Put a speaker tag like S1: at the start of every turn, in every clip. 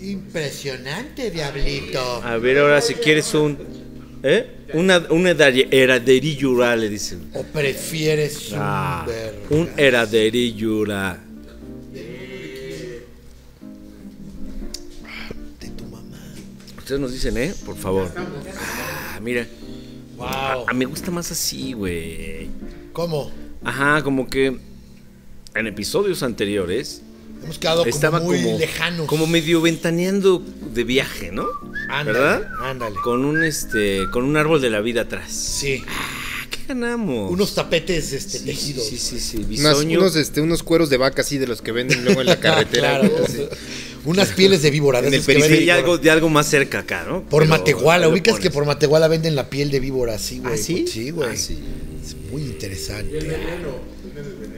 S1: Impresionante, diablito.
S2: A ver, ahora si quieres un. ¿Eh? Una, un hedari- heraderillura, le dicen.
S1: ¿O prefieres un
S2: Ah,
S1: verga?
S2: un heraderillura.
S1: de tu mamá?
S2: Ustedes nos dicen, ¿eh? Por favor. Ah, mira.
S1: Wow.
S2: A- me gusta más así, güey.
S1: ¿Cómo?
S2: Ajá, como que. En episodios anteriores.
S1: Hemos quedado como
S2: estaba
S1: muy
S2: como,
S1: lejanos.
S2: como medio ventaneando de viaje, ¿no?
S1: Ándale,
S2: ¿Verdad?
S1: ándale.
S2: Con un este, con un árbol de la vida atrás.
S1: Sí.
S2: Ah, ¿Qué ganamos?
S1: Unos tapetes este,
S2: sí,
S1: tejidos.
S2: Sí, sí, sí.
S3: Unas-
S2: Bisoño.
S3: unos, este, unos cueros de vaca así de los que venden luego en la carretera.
S1: Ah, Claro, pues,
S3: güey, así.
S1: Unas pieles de víbora. de
S3: En el
S1: esas que
S2: Sí,
S1: venden-
S2: de algo, de algo más cerca acá, ¿no?
S1: Por
S2: Pero
S1: Matehuala.
S2: lo
S1: Ubicas
S2: pones.
S1: que por Matehuala venden la piel de víbora, sí, güey.
S2: ¿Ah, sí?
S1: Sí, güey.
S2: Ah, sí.
S1: Es muy interesante.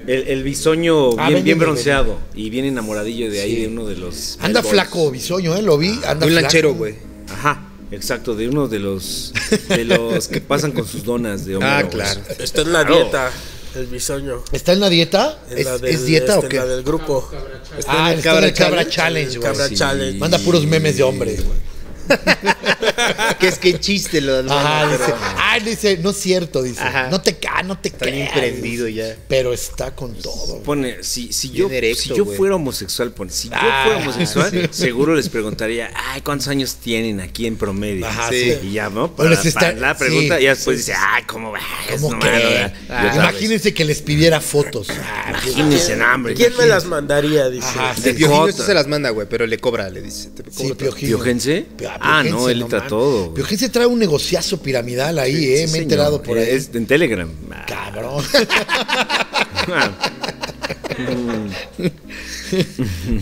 S2: El, el bisoño
S1: Ah,
S2: bien, bien
S1: venden de
S2: bronceado y bien enamoradillo de ahí,
S1: Sí.
S2: de uno de los.
S1: Anda
S2: bad boys.
S1: flaco, bisoño, ¿eh? Lo vi.
S2: Ah,
S1: Anda
S3: Un
S1: flaco.
S3: lanchero, güey.
S2: Ajá, exacto, de uno de los de los que pasan con sus donas de hombre.
S3: Ah, claro.
S4: Esta es la
S2: Claro.
S4: dieta, el bisoño.
S1: ¿Está en la dieta?
S4: En
S1: ¿Es,
S4: la
S1: es
S4: del-
S1: dieta
S4: este,
S1: o qué?
S4: La del grupo.
S1: Ah, está en el Cabra Challenge,
S4: El
S1: güey.
S4: Cabra
S1: Sí.
S4: Challenge.
S1: Manda puros memes de hombre, güey.
S3: que es que chiste lo del
S1: Ajá,
S3: mono,
S1: dice,
S3: pero
S1: ah, dice, no es cierto, dice.
S3: Ajá.
S1: No te ca, no te
S3: Está
S1: caes.
S3: bien prendido ya.
S1: Pero está con todo. güey.
S2: Pone, si, si yo,
S3: Bien erecto,
S2: si yo
S3: güey.
S2: fuera homosexual, pone, si yo
S1: Ah,
S2: fuera homosexual, seguro les preguntaría, ay, ¿cuántos años tienen aquí en promedio?
S1: Ajá,
S3: sí.
S2: Y ya, ¿no?
S1: Pero
S2: Para,
S1: les está-
S2: para la pregunta,
S1: sí.
S2: y después dice, ay, ¿cómo va? Es
S1: ¿Cómo
S2: no,
S1: que?
S2: no, no,
S1: Ah,
S2: ya sabes.
S1: Imagínense que les pidiera fotos. Ah,
S2: Ah, Imagínense, no, hombre.
S4: ¿Quién me las mandaría? Dice.
S1: Ajá,
S3: De
S2: De
S3: Piojiño sí
S2: Cota.
S3: se las manda, güey, pero le cobra, le dice. te
S1: Sí,
S3: cobro todo.
S1: Piojín.
S2: ¿Piojense?
S1: Pi-
S2: Ah, no,
S1: Piojense,
S2: él entra
S1: mames.
S2: todo.
S1: Piojense trae un negociazo piramidal ahí, ¿eh?
S2: Sí,
S1: Me he
S2: señor.
S1: enterado por ahí.
S2: Es en Telegram. Ah,
S1: Cabrón.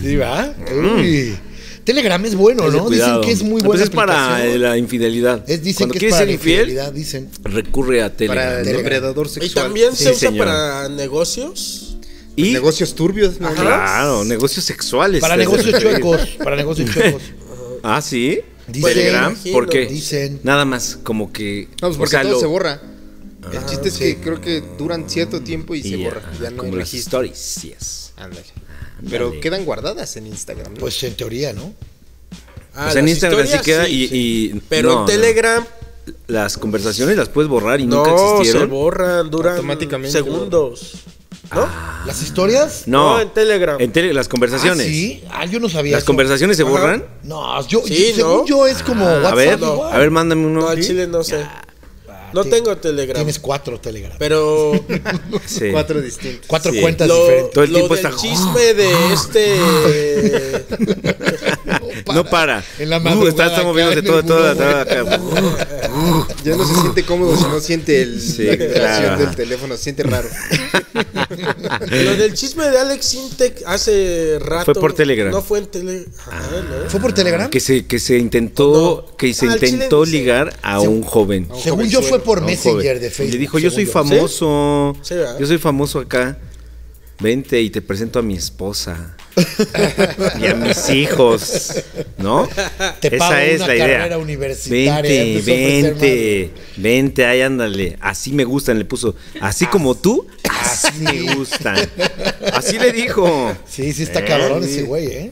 S1: ¿Sí, va? Uy. Telegram es bueno,
S2: Mm. ese
S1: ¿no?
S2: cuidado.
S1: Dicen que es muy
S2: Pues
S1: buena
S2: es para
S1: aplicación.
S2: eh, la infidelidad.
S1: Es- dicen
S2: Cuando
S1: que es
S2: quieres
S1: para
S2: ser
S1: la
S2: infiel,
S1: infidelidad, dicen.
S2: recurre a
S3: Para
S2: Telegram.
S3: el
S2: ¿no?
S3: depredador
S4: Y
S3: sexual.
S4: también
S2: Sí,
S4: se usa
S2: señor.
S4: para negocios.
S2: Y
S3: Negocios turbios, ¿no?
S2: Claro, negocios sexuales.
S1: Para negocios chuecos. Para negocios chuecos.
S2: Ah, sí.
S1: Dicen-
S2: Telegram,
S4: Imagino,
S2: ¿por qué?
S1: dicen.
S2: Nada más, como que.
S3: No, pues
S2: o
S3: porque
S2: sea,
S3: todo
S2: lo-
S3: se borra. El chiste es que creo que duran cierto tiempo y,
S2: y
S3: se
S2: ya,
S3: borra. Ya no hay
S2: como las
S3: registro.
S2: stories. yes.
S3: Ándale. Pero quedan guardadas en Instagram, ¿no?
S1: Pues en teoría, ¿no?
S4: Ah,
S2: o sea, en
S4: las
S2: Instagram sí
S4: historias,
S2: queda
S4: sí,
S2: y,
S4: sí.
S2: y-
S4: Pero
S2: no,
S4: en
S2: no.
S4: Telegram
S2: Las conversaciones las puedes borrar y nunca
S4: no, se
S2: existieron.
S4: borran, duran
S3: Automáticamente.
S4: segundos. ¿no?
S1: ¿Las historias?
S2: no,
S4: No, en Telegram.
S2: En tele- las conversaciones.
S1: Ah, sí. Ah, yo no sabía
S2: Las
S1: eso.
S2: conversaciones se borran.
S1: No, yo,
S4: Sí,
S1: yo- según
S4: ¿no?
S1: yo es como
S2: Ah,
S1: WhatsApp.
S2: a ver,
S1: igual.
S2: a ver, mándame uno.
S4: No, al chile no sé. No
S1: ti-
S4: tengo Telegram.
S1: Tienes cuatro Telegram.
S4: Pero
S2: Sí.
S3: Cuatro distintos.
S1: cuatro
S2: Sí.
S1: cuentas
S4: lo,
S1: diferentes.
S2: Todo el
S4: lo
S2: tiempo
S4: del
S2: está-
S4: chisme de
S1: ¡Ah!
S4: este
S2: No para.
S1: En la
S2: Uh,
S1: madrugada
S2: está, está
S1: acá
S2: moviéndose
S1: en el
S2: todo,
S1: buró,
S2: todo, todo acá.
S3: Ya no se siente cómodo si no siente el,
S2: Sí,
S3: la vibración
S2: claro.
S3: del teléfono, se siente raro.
S4: lo del chisme de Alex Intec hace rato.
S2: Eh, Fue por Telegram. Ah.
S4: No fue en Telegram.
S1: ¿Fue por Telegram?
S2: que se que se intentó
S4: No.
S2: que se
S4: Al chile
S2: intentó
S4: no sé.
S2: ligar a
S1: Se- Ah,
S2: un joven.
S1: Según yo fue por
S2: a un
S1: Messenger
S2: joven.
S1: de Facebook.
S2: Le dijo, "Yo soy
S1: según
S2: famoso.
S4: Sí, ¿verdad?
S2: Yo soy famoso acá. Vente y te presento a mi esposa y a mis hijos." ¿No?
S1: Te pago una carrera universitaria,
S2: Vente,
S1: empezó a ofrecer
S2: vente, vente, ahí ándale. Así me gustan, le puso. Así como tú, así me gustan. Así le dijo.
S1: Sí, sí está
S2: Eh,
S1: cabrón
S2: sí.
S1: ese güey, ¿eh?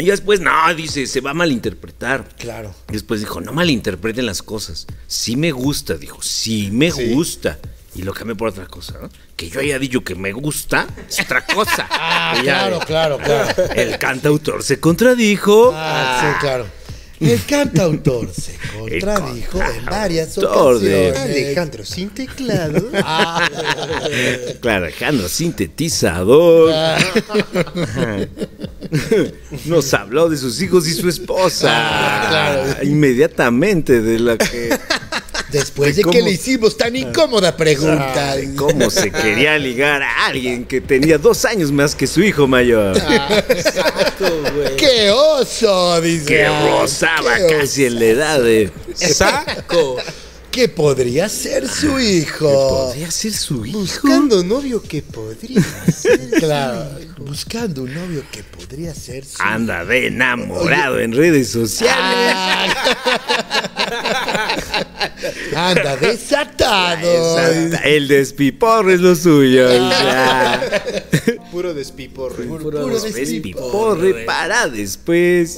S2: Y después, no, dice, se va a malinterpretar.
S1: Claro.
S2: Y Después dijo, no malinterpreten las cosas. Sí me gusta, dijo, sí me gusta. Y lo cambié por otra cosa, ¿no? Que yo haya dicho que me gusta es otra cosa.
S1: Ah,
S2: Y ya,
S1: claro,
S2: eh,
S1: claro, claro.
S2: El cantautor se contradijo.
S1: Ah, sí, claro. El cantautor se
S2: El
S1: contradijo en
S2: cantautor
S1: varias
S2: de-
S1: ocasiones. Ah.
S3: Alejandro, sin teclado.
S2: Claro, Alejandro, sintetizador.
S1: Ah.
S2: Nos habló de sus hijos y su esposa.
S1: Ah, claro.
S2: Inmediatamente de la que.
S1: Después de
S2: ¿Cómo?
S1: que le hicimos tan incómoda pregunta.
S2: de cómo se quería ligar a alguien que tenía dos años más que su hijo mayor.
S1: ¡Qué oso! Dice.
S2: que
S1: Ay,
S2: rozaba
S1: qué oso.
S2: casi en la edad de.
S4: Saco.
S1: ¿Qué podría ser su hijo?
S2: ¿Podría ser su hijo?
S3: Buscando novio que podría ser.
S1: Claro, buscando un novio que podría ser su
S2: Anda de enamorado en redes sociales.
S1: Anda desatado.
S2: Exacto, El despiporre es lo suyo. o sea.
S3: Puro despiporre.
S1: Por
S4: Puro
S1: puro
S4: despiporre.
S2: Es
S1: despiporre.
S2: piporre para después.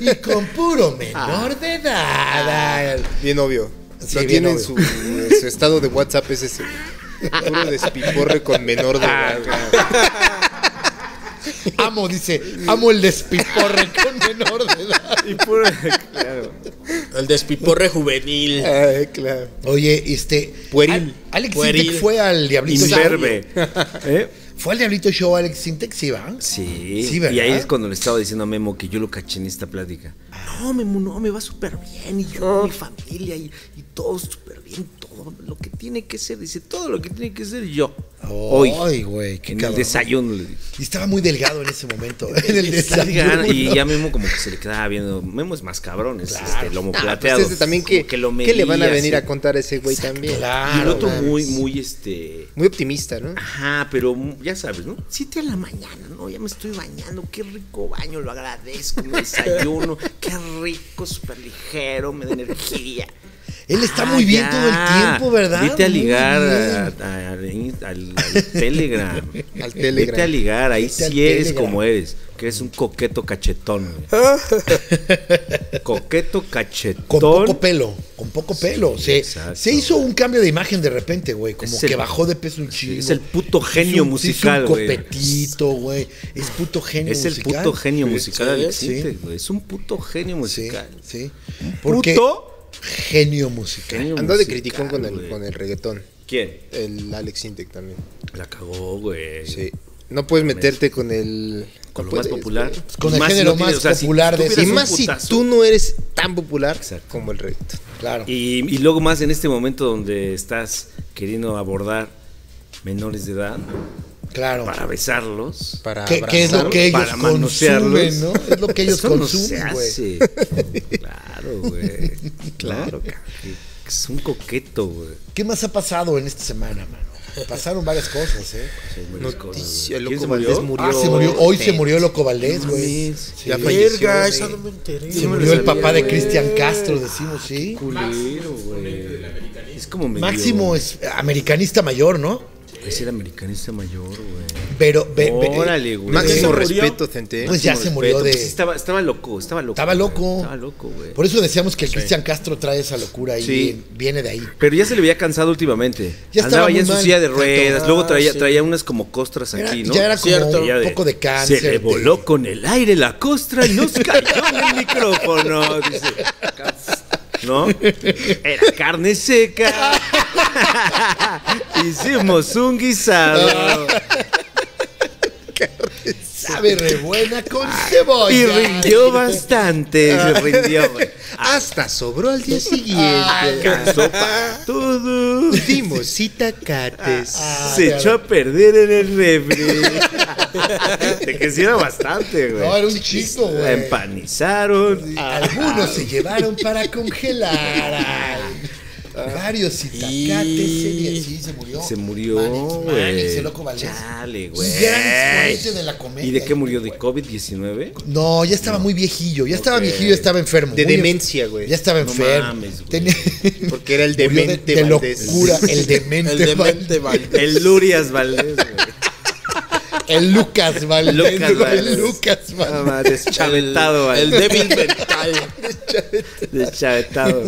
S1: Y con puro menor de edad.
S3: Bien obvio.
S1: Sí,
S3: Lo
S1: bien
S3: tiene en
S1: obvio.
S3: su, su estado de WhatsApp, es ese. Puro despiporre con menor
S2: Ah,
S3: de edad.
S1: Amo, dice, amo el despiporre con menor de edad.
S2: Y puro- claro.
S4: El despiporre juvenil.
S3: Ay, claro.
S1: Oye, este.
S3: Pueril.
S1: Al- Alex
S4: Pueril.
S1: Sintek fue al Diablito
S2: Imberbe. ¿Eh?
S1: Show. Fue al Diablito Show Alex Sintek, sí, va.
S2: Sí.
S1: Sí, ¿verdad?
S2: Y ahí es cuando le estaba diciendo a Memo que yo lo caché en esta plática. No, Memo, no, me va súper bien. Y yo, mi familia, y, y todo súper bien. Todo lo que tiene que ser. Dice, todo lo que tiene que ser yo. Hoy.
S1: Ay, güey, qué
S2: en el
S1: cabrón.
S2: desayuno le dije.
S1: Y estaba muy delgado en ese momento. en el
S2: Salgan,
S1: desayuno.
S2: Y ya Memo como que se le quedaba viendo. Memo es más cabrón, es este lomo plateado.
S3: Ustedes también que,
S2: Como lo
S3: ¿qué le van a
S2: medía,
S3: venir
S2: sí.
S3: a contar a ese güey también.
S1: Claro.
S2: Y el otro
S1: mames.
S2: muy, muy este.
S3: Muy optimista, ¿no?
S2: Ajá, pero mu- ya sabes, ¿no? Siete de la mañana, ¿no? Ya me estoy bañando, qué rico baño, lo agradezco, me desayuno, qué rico, súper ligero, me da energía.
S1: Él está
S2: Ah,
S1: muy bien
S2: ya.
S1: todo el tiempo, ¿verdad?
S2: Vete a
S1: Muy
S2: ligar
S1: bien.
S2: a- a- al, al- al Telegram.
S3: Al Telegram.
S2: Vete a ligar, ahí
S1: Vete al
S2: sí eres
S1: Telegram.
S2: como eres, que eres un coqueto cachetón. güey. coqueto cachetón.
S1: Con poco pelo, con poco pelo. Se,
S2: exacto,
S1: se hizo un cambio de imagen de repente, güey. Como
S2: Es
S1: que
S2: el-
S1: bajó de peso un chingo.
S2: es el puto
S1: Se hizo
S2: genio
S1: un- se hizo
S2: musical,
S1: un
S2: güey.
S1: copetito, güey. Es puto genio
S2: es el
S1: musical.
S2: puto genio musical
S1: sí,
S2: Alex
S1: sí.
S2: Sintek, güey. Es un puto genio
S1: Sí,
S2: musical.
S1: sí. Porque
S2: Puto
S1: genio musical.
S2: genio
S3: Ando de
S2: musical,
S3: criticón con el,
S2: güey.
S3: con el reggaetón.
S2: ¿Quién?
S3: El Alex Intec también.
S2: La cagó, güey.
S3: Sí. No puedes meterte con el.
S2: Con
S3: no
S2: lo más
S3: puedes,
S2: popular.
S3: güey.
S1: Con
S2: Y
S1: el
S2: si
S1: género
S2: no tienes-
S1: más popular de-
S2: tú
S1: Y
S3: Y
S2: eres un
S3: más si
S2: putazo.
S3: tú no eres tan popular
S2: Exacto.
S3: como el reggaetón.
S1: Claro.
S2: Y, y luego más en este momento donde estás queriendo abordar menores de edad
S1: Claro.
S2: para besarlos.
S3: Para
S1: ¿Qué, qué es lo
S3: abrazarlos.
S1: que ellos
S2: para manosearlos.
S1: consumen, no? Es lo que ellos
S2: Eso no se
S1: consumen, güey.
S2: hace. Claro, güey. Claro, cabrón. Es un coqueto, güey.
S1: ¿Qué más ha pasado en esta semana, mano? Pasaron varias cosas, ¿eh?
S2: Son buenas cosas,
S3: Noticia,
S2: güey.
S3: el
S2: ¿Quién
S3: loco
S2: se murió?
S3: Valdés murió.
S1: Ah, se murió. Hoy se
S3: Ted.
S1: murió Loco Valdés, güey.
S2: mames.
S1: Sí.
S3: Ya falleció.
S4: Verga,
S3: güey.
S4: esa no me enteré.
S1: Se murió el papá de Cristian Castro, decimos, sí.
S2: Culero, güey. Es como medio-
S1: Máximo es americanista mayor, ¿no?
S2: Es el Pues americanista mayor, güey.
S1: Pero ve- ve- eh,
S2: Órale, güey.
S4: ¿Se
S3: Máximo
S4: murió?
S3: respeto, gente. ¿eh?
S1: Pues ya se
S2: Respeto,
S1: murió de.
S2: pues estaba, estaba loco, estaba loco.
S1: Estaba
S2: güey.
S1: loco.
S2: Estaba loco, güey.
S1: Por eso decíamos que el Cristian Castro trae esa locura ahí,
S2: Sí.
S1: viene de ahí.
S2: Pero ya se le había cansado últimamente.
S1: Ya estaba
S2: Andaba
S1: muy
S2: ya en su
S1: mal.
S2: silla de ruedas,
S4: Ah,
S2: luego traía,
S4: sí.
S2: traía unas como costras
S1: Era-
S2: aquí, ¿no?
S1: Ya era como
S4: Cierto.
S1: un
S2: Ya de-
S1: poco de cáncer.
S2: Se le
S1: de-
S2: voló con el aire la costra y nos cayó en el micrófono. Dice. ¿No? Era carne seca. Hicimos un guisado.
S1: Sabe re buena con cebolla.
S2: Y rindió bastante.
S1: Ah.
S2: Se rindió, güey.
S3: Hasta sobró al día siguiente.
S2: Alcanzó para todo.
S3: Dimos cita cates.
S1: Ah,
S2: Se
S1: claro.
S2: echó a perder en el refri. Te quisiera bastante, güey.
S1: No, era un chico,
S2: La
S1: güey.
S2: empanizaron. Ah,
S1: Algunos se llevaron para congelar. ay. Varios citacates.
S2: Y-
S1: Sí, se murió.
S2: Ah. Se murió,
S1: Manix, Manix,
S2: güey.
S1: el loco Valdés.
S2: Chale,
S1: Un
S2: güey.
S1: gran exponente de la comedia,
S2: ¿Y de qué murió?
S1: güey.
S2: ¿De COVID-19?
S1: No, ya estaba muy viejillo. Ya estaba
S2: Ok.
S1: viejillo, ya estaba enfermo.
S3: De
S1: Muy-
S3: demencia, güey.
S1: Ya estaba
S2: No
S1: enfermo.
S2: mames, güey.
S1: Tenía-
S3: Porque era el
S1: murió de,
S3: demente
S1: de
S3: Valdés.
S1: locura, el demente,
S4: El demente
S1: Valdés.
S4: Valdés.
S2: El Lurias Valdés, güey.
S1: El Lucas Valdés.
S2: Lucas
S1: güey,
S2: Valdés. Ah,
S1: El Lucas
S2: Nada
S1: Valdés.
S2: más, Deschavetado,
S4: El
S2: Valdés.
S4: débil mental.
S2: Deschavetado.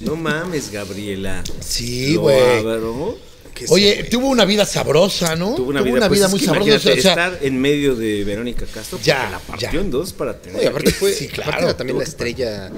S2: No mames, Gabriela.
S1: Sí,
S2: Lo
S1: güey.
S2: abro.
S1: Oye, tuvo una vida sabrosa, ¿no?
S2: Tuvo una vida, pues, es
S1: muy
S2: que
S1: sabrosa.
S2: imagínate
S1: O sea,
S2: estar en medio de Verónica Castro, porque
S1: Ya,
S2: la partió
S1: ya.
S2: en dos para tener.
S3: Oye, aparte fue
S1: Sí, claro.
S3: aparte era también la estrella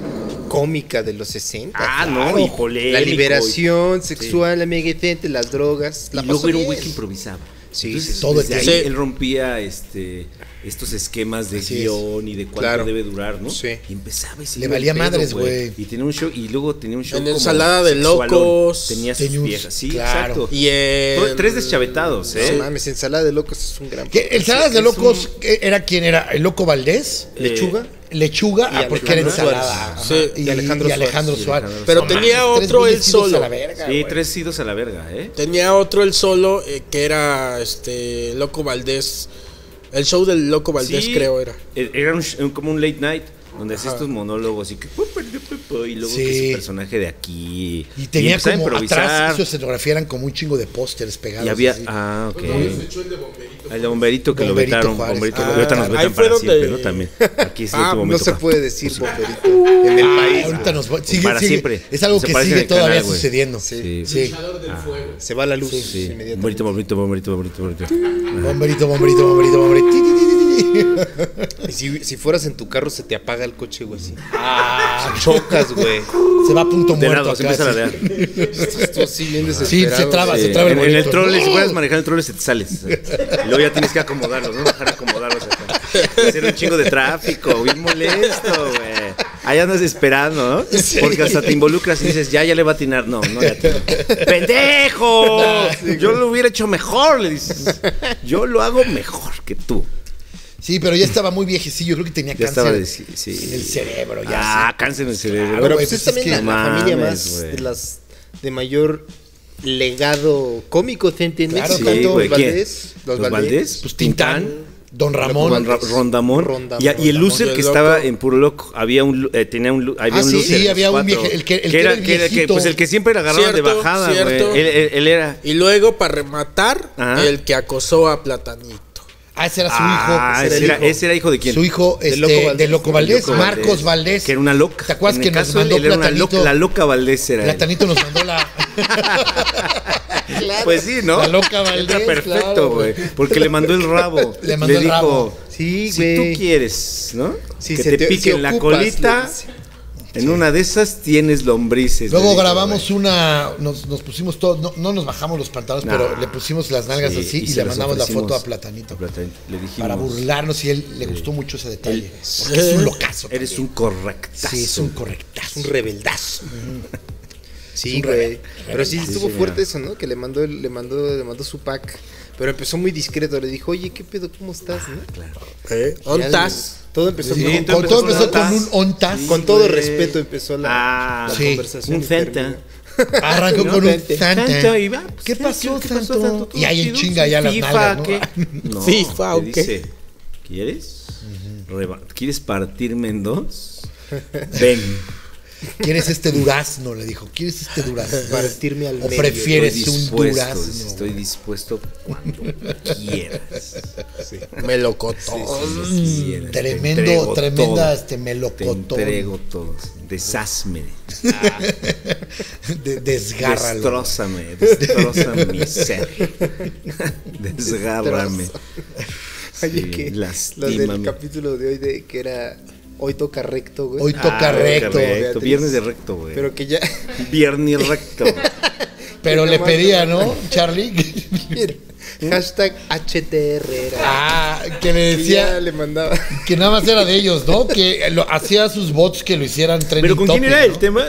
S3: cómica de los 60.
S2: Ah, no,
S1: claro.
S2: y polémico.
S3: la
S2: y-
S3: liberación sexual, la amiguetente, las drogas. La
S2: Y luego
S3: pasó
S2: era un
S3: bien.
S2: güey que improvisaba.
S3: Sí, sí,
S1: todo
S2: todo
S1: el
S2: desde ahí
S4: tiempo. Sí.
S2: él rompía este estos esquemas de
S1: Así es.
S2: guión y de cuánto
S3: Claro.
S2: debe durar, ¿no?
S3: Sí.
S2: Y empezaba y se
S1: Le
S2: iba el
S1: valía
S2: pedo,
S1: madres, güey.
S2: Y tenía un show, y luego tenía un show.
S4: En
S2: como
S4: Ensalada de
S2: sexualón.
S4: Locos.
S2: Tenía sus
S1: Tenía un-
S2: viejas, sí,
S1: claro.
S2: exacto.
S4: Y
S2: Todo-
S4: el...
S2: Tres deschavetados,
S3: No
S2: ¿eh?
S3: mames, ensalada de locos es un gran.
S1: que el Saladas de Locos eh, era quién era? ¿El Loco Valdés?
S3: Lechuga.
S1: Lechuga, ah,
S3: y
S1: porque era
S3: Alejandro
S1: ensalada.
S3: Suárez.
S1: ajá.
S4: Sí,
S1: y,
S3: y Alejandro
S1: y Alejandro
S3: Suárez.
S1: Suárez.
S4: Pero
S2: No
S4: tenía
S1: Tres
S4: otro
S1: güeyes
S4: él
S1: idos a
S4: solo.
S1: la verga,
S2: sí,
S1: güey.
S2: tres idos a la verga, ¿eh?
S4: Tenía otro el solo eh, que era este Loco Valdés. El show del Loco Valdés,
S2: Sí,
S4: creo era.
S2: e- Era un sh- un- como un late night donde hacía estos monólogos y que pu, pu, pu, pu, y luego
S1: Sí.
S2: que su personaje de aquí
S1: Y tenía
S2: empezaba a
S1: como
S2: improvisar
S1: atrás su escenografía eran como un chingo de pósters pegados.
S2: y había
S1: así. Pues,
S2: ah ok
S4: echó el de bomberito.
S2: El bomberito que
S3: Bomberito
S2: lo vetaron.
S3: Juárez.
S2: Bomberito,
S4: Ah,
S2: lo vetan, nos
S4: ahí
S2: vetan
S4: fue
S2: para
S4: donde-
S2: siempre, ¿no? También. Aquí sí
S4: Ah,
S2: tuvo
S3: No
S2: momento
S3: se
S2: fa-
S3: puede decir bomberito en el
S1: Ah,
S3: país.
S1: ahorita nos va- sigue,
S2: para
S1: sigue.
S2: siempre.
S1: Es algo
S2: Se
S1: que
S2: parece
S1: sigue
S2: en el canal,
S1: todavía
S2: güey.
S1: sucediendo.
S2: Sí.
S1: Sí.
S3: Se va la luz
S2: Ah, Sí.
S3: inmediatamente.
S2: Bomberito, bomberito, bomberito, bomberito, bomberito.
S1: Bomberito, bomberito, bomberito, bomberito. Ti, ti, ti, ti, ti.
S3: Y si, si fueras en tu carro, se te apaga el coche, güey. Así.
S2: Ah.
S3: Chocas, güey.
S1: Se va a punto
S2: De
S1: muerto.
S2: nada, se
S1: acá,
S2: empieza a
S1: sí.
S2: ladear.
S3: Estás tú así bien
S1: Sí,
S3: desesperado.
S1: se traba,
S2: Sí,
S1: se traba el
S2: en, en el
S1: boleto.
S2: trole,
S1: ¡No!
S2: si puedes manejar el trole, se te sales. Y luego ya tienes que acomodarlos, ¿no? Dejar acomodarlos acá. Hacer un chingo de tráfico, bien molesto, güey. Ahí andas esperando, ¿no? Porque hasta te involucras y dices, ya, ya le va a atinar. No, no le atino. ¡Pendejo! Yo lo hubiera hecho mejor, le dices. Yo lo hago mejor que tú.
S1: Sí, pero ya estaba muy viejecillo. Creo que tenía
S2: Ya
S1: cáncer
S2: estaba de- sí, sí.
S1: en el cerebro. Ya
S2: Ah, cáncer en el cerebro.
S3: Pero
S1: güey,
S3: pues,
S1: pues
S3: es
S1: es
S3: también
S1: que
S3: la, la familia
S2: mames,
S3: más
S2: güey.
S3: de las de mayor legado cómico, ¿te entiendes?
S1: Claro,
S3: Sí,
S1: tanto
S3: los
S2: güey, ¿quién?
S3: Valdés, los
S2: ¿Los Valdés?
S3: Valdés.
S1: Pues Tintán, Don Ramón.
S2: Juan Ra- Rondamón.
S3: Rondamón.
S2: Y, y el loser
S4: El
S2: que
S4: loco.
S2: estaba en Puro Loco. Había un, lu- eh, tenía un, lu- había
S1: Ah,
S2: un
S1: sí,
S2: loser.
S1: sí,
S2: los
S1: había un
S2: cuatro,
S1: vieje- el que- el que era el
S2: el que,
S1: viejito.
S2: pues el que siempre la agarraban de
S4: Cierto,
S2: bajada, güey.
S4: cierto.
S2: Él, él- él era.
S4: Y luego, para rematar,
S2: Ajá.
S4: el que acosó a Platanito.
S1: Ah, ese era su
S2: Ah,
S1: hijo.
S2: ese, era, ese era hijo de quién?
S1: Su hijo este,
S3: Loco Valdés.
S1: de Loco Valdés,
S2: Loco
S1: Marcos Valdés.
S2: Que era una loca.
S1: ¿Te acuerdas
S2: En
S1: que
S2: el
S1: nos
S2: caso de él,
S1: mandó
S2: él era una loca,
S1: Platanito?
S2: la loca Valdés era. él.
S1: Platanito nos mandó la.
S2: Pues sí, ¿no?
S1: La loca Valdés,
S2: Está perfecto,
S1: claro,
S2: güey. Porque le mandó el rabo.
S1: Le mandó el
S2: dijo,
S1: rabo.
S3: Sí,
S2: si
S3: güey.
S2: tú quieres, ¿no?
S3: Sí,
S2: que
S3: se
S2: te,
S3: te-
S2: piquen
S3: si
S2: la
S3: ocupas,
S2: colita. En una de esas tienes lombrices. le
S1: Luego
S2: dijo,
S1: grabamos
S2: güey.
S1: una. Nos, nos pusimos todos. No, no nos bajamos los pantalones,
S2: Nah.
S1: pero le pusimos las nalgas
S2: Sí,
S1: así y,
S2: se
S1: le
S2: las
S1: mandamos la
S2: ofrecimos
S1: foto a Platanito.
S2: a Platanito. Le dijimos.
S1: Para burlarnos y él le gustó mucho ese detalle. porque
S4: Sí.
S1: es un locazo.
S2: Eres
S1: también.
S2: un correctazo.
S1: Sí, es un correctazo.
S3: Un rebeldazo. Sí,
S1: Un
S3: güey.
S1: rebel-
S3: Pero sí estuvo
S2: sí,
S3: fuerte
S2: mira.
S3: eso, ¿no? Que le mandó, el- le mandó, le mandó su pack. Pero empezó muy discreto. Le dijo, oye, ¿qué pedo? ¿Cómo estás?
S1: Ah,
S3: ¿no?
S4: ¿Eh?
S3: Ya,
S4: ¿Ontas?
S3: Todo empezó
S1: Sí,
S3: con,
S1: con-
S2: todo
S1: todo
S2: empezó
S1: empezó con un
S2: con
S1: ontas.
S3: con todo
S2: güey.
S3: respeto empezó la,
S2: Ah,
S3: la
S1: sí.
S3: conversación.
S2: Un
S3: y
S2: Fanta.
S3: terminó.
S1: Arrancó
S2: No,
S1: con un
S3: vente.
S1: tanta.
S2: Tanto, y va, pues,
S1: ¿Qué pasó,
S2: ¿qué pasó,
S1: tanto?
S2: tanto?
S1: Y ahí en
S2: ¿Chido?
S1: chinga ya las
S2: FIFA,
S1: nalgas, ¿no?
S2: ¿qué? No, te
S4: FIFA, ¿o qué?
S2: dice, ¿Quieres? Reba- ¿Quieres partirme en dos? Ven.
S1: ¿Quieres este durazno? Le dijo. ¿Quieres este durazno?
S3: Partirme al
S1: O
S3: medio.
S1: prefiero- Eres un
S2: dispuesto,
S1: durazno,
S2: dice, Estoy dispuesto cuando quieras.
S4: Me lo cotó.
S2: Quieras, te
S1: Tremendo,
S2: entrego
S1: tremenda
S2: todo.
S1: este
S2: Te
S1: melocotón.
S2: entrego todo. Deshazme.
S1: De- desgárralo.
S2: Destrózame. Destroza mi ser. Desgárrame.
S3: Oye,
S2: Sí,
S3: que lo del
S2: lastímame.
S3: capítulo de hoy de que era hoy toca recto, güey. Ah,
S1: Hoy toca recto.
S3: Beatriz.
S2: Ah, Viernes de recto, güey.
S3: Pero que ya
S2: Viernes recto.
S1: Pero
S3: Qué
S1: le
S3: nomás-
S1: pedía, ¿no, Charlie?
S3: hashtag HTR era.
S1: Ah, que le
S3: Y ya
S1: decía
S3: le mandaba.
S1: que nada más era de ellos, ¿no? Que lo, hacía sus bots que lo hicieran trending
S2: ¿Pero con quién
S1: topic,
S2: era Ah, el
S1: ¿no?
S2: tema?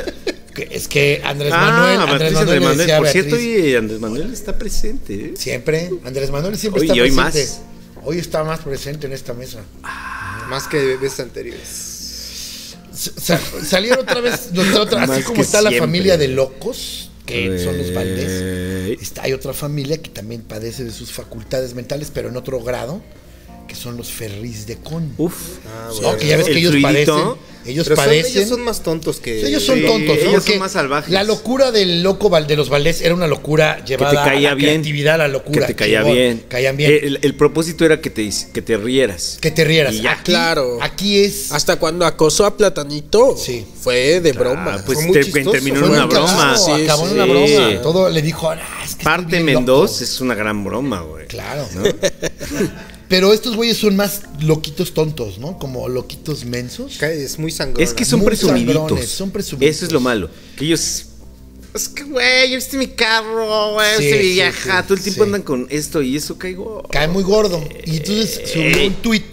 S1: Que- Es que Andrés Manuel, Andrés
S2: Beatriz
S1: Manuel, le decía a
S2: Por
S1: Beatriz,
S2: cierto, oye, Andrés Manuel está presente. ¿eh?
S1: siempre, Andrés Manuel siempre
S2: Hoy-
S1: está
S2: y hoy
S1: presente.
S2: más.
S1: Hoy está más presente en esta mesa.
S3: Más que de veces anteriores.
S1: S- sa- salieron otra vez, nuestra otra- así
S2: Más
S1: como
S2: que
S1: está la
S2: siempre.
S1: familia de locos, que son los Valdés.
S2: Ey.
S1: Está, hay otra familia que también padece de sus facultades mentales, pero en otro grado, que son los Ferris de Con. Ah,
S2: Uf.
S1: No, que ya ves
S2: El
S1: que ellos
S2: fluidito.
S1: padecen. Ellos
S3: Pero son-
S1: padecen.
S3: ellos son más tontos que
S1: Sí, ellos son
S2: Sí,
S1: tontos, ¿no?
S2: ellos son
S1: Porque
S2: más salvajes.
S1: La locura del loco Val- de los Valdés era una locura llevada
S2: que te caía
S1: a la
S2: bien.
S1: creatividad, a la locura.
S2: Que te caía
S1: chingón.
S2: bien.
S1: Caían bien.
S2: El, el propósito era que te, his- que te rieras.
S1: que te rieras.
S2: Y ya.
S1: Aquí-
S4: Claro.
S1: Aquí es.
S4: Hasta cuando acosó a Platanito,
S1: Sí.
S4: fue de
S2: Ah,
S4: broma.
S2: pues
S3: Fue muy
S2: te-
S3: chistoso,
S2: terminó en
S1: fue
S2: una
S1: un cachazo,
S2: broma.
S4: Sí,
S1: acabó en
S4: sí.
S1: una broma. Todo le dijo, "Ah, es que estoy
S2: Parte
S1: bien
S2: Mendoza
S1: loco".
S2: es una gran broma, güey.
S1: Claro. Pero estos güeyes son más loquitos tontos, ¿no? Como loquitos mensos.
S3: Es muy sangrón.
S2: Es que son
S1: Muy
S2: presumiditos.
S1: sangrones, son presumiditos.
S2: Eso es lo malo. Que ellos. Es que, güey, ya viste mi carro, güey,
S1: Sí,
S2: se
S1: sí,
S2: viaja.
S1: sí,
S2: Todo el tiempo
S1: sí.
S2: andan con esto y eso caigo.
S1: Cae muy gordo. Y entonces subió
S2: Ey.
S1: un tuit.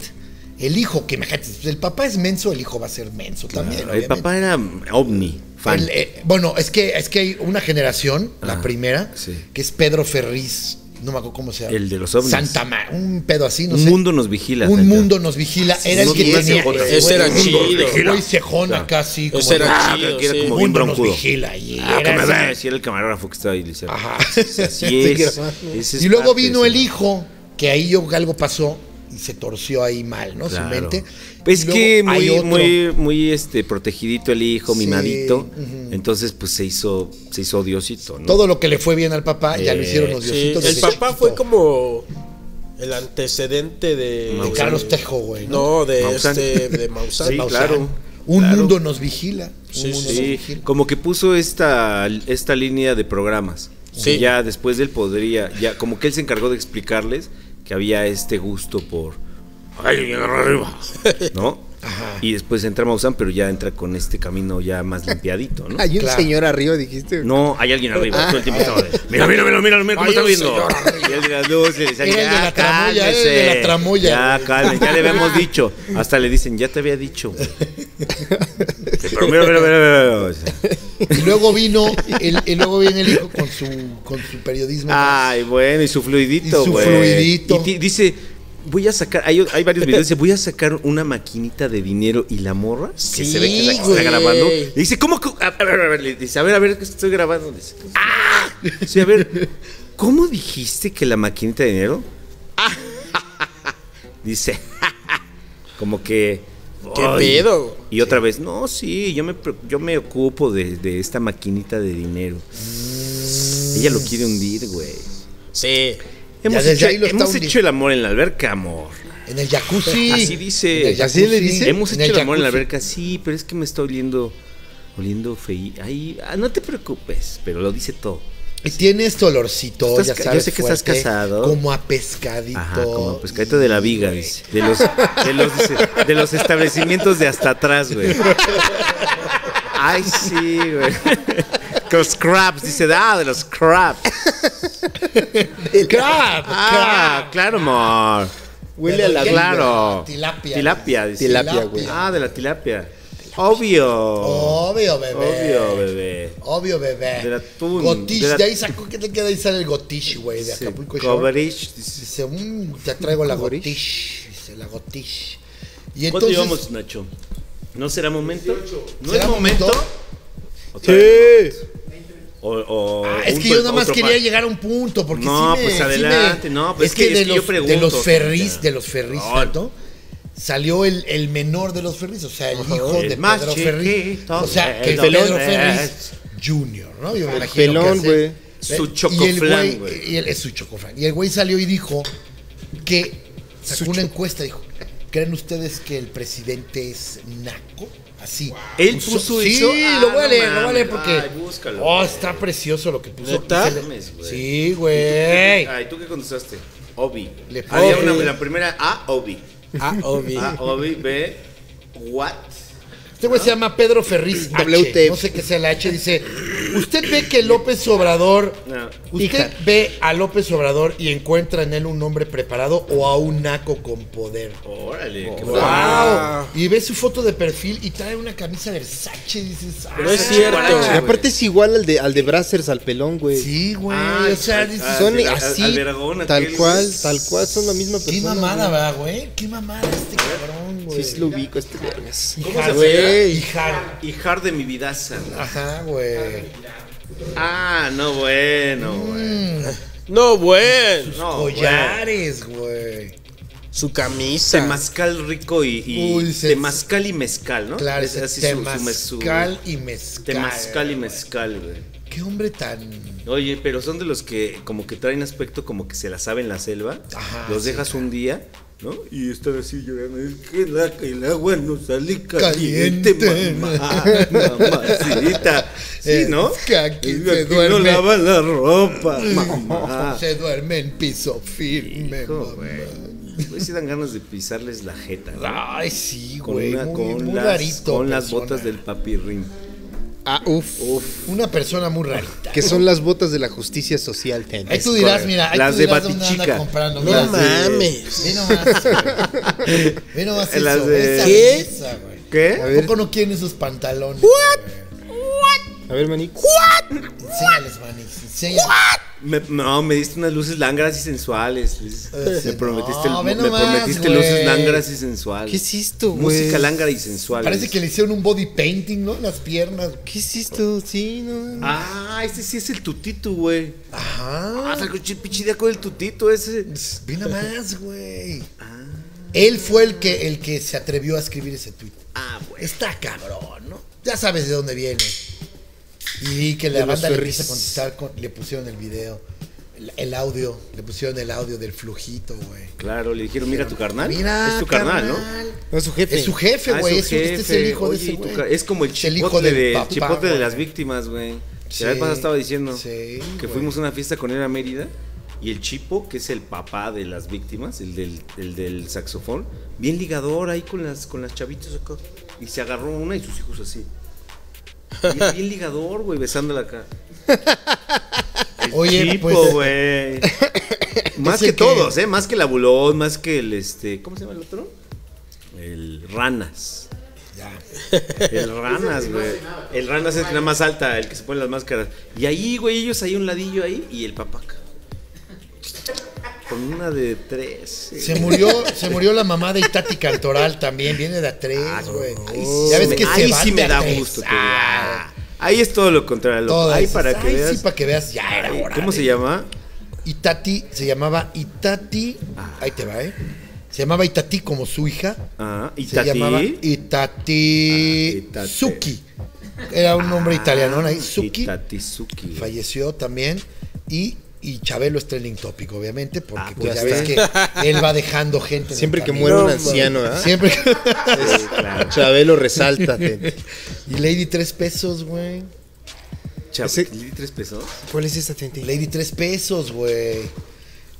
S1: El hijo, que imagínate, si el papá es menso, el hijo va a ser menso también.
S2: El
S1: obviamente.
S2: papá era ovni, fan.
S1: El, eh, bueno, es que, es que hay una generación, la primera,
S2: sí.
S1: que es Pedro Ferriz, no me acuerdo cómo se llama.
S2: El de los ovnis.
S1: Santa Ma- un pedo así, no
S2: un
S1: sé.
S2: mundo nos vigila.
S1: un
S2: Santa.
S1: mundo nos vigila. Era el
S2: no
S1: que
S2: tenía
S1: tenía.
S2: CJ,
S1: ese
S4: ese era
S1: güey,
S4: chido.
S1: ese Güey cejón
S2: Claro.
S1: acá así. Como
S4: Ese era
S1: de,
S2: Ah,
S4: chido,
S2: que era
S4: sí.
S2: como bien
S1: mundo nos
S2: broncudo.
S1: vigila. Y,
S2: Ah,
S1: era
S2: ¿qué me
S1: así.
S2: ves? Y era el camarógrafo que estaba ahí. le decía,
S1: Ajá.
S2: Así es. Ese es
S1: Y luego
S2: parte,
S1: vino
S2: ese-
S1: el hijo, que ahí yo algo pasó y se torció ahí mal, ¿no?
S2: Claro. Pues
S1: Su mente.
S2: Es
S1: Y
S2: que
S1: luego hay
S2: muy,
S1: otro.
S2: muy, muy este, protegidito el hijo,
S1: Sí,
S2: mimadito.
S1: ujú.
S2: Entonces, pues se hizo, se hizo diosito, ¿no?
S1: Todo lo que le fue bien al papá ya lo hicieron los
S4: Sí,
S1: diositos.
S4: el
S1: desde
S4: papá
S1: chiquito.
S4: fue como el antecedente de.
S1: De Carlos Tejo, güey. ¿no?
S4: No, de
S2: Maussan.
S4: este. De Maussan.
S2: Sí,
S1: Maussan.
S2: claro,
S1: Un
S2: claro.
S1: mundo nos vigila. Un
S4: Sí,
S1: mundo nos
S2: Sí,
S1: vigila.
S2: como que puso esta, esta línea de programas.
S4: Sí.
S2: Y ya después del podría, ya como que él se encargó de explicarles que había este gusto por. ¡Ay, arriba! ¿No? Y después entra Maussan, pero ya entra con este camino ya más limpiadito, ¿no?
S3: Hay un
S1: Claro.
S3: señor arriba, dijiste.
S2: No, hay alguien arriba. Todo el tiempo estaba de, mira, mira, mira, mira, mira cómo
S4: Hay
S2: está
S4: un
S2: viendo.
S4: señor arriba.
S2: Y él de las luces.
S1: Era el de
S2: ya,
S1: la tramoya, era el
S2: cálmese.
S1: de la tramoya,
S2: Ya,
S1: güey.
S2: calmen, ya le habíamos dicho. Hasta le dicen, ya te había dicho. güey. Pero mira, mira, mira, mira. o sea.
S1: Y luego vino, el, y luego viene el hijo con su, con su periodismo.
S2: Ay, bueno, y su fluidito,
S1: Y su
S2: güey.
S1: fluidito.
S2: Y ti- dice, voy a sacar, hay, hay varios videos, dice, voy a sacar una maquinita de dinero y la morra, que se ve que está, que está
S4: güey.
S2: grabando. Le dice, ¿cómo? que- A ver, a ver, a ver", le dice, a ver, a ver, que estoy grabando. Dice, ¡ah! Sí, a ver, ¿cómo dijiste que la maquinita de dinero? Dice, como que...
S4: ¿Qué
S2: "Ay".
S4: pedo?
S2: Y otra vez, no, sí, yo me, pre- yo me ocupo de, de esta maquinita de dinero. Ella lo quiere hundir, güey.
S4: Sí.
S2: Hemos,
S1: desde
S2: hecho,
S1: ahí lo está
S2: hemos
S1: hundiendo.
S2: hecho el amor en la alberca, amor.
S1: En el jacuzzi.
S2: Así dice.
S1: En el
S3: Así le
S1: jacuzzi,
S3: dice.
S2: Hemos
S1: en
S2: hecho el amor en la
S1: jacuzzi.
S2: alberca, sí, pero es que me está oliendo. Oliendo fei. Ay, ah, no te preocupes, pero lo dice todo.
S1: Y tiene este olorcito,
S2: Estás
S1: ya
S2: ca- yo
S1: sabes.
S2: sé que estás
S1: fuerte,
S2: casado.
S1: Como a pescadito.
S2: Ajá, como pescadito de la viga, dice. De los, de los, dice, de los establecimientos de hasta atrás, güey. Ay, sí, güey. Los crabs, dice, ah, de los crabs.
S1: ¡Crap!
S2: Ah, claro, amor.
S3: Huele a la
S1: Pero ya-
S3: vida.
S2: Claro.
S1: Tilapia.
S2: Tilapia, dice.
S3: Tilapia, güey.
S2: Ah, de la tilapia. Obvio.
S1: Obvio, bebé.
S2: Obvio, bebé.
S1: Obvio, bebé.
S2: Del atún,
S1: Gotish,
S2: del at-
S1: de ahí sacó, ¿qué te queda ahí sale el gotish, güey? De
S2: Sí,
S1: Acapulco Shore.
S2: coverage, dice.
S1: Dice, mmm, te traigo la
S3: Gotish.
S1: gotish. Dice, la gotish. Y
S2: ¿Cuánto
S1: entonces.
S2: llevamos, Nacho? ¿No será momento? ¿No
S1: ¿Será
S2: es momento?
S1: momento?
S2: ¿O todavía
S3: Sí.
S2: no? O- o
S1: Ah, es
S2: un
S1: que yo
S2: to-
S1: nada más
S2: otro
S1: quería
S2: par.
S1: llegar a un punto, porque
S2: No,
S1: sí me-
S2: pues
S1: sí me-
S2: adelante, no, pues
S1: es, que, de, los,
S2: yo pregunto,
S1: de los
S2: ya.
S1: ferris, de los ferris,
S2: No.
S1: Santo, salió el, el menor de los ferris, o sea, el hijo
S2: El
S1: de
S2: más
S1: Pedro Ferris,
S2: chiquito eh.
S1: o sea,
S2: de
S1: que el
S2: los
S1: Pedro
S2: Ferris.
S1: Ferris Junior, ¿no? Yo me
S3: El
S1: imagino que
S3: pelón,
S1: hace-
S3: güey.
S2: Su
S1: Y el
S2: chocoflán, güey.
S1: y el- Es su chocoflán. Y el güey salió y dijo que sacó una encuesta, dijo, ¿creen ustedes que el presidente es naco? Así.
S2: ¿Él puso
S1: sí,
S2: eso? Ah,
S1: lo voy a
S2: no
S1: leer, lo voy a
S2: mames.
S1: leer porque...
S2: Ay, búscalo,
S1: oh,
S2: güey.
S1: está precioso lo que puso. Y
S4: ¿Neta?
S1: se le-
S2: Mames, güey.
S1: Sí, güey.
S2: Ay, ¿tú qué contestaste? Obi.
S1: Le
S2: Había
S1: puse-
S2: una, la primera A, Obi.
S4: Ah, obvio.
S2: A, Obi, B, What?
S1: Este güey se llama Pedro Ferriz H.
S3: WTF.
S1: No sé qué sea la H. Dice, usted ve que López Obrador...
S2: No.
S1: Usted
S3: Hija.
S1: ve a López Obrador y encuentra en él un hombre preparado o a un naco con poder.
S2: Órale, qué
S1: ¡Wow!
S4: Ah.
S1: Y ves su foto de perfil y trae una camisa Versace y dices, ah,
S4: No es cierto.
S2: guaracha,
S3: Y
S2: güey.
S3: aparte es igual al de, al de Brazzers, al pelón, güey.
S1: sí, güey.
S2: Ay,
S1: o sea,
S2: Ah, al-
S1: dices,
S2: al-
S3: Son
S2: Al- al-
S3: así,
S2: Albergón,
S3: tal
S2: aquel-
S3: cual, tal cual, son la misma
S1: qué
S3: persona.
S1: mamada va, güey. Qué mamada este cabrón,
S3: güey.
S1: güey.
S3: Sí, sí lo ubico, este vergas.
S1: ¿Cómo se
S4: güey.
S1: Hijaro.
S2: Hijar de mi vidaza.
S1: Ajá, güey.
S2: Ah, no, bueno, güey.
S4: No, bueno.
S2: No, güey.
S1: Mm, Collares, güey.
S4: Su camisa.
S2: Temazcal rico y, y
S1: Uy, se-
S2: temazcal y mezcal, ¿no?
S1: Claro,
S2: Es así su- su mes- su-
S1: temazcal y mezcal.
S2: temazcal y mezcal, güey.
S1: Qué hombre tan...
S2: Oye, pero son de los que como que traen aspecto como que se la saben la selva.
S1: Ajá,
S2: los
S1: sí,
S2: dejas un día, ¿no? Y están así llorando. Es que la- el agua no sale caliente,
S1: Caliente.
S2: Ah, mamá. Mamacita. Sí,
S1: Es
S2: ¿no?
S1: que aquí
S2: Es
S1: se
S2: aquí No
S1: duerme.
S2: lava la ropa, mamá.
S1: Se duerme en piso firme,
S2: Hijo,
S1: mamá.
S2: güey. Güey, Pues sí dan ganas de pisarles la jeta. ¿no?
S1: Ay, sí,
S2: Con,
S1: güey.
S2: una-
S1: Muy,
S2: con
S1: muy
S2: las,
S1: rarito.
S2: con las
S1: persona.
S2: botas del papirrín.
S3: Ah, uff.
S1: Una persona muy rarita.
S3: Que son las botas de la justicia social, ten.
S1: Ahí tú dirás, mira, ahí
S2: Las
S1: tú
S2: de
S1: dirás dónde
S2: Batichica.
S1: anda comprando.
S4: No
S1: Mira,
S4: mames.
S1: Ve nomás. güey. Ve nomás eso.
S2: Las de-
S1: esa
S4: ¿Qué?
S1: belleza, güey.
S2: ¿Qué?
S1: ¿A
S3: ver.
S1: poco no quieren esos pantalones? ¿What?
S3: A ver, maní.
S1: Enséñales, manis. Enséñales.
S2: Me- no, me diste unas luces langras y sensuales. Luis.
S1: Eh, sí.
S2: me prometiste,
S1: No,
S2: me
S1: ve nomás,
S2: prometiste
S1: güey.
S2: luces langras y sensuales.
S3: ¿Qué es esto, güey?
S2: Música lángara y sensual.
S1: Parece que le hicieron un body painting, ¿no? Las piernas.
S3: ¿Qué es esto? Sí, no.
S2: Ah, este sí es el tutito, güey.
S1: Ajá.
S2: Ah, sacó el pinche idea con el tutito ese.
S1: Ve nomás, güey.
S2: Ah.
S1: Él fue el que, el que se atrevió a escribir ese tweet.
S2: Ah, güey.
S1: Está cabrón, ¿no? Ya sabes de dónde viene. Y vi que la
S3: De los
S1: banda le
S3: Ferris.
S1: quiso contestar, con- le pusieron el video. el- el audio, le pusieron el audio del flujito, güey.
S2: Claro, le dijeron, mira tu carnal.
S1: Mira,
S2: es tu carnal, ¿no?
S3: No, es su jefe.
S1: Es su jefe,
S2: Ah,
S1: güey.
S2: su
S1: es su- este es el
S2: jefe.
S1: hijo
S2: Oye,
S1: de ese
S2: y tu
S1: güey.
S2: ca- Es como el
S1: Es el
S2: chipotle,
S1: hijo del
S2: de,
S1: papá,
S2: chipotle de
S1: güey.
S2: las víctimas, güey.
S1: Sí,
S2: Que la vez pasada estaba diciendo
S1: sí,
S2: que
S1: güey.
S2: fuimos a una fiesta con él a Mérida y el chipo, que es el papá de las víctimas, el del, el del saxofón, bien ligador ahí con las, con las chavitas acá. Y se agarró una y sus hijos así. Bien, bien ligador, güey, besándola acá. El
S1: Oye,
S2: chipo,
S1: pues-
S2: güey. más
S1: Dice
S2: que,
S1: que-
S2: todos, ¿eh? Más que la bulón, más que el este. ¿Cómo se llama el otro? El ranas.
S1: Ya.
S2: El ranas, güey. El ranas es la más alta, el que se pone las máscaras. Y ahí, güey, ellos ahí un ladillo ahí y el papaca. Con una de tres. eh.
S1: Se murió, se murió la mamá de Itati Cantoral también, viene de a
S2: Ah,
S1: tres,
S2: no.
S1: güey.
S2: Ahí sí
S1: ya ves
S2: me-
S1: que se
S2: ahí
S1: van
S2: sí
S1: de
S2: me
S1: a
S2: da
S1: tres.
S2: gusto. que-
S1: Ah,
S2: ah, ahí es todo lo contrario. loco.
S1: todo
S2: Ahí
S1: eso.
S2: para que
S1: Ay,
S2: veas.
S1: sí, para que veas, ya era hora.
S2: ¿Cómo
S1: de-
S2: se llama?
S1: Itati, se llamaba Itati, ahí te va, ¿eh? Se llamaba Itati como su hija.
S2: Ah, y
S1: Se llamaba
S2: Ah,
S1: Itati
S2: Itati.
S1: Suki. Era un nombre italiano,
S2: Ah,
S1: ahí, Suki.
S2: Tatizuki.
S1: falleció también y, y Chabelo es trending topic, obviamente, porque
S2: Ah,
S1: pues,
S2: ya
S1: ya ves que él va dejando gente. en el
S3: Siempre que
S1: camino.
S3: muere
S4: No,
S3: un
S4: mames.
S3: anciano, ¿eh? ¿verdad?
S1: Siempre.
S2: Sí, claro.
S3: Chabelo resalta, gente.
S1: y Lady tres pesos, güey.
S2: Chab-
S3: Ese-
S2: ¿le di tres pesos?
S3: ¿Cuál es esa, gente?
S1: Lady tres pesos, güey.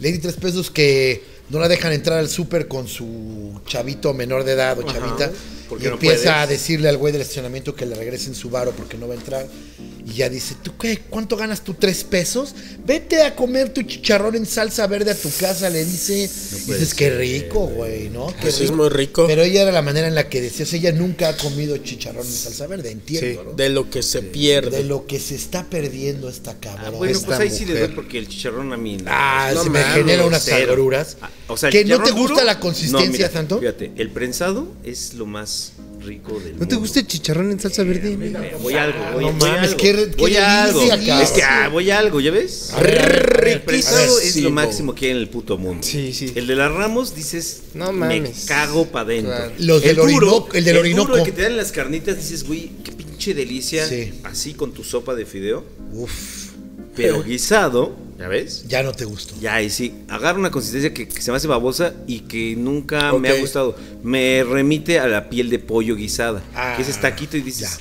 S1: Lady tres pesos que no la dejan entrar al súper con su chavito menor de edad o
S2: Ajá,
S1: chavita.
S2: porque
S1: Y
S2: no
S1: empieza
S2: puedes.
S1: a decirle al güey del estacionamiento que le regresen su varo porque no va a entrar. Y ya dice, ¿tú qué? ¿Cuánto ganas tú? ¿Tres pesos? Vete a comer tu chicharrón en salsa verde a tu casa, le dice.
S2: puede
S1: dices, qué
S2: ser,
S1: rico, güey, ¿no? Qué
S4: Pues es
S1: rico".
S4: muy rico.
S1: Pero ella era la manera en la que decía, o sea, ella nunca ha comido chicharrón en salsa verde, entiendo, ¿no?
S4: De lo que se
S1: De
S4: pierde.
S1: lo que se está perdiendo esta cabrona.
S2: Ah, bueno,
S3: Esta
S2: pues ahí sí le doy
S3: mujer.
S2: porque el chicharrón a mí. no.
S1: Ah,
S4: No
S1: se me
S4: mames,
S1: genera unas
S2: cero.
S1: agruras.
S2: Ah, o sea, el
S1: ¿Que no te
S2: chicharrón
S1: gusta
S2: duro-
S1: la consistencia
S2: No, mira,
S1: tanto?
S2: Fíjate, el prensado es lo más rico del mundo.
S3: ¿No te gusta el chicharrón en salsa verde?
S2: Eh, Voy a algo, voy,
S1: Ah, No
S2: voy a
S1: mames,
S2: algo.
S1: qué re- qué
S2: voy a algo.
S1: delicia, cabrón.
S2: Es que ah, voy a algo, ¿ya ves?
S1: A ver, a ver, a ver.
S2: pues, El prensado es lo
S4: Riquísimo.
S2: máximo que hay en el puto mundo.
S3: Sí, sí.
S2: El de las Ramos dices,
S3: No
S2: me
S3: mames.
S2: cago pa' dentro.
S3: Claro.
S1: Los del Orinoco- el del
S2: duro
S1: Orinoco.
S2: que te dan las carnitas dices, güey, qué pinche delicia.
S1: Sí.
S2: Así con tu sopa de fideo.
S1: Uf,
S2: Pero guisado, ¿ya ves?
S1: ya no te gustó.
S2: Ya, ahí sí, agarra una consistencia que, que se me hace babosa y que nunca me
S4: Ok.
S2: ha gustado. Me remite a la piel de pollo guisada.
S1: Ah,
S2: que es taquito y dices,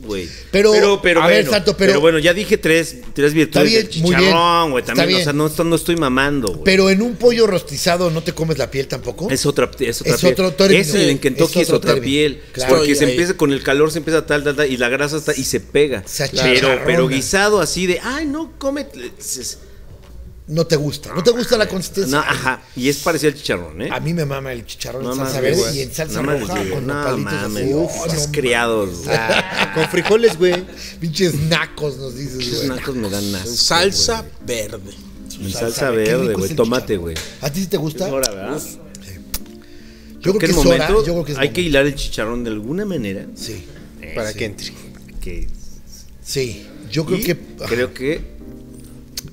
S2: "No, güey.
S1: Pero, a ver, Santo, pero-
S2: bueno, ya dije tres, tres virtudes
S1: bien,
S2: del
S1: muy bien.
S2: chicharrón, güey.
S1: Está
S2: También, o
S1: bien.
S2: sea, no, esto- no estoy mamando, güey.
S1: Pero en un pollo rostizado no te comes la piel tampoco.
S2: Es otra, es otra
S1: Es
S2: piel.
S1: otro término.
S2: Ese en Kentucky
S1: Es
S2: es,
S1: otro
S2: otra
S1: término.
S2: piel.
S1: Claro.
S2: Porque se
S4: Estoy ahí.
S2: empieza con el calor, se empieza tal, tal, tal, y la grasa está y se pega.
S1: Se
S2: pero,
S1: achicharrona.
S2: pero guisado así de, ay, no, come. dices,
S1: No te gusta. No te gusta la consistencia.
S2: No, ajá. Y es parecido al chicharrón, ¿eh?
S1: A mí me mama el chicharrón
S2: No
S1: en salsa
S2: mames,
S1: verde
S2: güey.
S1: y en salsa
S2: No mames,
S1: roja
S2: güey.
S1: con
S2: No
S1: nopalitos
S2: mames,
S1: así.
S2: uf,
S1: Oh,
S2: estás
S1: no
S2: criados, güey.
S3: Con frijoles, güey.
S1: mames. Pinches nacos nos dices,
S2: Esos
S1: güey.
S2: nacos me dan asco,
S4: Salsa verde.
S2: güey. En
S1: Qué
S2: salsa
S1: rico
S2: verde,
S1: es
S2: güey.
S1: el
S2: Tomate,
S1: chicharrón.
S2: güey.
S1: ¿A ti sí te gusta?
S2: Es hora, ¿verdad?
S1: Yo creo que
S2: es
S1: es hora.
S2: momento.
S1: Yo creo que es
S2: hay que
S1: momento.
S2: hilar el chicharrón de alguna manera.
S1: Sí,
S2: Eh,
S3: Para
S2: sí,
S3: que entre.
S2: que-
S1: sí. Yo creo
S2: y
S1: que...
S2: creo que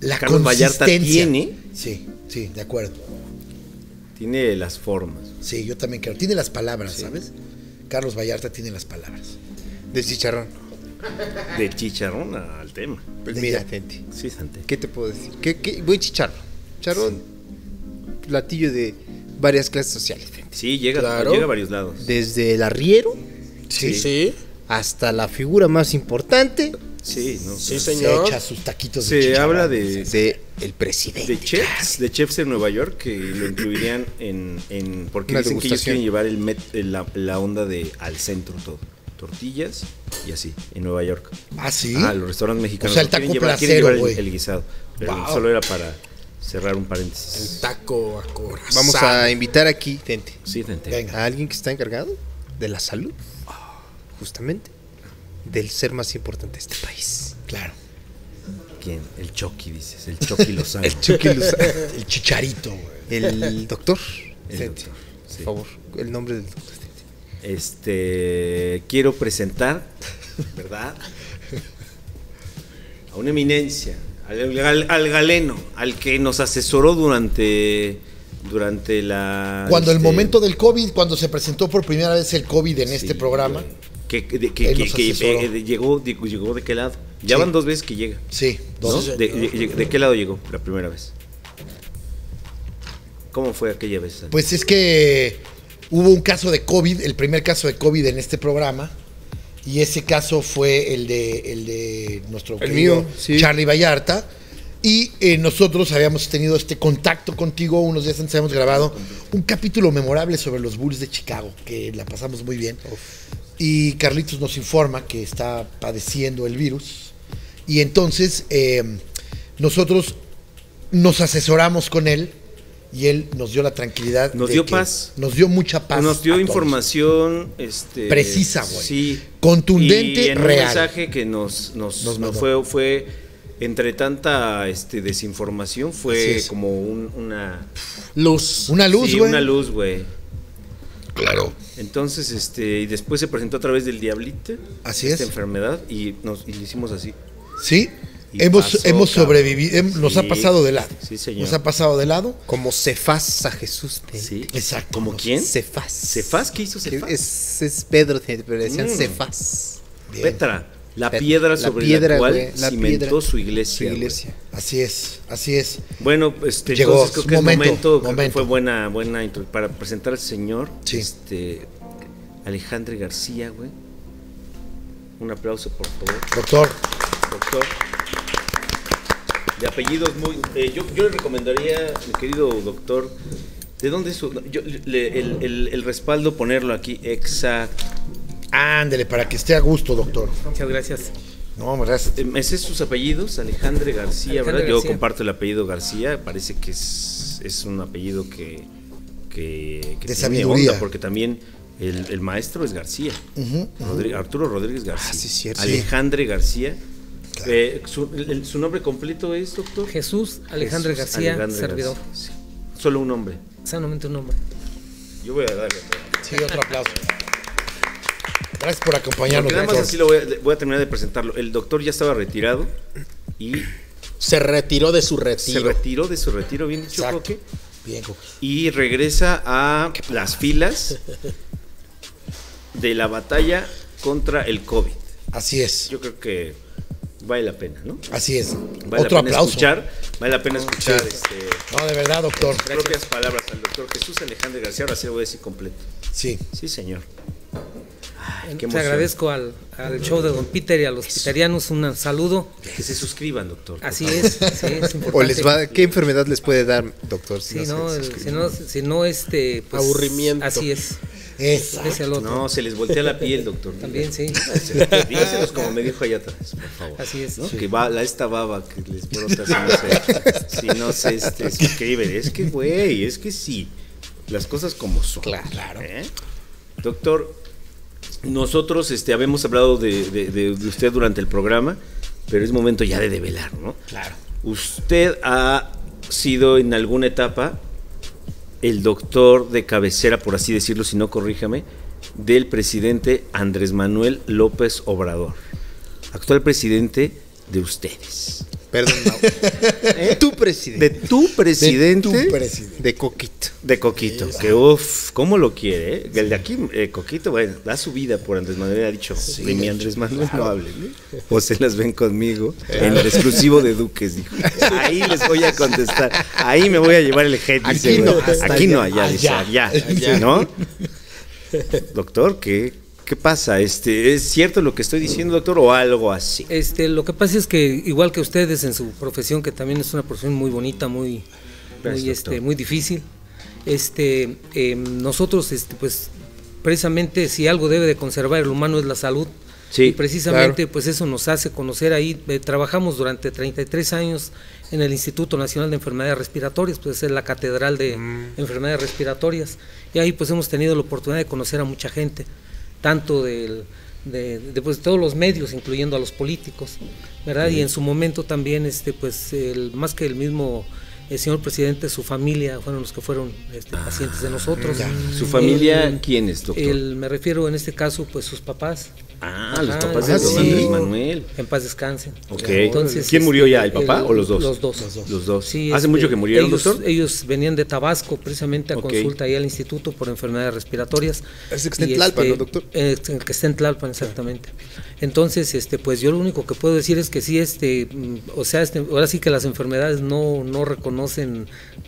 S1: la
S2: Carlos Vallarta
S1: consistencia.
S2: tiene-
S1: Sí, sí, de acuerdo.
S2: tiene las formas.
S1: Sí, yo también creo. Tiene las palabras, ¿sabes? Carlos Vallarta tiene las palabras.
S3: Del chicharrón.
S2: De chicharrón a- al tema.
S3: Pues mira, gente.
S2: Sí, Santi.
S3: ¿Qué te puedo decir? ¿Qué, qué? Buen chicharrón. Chicharrón, platillo de varias clases sociales, gente.
S2: Sí, llega,
S4: Claro.
S2: llega a varios lados.
S3: Desde el arriero
S4: Sí,
S1: Sí.
S4: sí,
S3: hasta la figura más importante
S2: Sí, no,
S4: sí,
S1: Se
S2: claro.
S4: señor.
S1: echa sus taquitos de
S2: Se
S1: chicharrón.
S2: habla de
S3: de el presidente.
S2: de chefs, de chefs en Nueva York que lo incluirían en, en porque
S3: Una
S2: dicen que ellos
S3: degustación.
S2: quieren llevar el met- el- la, la onda de al centro todo, tortillas y así en Nueva York.
S1: ¿Ah, sí?
S2: Ah, los restaurantes mexicanos.
S1: O sea, el
S2: lo quieren
S1: taco
S2: llevar- quieren
S1: placero,
S2: llevar el-
S1: güey.
S2: el, guisado. Pero
S1: Wow.
S2: solo era para cerrar un paréntesis.
S4: Taco acorazado.
S3: Vamos a invitar aquí, gente,
S2: Sí, gente.
S1: Venga.
S3: a alguien que está encargado de la salud, justamente, del ser más importante de este país.
S1: Claro.
S2: ¿Quién? El Chucky, dices. El Chucky Lozano. el
S3: Chucky Lozano.
S1: El chicharito, güey.
S3: El doctor. gente,
S2: doctor, sí.
S3: Por favor, el nombre del doctor. gente.
S2: Este, quiero presentar, ¿verdad? A una eminencia, al, al- al galeno, al que nos asesoró durante, durante la...
S1: Cuando el
S2: este,
S1: momento del COVID, cuando se presentó por primera vez el COVID en
S2: sí,
S1: este programa,
S2: güey, Que, que- que-
S1: él nos
S2: que- que-
S1: asesoró.
S2: eh, llegó, digo, llegó de qué lado? Ya
S1: Sí.
S2: van dos veces que llega.
S1: Sí,
S2: ¿no?
S1: dos.
S4: Sí,
S2: ¿De,
S4: señor.
S2: de- de qué lado llegó la primera vez? ¿Cómo fue aquella vez? Sandy?
S1: Pues es que hubo un caso de COVID, el primer caso de COVID en este programa. Y ese caso fue el de, el de nuestro
S3: El
S1: querido
S3: mío, sí.
S1: Charlie Vallarta. Y eh, nosotros habíamos tenido este contacto contigo unos días antes, habíamos grabado un capítulo memorable sobre los Bulls de Chicago, que la pasamos muy bien. Y Carlitos nos informa que está padeciendo el virus. Y entonces eh, nosotros nos asesoramos con él y él nos dio la tranquilidad.
S2: Nos
S1: de
S2: dio
S1: que-
S2: paz.
S1: Nos dio mucha paz.
S2: Nos
S1: a
S2: dio
S1: todos.
S2: información este,
S1: Precisa, güey.
S2: Sí.
S1: Contundente,
S2: y en un
S1: real.
S2: mensaje que nos, nos,
S1: Nos
S2: nos
S1: mandó.
S2: fue, fue, entre tanta este, desinformación,
S1: Así
S2: fue
S1: es.
S2: como un- una,
S4: Luz.
S1: Una luz,
S2: sí,
S1: güey.
S2: una luz, güey.
S1: Claro.
S2: Entonces, este, y después se presentó a través del diablito.
S1: Así
S2: esta
S1: es.
S2: enfermedad y nos y le hicimos así.
S1: Sí.
S2: Y
S1: hemos
S2: pasó,
S1: hemos
S2: cabrón.
S1: sobrevivido. hem- Nos
S2: Sí,
S1: ha pasado de lado.
S2: sí, señor.
S1: Nos ha pasado de lado.
S3: Como Cefas a Jesús. te-
S2: Sí.
S1: Exacto.
S2: ¿Como
S1: Nos-
S2: quién?
S3: Cefas.
S2: Cefas, ¿qué hizo
S3: Que
S2: Cefas?
S3: Es, es Pedro, te- pero decían
S2: Mm.
S3: Cefas.
S1: Bien,
S2: Petra, la
S3: Petra,
S2: piedra
S3: la
S2: sobre
S3: piedra,
S2: la cual
S3: güey, la
S2: cimentó
S3: piedra.
S2: su iglesia.
S3: Su
S2: güey.
S3: iglesia.
S1: Así es. Así es.
S2: Bueno, este,
S1: Llegó
S2: entonces creo
S1: su
S2: que
S1: momento,
S2: es momento, creo que
S1: momento.
S2: fue buena, buena intro- para presentar al señor,
S1: Sí.
S2: este, Alejandro García, güey. Un aplauso, por favor,
S1: Doctor.
S2: doctor. De apellidos muy, eh, yo, yo le recomendaría, mi querido doctor, ¿de dónde es su, yo- le- el, el- el respaldo ponerlo aquí, exacto.
S1: Ándele, para que esté a gusto, doctor.
S5: Muchas gracias.
S1: No, gracias.
S2: Eh, ¿Ese es sus apellidos? Alejandre García,
S5: Alejandre
S2: ¿verdad? Yo
S5: García.
S2: comparto el apellido García, parece que es, es un apellido que, que, que
S1: De
S2: tiene
S1: sabiduría.
S2: onda, porque también el, el maestro es García, Rodri- Arturo Rodríguez García,
S3: Ah, sí, cierto.
S2: Alejandre García. Eh, su, el- el- su nombre completo es, doctor?
S5: Jesús Alejandro
S2: Jesús
S5: García,
S2: Alejandre
S5: servidor.
S2: García, sí. Solo un nombre.
S5: Sanamente un nombre.
S2: Yo voy a darle.
S1: Sí, otro aplauso. Gracias por acompañarnos,
S2: Porque nada más
S1: doctor.
S2: así lo voy a, voy a terminar de presentarlo. El doctor ya estaba retirado y
S4: Se retiró de su
S2: se
S4: retiro.
S2: retiró de su retiro, bien dicho,
S1: Exacto.
S2: Coque.
S1: Bien, Coco.
S2: y regresa a las filas de la batalla contra el COVID.
S1: Así es.
S2: Yo creo que vale la pena, ¿no?
S1: Así es.
S2: Vale
S1: otro
S2: la pena
S1: aplauso. Ah,
S2: escuchar, vale la pena escuchar este,
S1: No, de verdad, doctor.
S2: sus propias palabras al doctor Jesús Alejandro García. Ahora sí lo voy a decir completo.
S1: Sí.
S2: Sí, señor. Ay, Ah, qué
S5: Te
S2: emoción.
S5: agradezco al, al show de Don Peter y a los piterianos un saludo.
S2: Que se suscriban, doctor. por
S5: Así
S2: favor.
S5: es, sí, es
S3: O
S5: importante.
S3: les va, ¿Qué enfermedad les puede dar, doctor?
S5: Sí,
S3: se
S5: no, el- si
S3: suscribe?
S5: no, si no, este, pues,
S4: Aburrimiento.
S5: Así es,
S1: Esa.
S5: es el otro.
S2: No, se les voltea la piel, doctor.
S5: También, sí.
S2: Dígaselos como me dijo allá atrás, por favor.
S5: Así es.
S2: ¿no?
S5: Sí.
S2: Que va, la, esta baba que les brota si no se, si no se este, suscriben. Es que, güey, es que sí. Las cosas como son.
S1: Claro.
S2: ¿eh? Doctor, nosotros este, habíamos hablado de, de- de- de usted durante el programa, pero es momento ya de develar, ¿no?
S1: Claro.
S2: Usted ha sido en alguna etapa el doctor de cabecera, por así decirlo, si no corríjame, del presidente Andrés Manuel López Obrador, actual presidente de ustedes.
S3: Perdón, no. tu
S2: De
S3: presidente.
S2: tu presidente.
S1: De
S2: De,
S1: tu presidente.
S3: De, Coquito.
S2: Coquito, que uff, ¿cómo lo quiere? eh? El de aquí, eh, Coquito, bueno, da su vida por Andrés Manuel, ha dicho, de mi Andrés Manuel no hablen, ¿eh? o se las ven conmigo, en el exclusivo de Duques, dijo. Ahí les voy a contestar, ahí me voy a llevar el hate, dice,
S3: Aquí no,
S2: güey.
S3: hasta
S2: aquí no,
S1: allá.
S2: allá, dice,
S1: Allá.
S2: allá, ¿no? Doctor, ¿qué, ¿qué pasa? Este, ¿Es cierto lo que estoy diciendo, doctor, o algo así?
S5: Este, lo que pasa es que igual que ustedes en su profesión, que también es una profesión muy bonita, muy,
S2: Gracias,
S5: muy,
S2: doctor.
S5: este, muy difícil, este, em, nosotros, este, pues, precisamente si algo debe de conservar el humano es la salud.
S2: Sí,
S5: y precisamente, pues eso nos hace conocer ahí. eh, trabajamos durante 33 años en el Instituto Nacional de Enfermedades Respiratorias, pues es la catedral de
S2: Mm.
S5: enfermedades respiratorias. Y ahí, pues, hemos tenido la oportunidad de conocer a mucha gente tanto del- de, de, pues, todos los medios, incluyendo a los políticos, ¿verdad? Y en su momento también, este, pues, el, más que el mismo eh, señor presidente, su familia fueron los que fueron este, pacientes de nosotros.
S1: ya.
S2: Ah, ¿Su familia
S5: El-
S2: quién es, doctor?
S5: el- me refiero en este caso, pues, sus papás.
S2: ah,
S5: Ajá,
S2: los papás
S5: el-
S2: de
S3: ah, sí.
S2: Andrés Manuel.
S5: En paz descansen.
S2: Ok. ¿Quién murió ya, el papá o los dos?
S5: este, Los dos.
S2: Los dos. Los dos.
S5: Sí, este,
S2: ¿Hace mucho que murieron,
S5: ellos,
S2: doctor?
S5: Ellos venían de Tabasco precisamente a
S2: Ok.
S5: consulta ahí al instituto por enfermedades respiratorias.
S3: Es el que está en
S5: Y, este,
S3: Tlalpan, ¿no, doctor?
S5: eh, es el que está en Tlalpan, exactamente. Entonces, este, pues yo lo único que puedo decir es que sí, este, mm, o sea, este, ahora sí que las enfermedades no, no reconocen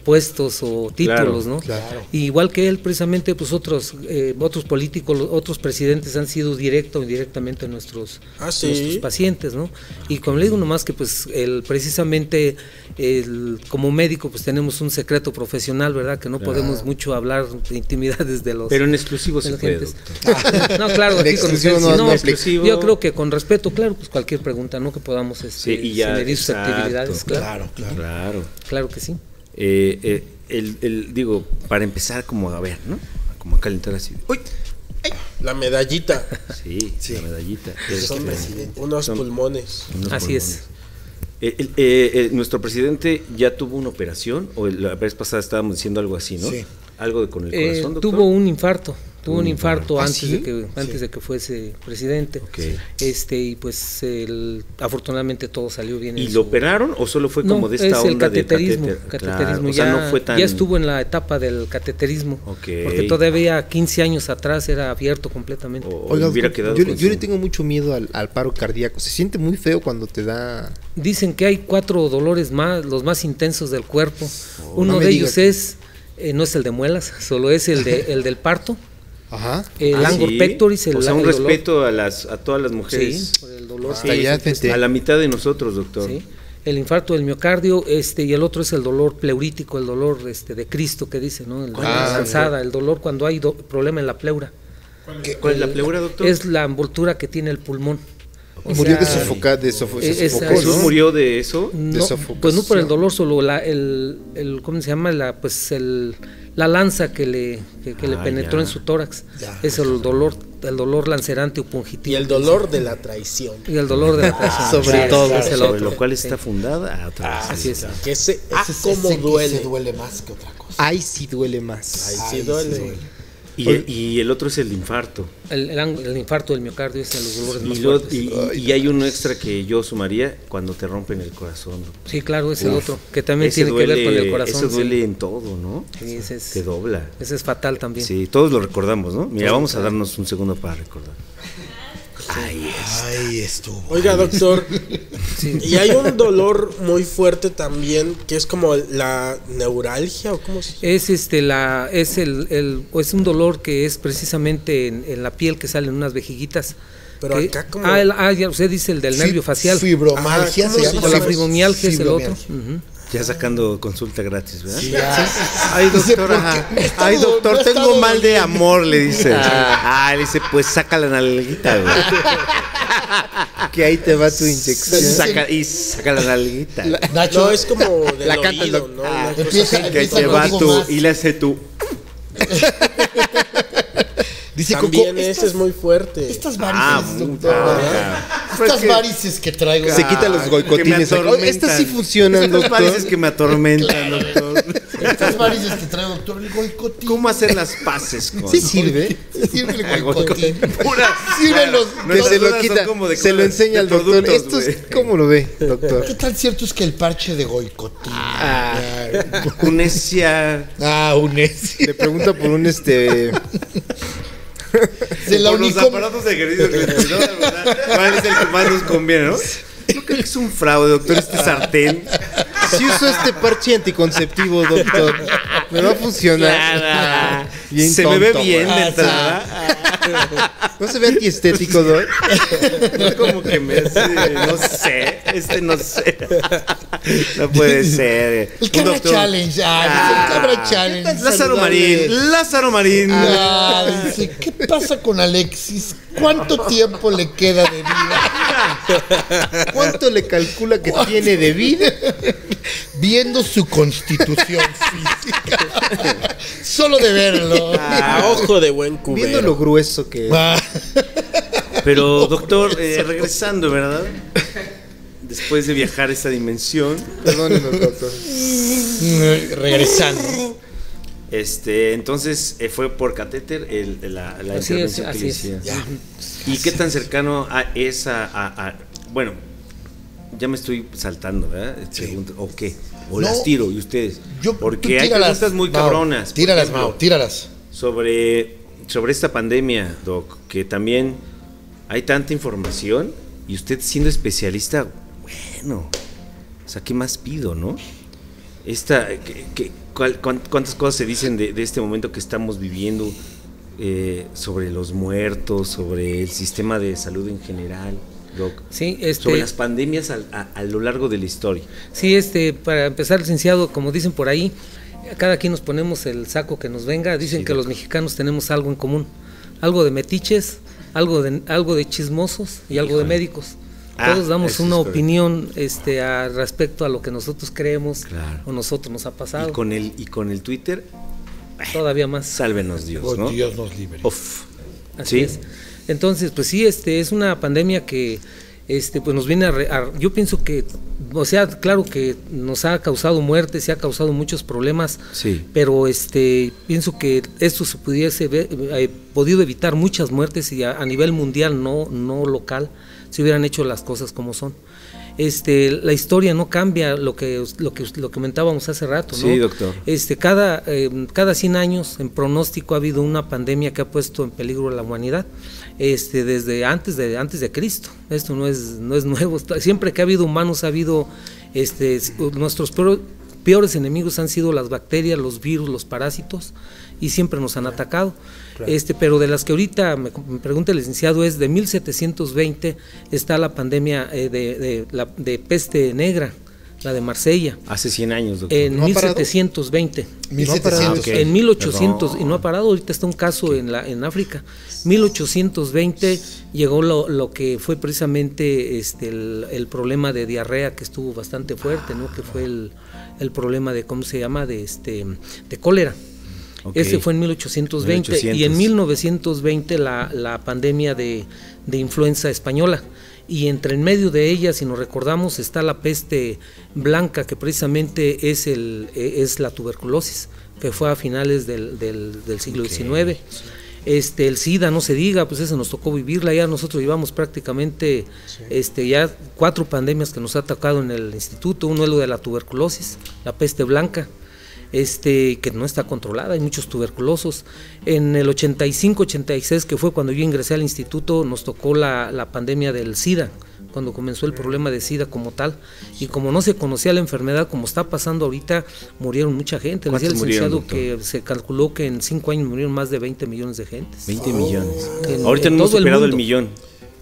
S5: puestos o títulos, ¿no?
S3: claro.
S5: Y Igual que él, precisamente, pues otros, eh, otros políticos, los otros presidentes han sido directa o indirectamente nuestros,
S4: Ah, sí.
S5: nuestros pacientes, ¿no? Y como le digo nomás que, pues, el, precisamente, el, como médico, pues tenemos un secreto profesional, ¿verdad? Que no podemos mucho hablar de intimidades de los...
S2: Pero en exclusivo
S5: de
S2: se
S5: los
S2: puede,
S5: gentes. Ah,
S2: doctor.
S5: No, claro,
S3: En
S5: aquí con
S3: exclusivo
S5: ustedes,
S3: no-
S5: si
S3: no aplica.
S5: exclusivo. Yo creo que con respeto, claro, pues cualquier pregunta, ¿no? Que podamos este,
S2: Sí, y ya,
S5: sin herir sus
S2: exacto.
S5: actividades, claro, claro.
S1: Claro, claro.
S2: Claro.
S5: que sí.
S2: Eh, eh, el, el- digo, para empezar como a ver, ¿no? Como a calentar así. Uy.
S4: La medallita.
S2: Sí, la medallita.
S4: Son
S2: Este,
S4: unos
S2: Son-
S4: pulmones.
S2: unos
S5: Así es.
S2: pulmones. Eh, el- eh, eh, nuestro presidente ya tuvo una operación, o el- la vez pasada estábamos diciendo algo así, ¿no?
S1: Sí.
S2: Algo de- con el
S5: Eh,
S2: corazón, doctor.
S5: tuvo un infarto, tuvo un infarto
S3: ¿Ah,
S5: antes
S3: sí?
S5: de que antes de que fuese presidente.
S2: Ok.
S5: Este y pues el- afortunadamente todo salió bien.
S2: ¿Y
S5: en
S2: lo
S5: su-
S2: operaron o solo fue como
S5: No,
S2: de esta
S5: es
S2: onda
S5: el cateterismo,
S2: de catéter? Claro,
S5: cateterismo. ya,
S2: o sea, no fue tan
S5: ya estuvo en la etapa del cateterismo,
S2: Ok.
S5: porque todavía 15 años atrás era abierto completamente.
S2: o- o
S3: Oiga,
S2: hubiera
S3: doctor,
S2: quedado
S3: yo,
S2: con
S3: le- yo
S2: su-
S3: le tengo mucho miedo al, al paro cardíaco. Se siente muy feo cuando te da.
S5: Dicen que hay cuatro dolores más, los más intensos del cuerpo.
S2: Oh,
S5: Uno
S3: no me
S5: de
S3: diga
S5: ellos
S3: que-
S5: es, eh, no es el de muelas, solo es el, de, el del parto,
S3: Ajá.
S5: el
S2: Ah,
S5: angor
S2: sí.
S5: pectoris, el
S2: o sea, un
S5: el dolor-
S2: respeto a las a todas las mujeres.
S5: Sí, por el dolor.
S3: Hasta allá frente-
S2: A la mitad de nosotros, doctor.
S5: Sí, El infarto del miocardio, este, y el otro es el dolor pleurítico, el dolor este, de Cristo que dice, ¿no? El dolor
S3: Ah,
S5: de cansada, el dolor cuando hay do- problema en la pleura. Eh,
S2: ¿Cuál es la pleura, doctor?
S5: Es la envoltura que tiene el pulmón. O
S3: Murió de
S5: sea,
S3: sofocar, de sofo-
S5: eh,
S3: se
S5: es-
S3: sofocó,
S2: ¿Jesús
S5: ¿no?
S2: murió de eso?
S5: no,
S3: sofocación.
S5: pues no por el dolor, solo la, el, el- ¿cómo se llama? La, pues el, la lanza que le, que, que le
S2: Ah,
S5: penetró
S2: ya. pues,
S5: en su tórax. Es el dolor, el dolor lancerante o pungitivo.
S4: Y el dolor de la traición.
S5: Y el dolor de la presión.
S1: Sobre
S5: Así es,
S1: todo,
S5: es el
S2: sobre
S5: otro.
S2: lo cual
S5: Sí,
S2: está fundada. Ah, otra vez.
S5: Así es.
S4: Que se, ah,
S1: Ese es-
S4: cómo
S1: ese que
S4: duele.
S1: se duele más que otra cosa.
S3: Ay, sí duele más.
S4: Ahí sí
S1: Ay, sí
S4: duele.
S1: duele.
S2: Y, el- y el otro es el infarto.
S5: El, el ang- el infarto del miocardio es de los dolores
S2: Y,
S5: más
S2: lo-
S5: fuertes.
S2: y- y- y hay uno extra que yo sumaría cuando te rompen el corazón. doctor.
S5: Sí, claro, es el
S2: Uf,
S5: otro, que también
S2: ese
S5: tiene que ver con el corazón.
S2: Eso
S5: sí.
S2: duele en todo, ¿no?
S5: Sí, ese es-
S2: Te dobla.
S5: Ese es fatal también.
S2: Sí, todos lo recordamos, ¿no? Mira, vamos a darnos un segundo para recordar.
S1: Ahí estuvo.
S4: Oiga, doctor.
S5: Sí.
S4: Y hay un dolor muy fuerte también, que es como la neuralgia o cómo se
S5: Es este la es el, el- o es un dolor que es precisamente en, en la piel que salen unas vejiguitas.
S4: Pero
S5: que-
S4: acá como-
S5: Ah, el- ah, ya usted dice el del nervio
S1: Fi-
S5: facial.
S1: Fibromialgia
S4: Ajá, ¿cómo
S1: se
S4: se
S1: llama.
S5: o la
S4: llama?
S5: fibromialgia es el otro.
S1: Fibromialgia.
S5: ujú.
S2: Ya sacando consulta gratis, ¿verdad?
S1: Ay,
S2: Doctora, ay doctor, tengo mal de amor, le dice. Ah, le dice, pues saca la nalguita, güey.
S3: Ah, Que ahí te va tu inyección.
S2: Saca, y saca la nalguita.
S1: Nacho,
S4: No, es como del
S3: La canta el
S4: oído,
S3: doc-
S4: ¿no?
S3: Ah,
S4: Una cosa
S1: empieza-
S4: así.
S2: que ahí
S1: Eso
S2: te
S1: no
S2: va
S1: digo
S2: tú
S1: más.
S2: y le hace tú.
S1: dice Coco,
S4: También ese
S1: estas,
S4: es muy fuerte.
S1: estas
S2: Ah,
S1: varices, doctor.
S2: puta. Pues
S1: Estas
S2: que-
S1: varices que traigo.
S3: Se quita los goicotines.
S2: Que me atormentan.
S3: Estas sí funcionan,
S2: Estas
S3: doctor.
S2: varices que me atormentan, doctor.
S1: Estas varices que traigo, doctor, el goicotín.
S2: ¿Cómo hacer las paces con
S3: Sí sirve.
S1: Sí sirve el
S2: Goicotín.
S1: goicotín.
S2: Pura-
S1: Sirven los-
S3: Que
S2: nuestras
S3: se lo
S2: dudas son
S3: quita,
S2: como de
S3: se lo
S2: cosas- de
S3: enseña al doctor.
S2: productos,
S3: Esto es,
S2: güey.
S3: ¿Cómo lo ve, doctor?
S1: ¿Qué tan cierto es que el parche de goicotín? Ah,
S2: Cunecia.
S1: ah un es.
S3: Le pregunta por un este.
S1: De la
S2: por los
S1: Unicom.
S2: aparatos de ejercicio que le pusieron, ¿verdad? ¿Cuál es el que más nos conviene, no? Yo creo que es un fraude, doctor, este sartén.
S3: Si uso este parche anticonceptivo, doctor, me va a funcionar. Bien
S2: Se me ve
S3: tonto,
S2: bien
S3: güey.
S2: de
S1: Ah,
S2: entrada.
S3: No se ve antiestético, doc.
S2: No como que me hace, no sé, este no sé. No puede ser.
S1: El
S2: Un
S1: cabra
S2: doctor-
S1: challenge. Ah,
S2: Ah.
S1: dice, el cabra challenge.
S2: Lázaro Marín, Lázaro Marín.
S1: Ah, dice, ¿qué pasa con Alexis? ¿Cuánto tiempo le queda de vida?
S3: ¿Cuánto le calcula que tiene de vida?
S1: Viendo su constitución física. Solo de verlo.
S4: A ojo de buen cubero.
S3: Viendo lo grueso que es.
S1: Ah,
S2: Pero doctor, eh, regresando, ¿verdad? Después de viajar a esta dimensión,
S3: Perdónenos, doctor.
S1: Regresando.
S2: este, entonces eh, fue por catéter el- la, la
S5: Así es,
S2: intervención que le
S5: así es.
S2: hicieron. ¿Y qué tan cercano a esa, a, a- bueno, ya me estoy saltando, ¿verdad? Pregunta- ¿O qué? ¿O
S1: No.
S2: las tiro? ¿Y ustedes?
S1: Yo, tú
S2: Porque hay
S1: tíralas,
S2: preguntas muy
S1: Mau.
S2: cabronas. por
S1: Tíralas,
S2: ejemplo,
S1: Mao, tíralas.
S2: Sobre, sobre esta pandemia, Doc, que también hay tanta información y usted siendo especialista, bueno, o sea, ¿qué más pido, no? Esta, que- que- cuál- cuán- ¿Cuántas cosas se dicen de, de este momento que estamos viviendo eh, sobre los muertos, sobre el sistema de salud en general, Doc?
S5: Sí, este-
S2: sobre las pandemias al- a, a lo largo de la historia.
S5: Sí, este, para empezar, licenciado, como dicen por ahí, cada quien nos ponemos el saco que nos venga. Dicen
S2: Sí,
S5: que
S2: de
S5: los mexicanos tenemos algo en común, algo de metiches, algo de, algo de chismosos y algo de médicos.
S2: Ah,
S5: Todos damos
S2: eso es
S5: una
S2: correcto.
S5: opinión este, a, respecto a lo que nosotros creemos
S2: Claro.
S5: o nosotros nos ha pasado.
S2: Y con el, y con el Twitter,
S5: Todavía más.
S2: sálvenos
S1: Oh,
S2: Dios, ¿no?
S1: Dios nos libre.
S2: Uf.
S5: Así
S2: Sí.
S5: es. Entonces, pues sí, este es una pandemia que este pues nos viene a, re- a- yo pienso que o sea, claro que nos ha causado muerte, se ha causado muchos problemas.
S2: Sí.
S5: Pero este pienso que esto se pudiese haber eh, podido evitar muchas muertes y a, a nivel mundial, no no local, se hubieran hecho las cosas como son. Este, la historia no cambia lo que lo que lo comentábamos hace rato, ¿no?
S2: Sí, doctor.
S5: Este, cada, eh, cada 100 años en pronóstico ha habido una pandemia que ha puesto en peligro a la humanidad este, desde antes de, antes de Cristo. Esto no es, no es nuevo. Está- Siempre que ha habido humanos ha habido este, s- nuestros peor- peores enemigos han sido las bacterias, los virus, los parásitos y siempre nos han atacado. Este, pero de las que ahorita me, co- me pregunta el licenciado es de 1720 está la pandemia eh, de, de la- de peste negra, la de Marsella.
S2: Hace 100 años, doctor.
S5: En
S3: ¿No ha parado?
S5: 1720.
S2: Ah,
S1: 1700.
S2: ok.
S5: En 1800,
S2: Perdón.
S5: y no ha parado, ahorita está un caso en, la, en África. 1820 llegó lo, lo que fue precisamente este, el, el problema de diarrea que estuvo bastante fuerte, ¿no? que fue el, el problema de, ¿cómo se llama?, de, este, de cólera.
S2: Ok.
S5: Ese fue en 1820 y
S2: 1800.
S5: en 1920 la, la pandemia de, de influenza española. Y entre en medio de ella, si nos recordamos, está la peste blanca, que precisamente es, el, eh, es la tuberculosis, que fue a finales del, del- del siglo XIX. Este, el SIDA, no se diga, pues eso nos tocó vivirla, ya nosotros llevamos prácticamente este, ya cuatro pandemias que nos ha atacado en el instituto, uno es lo de la tuberculosis, la peste blanca, este, que no está controlada, hay muchos tuberculosos. En el 85-86, que fue cuando yo ingresé al instituto, nos tocó la, la pandemia del SIDA, cuando comenzó el problema de SIDA como tal. Y como no se conocía la enfermedad, como está pasando ahorita, murieron mucha gente. Le decía el
S2: ¿Cuántos murieron,
S5: licenciado que se calculó que en cinco años murieron más de 20 millones de gente.
S2: 20 millones.
S5: Oh, En-
S2: Ahorita
S5: en
S2: no hemos
S5: todo el
S2: superado el,
S5: mundo.
S2: millón.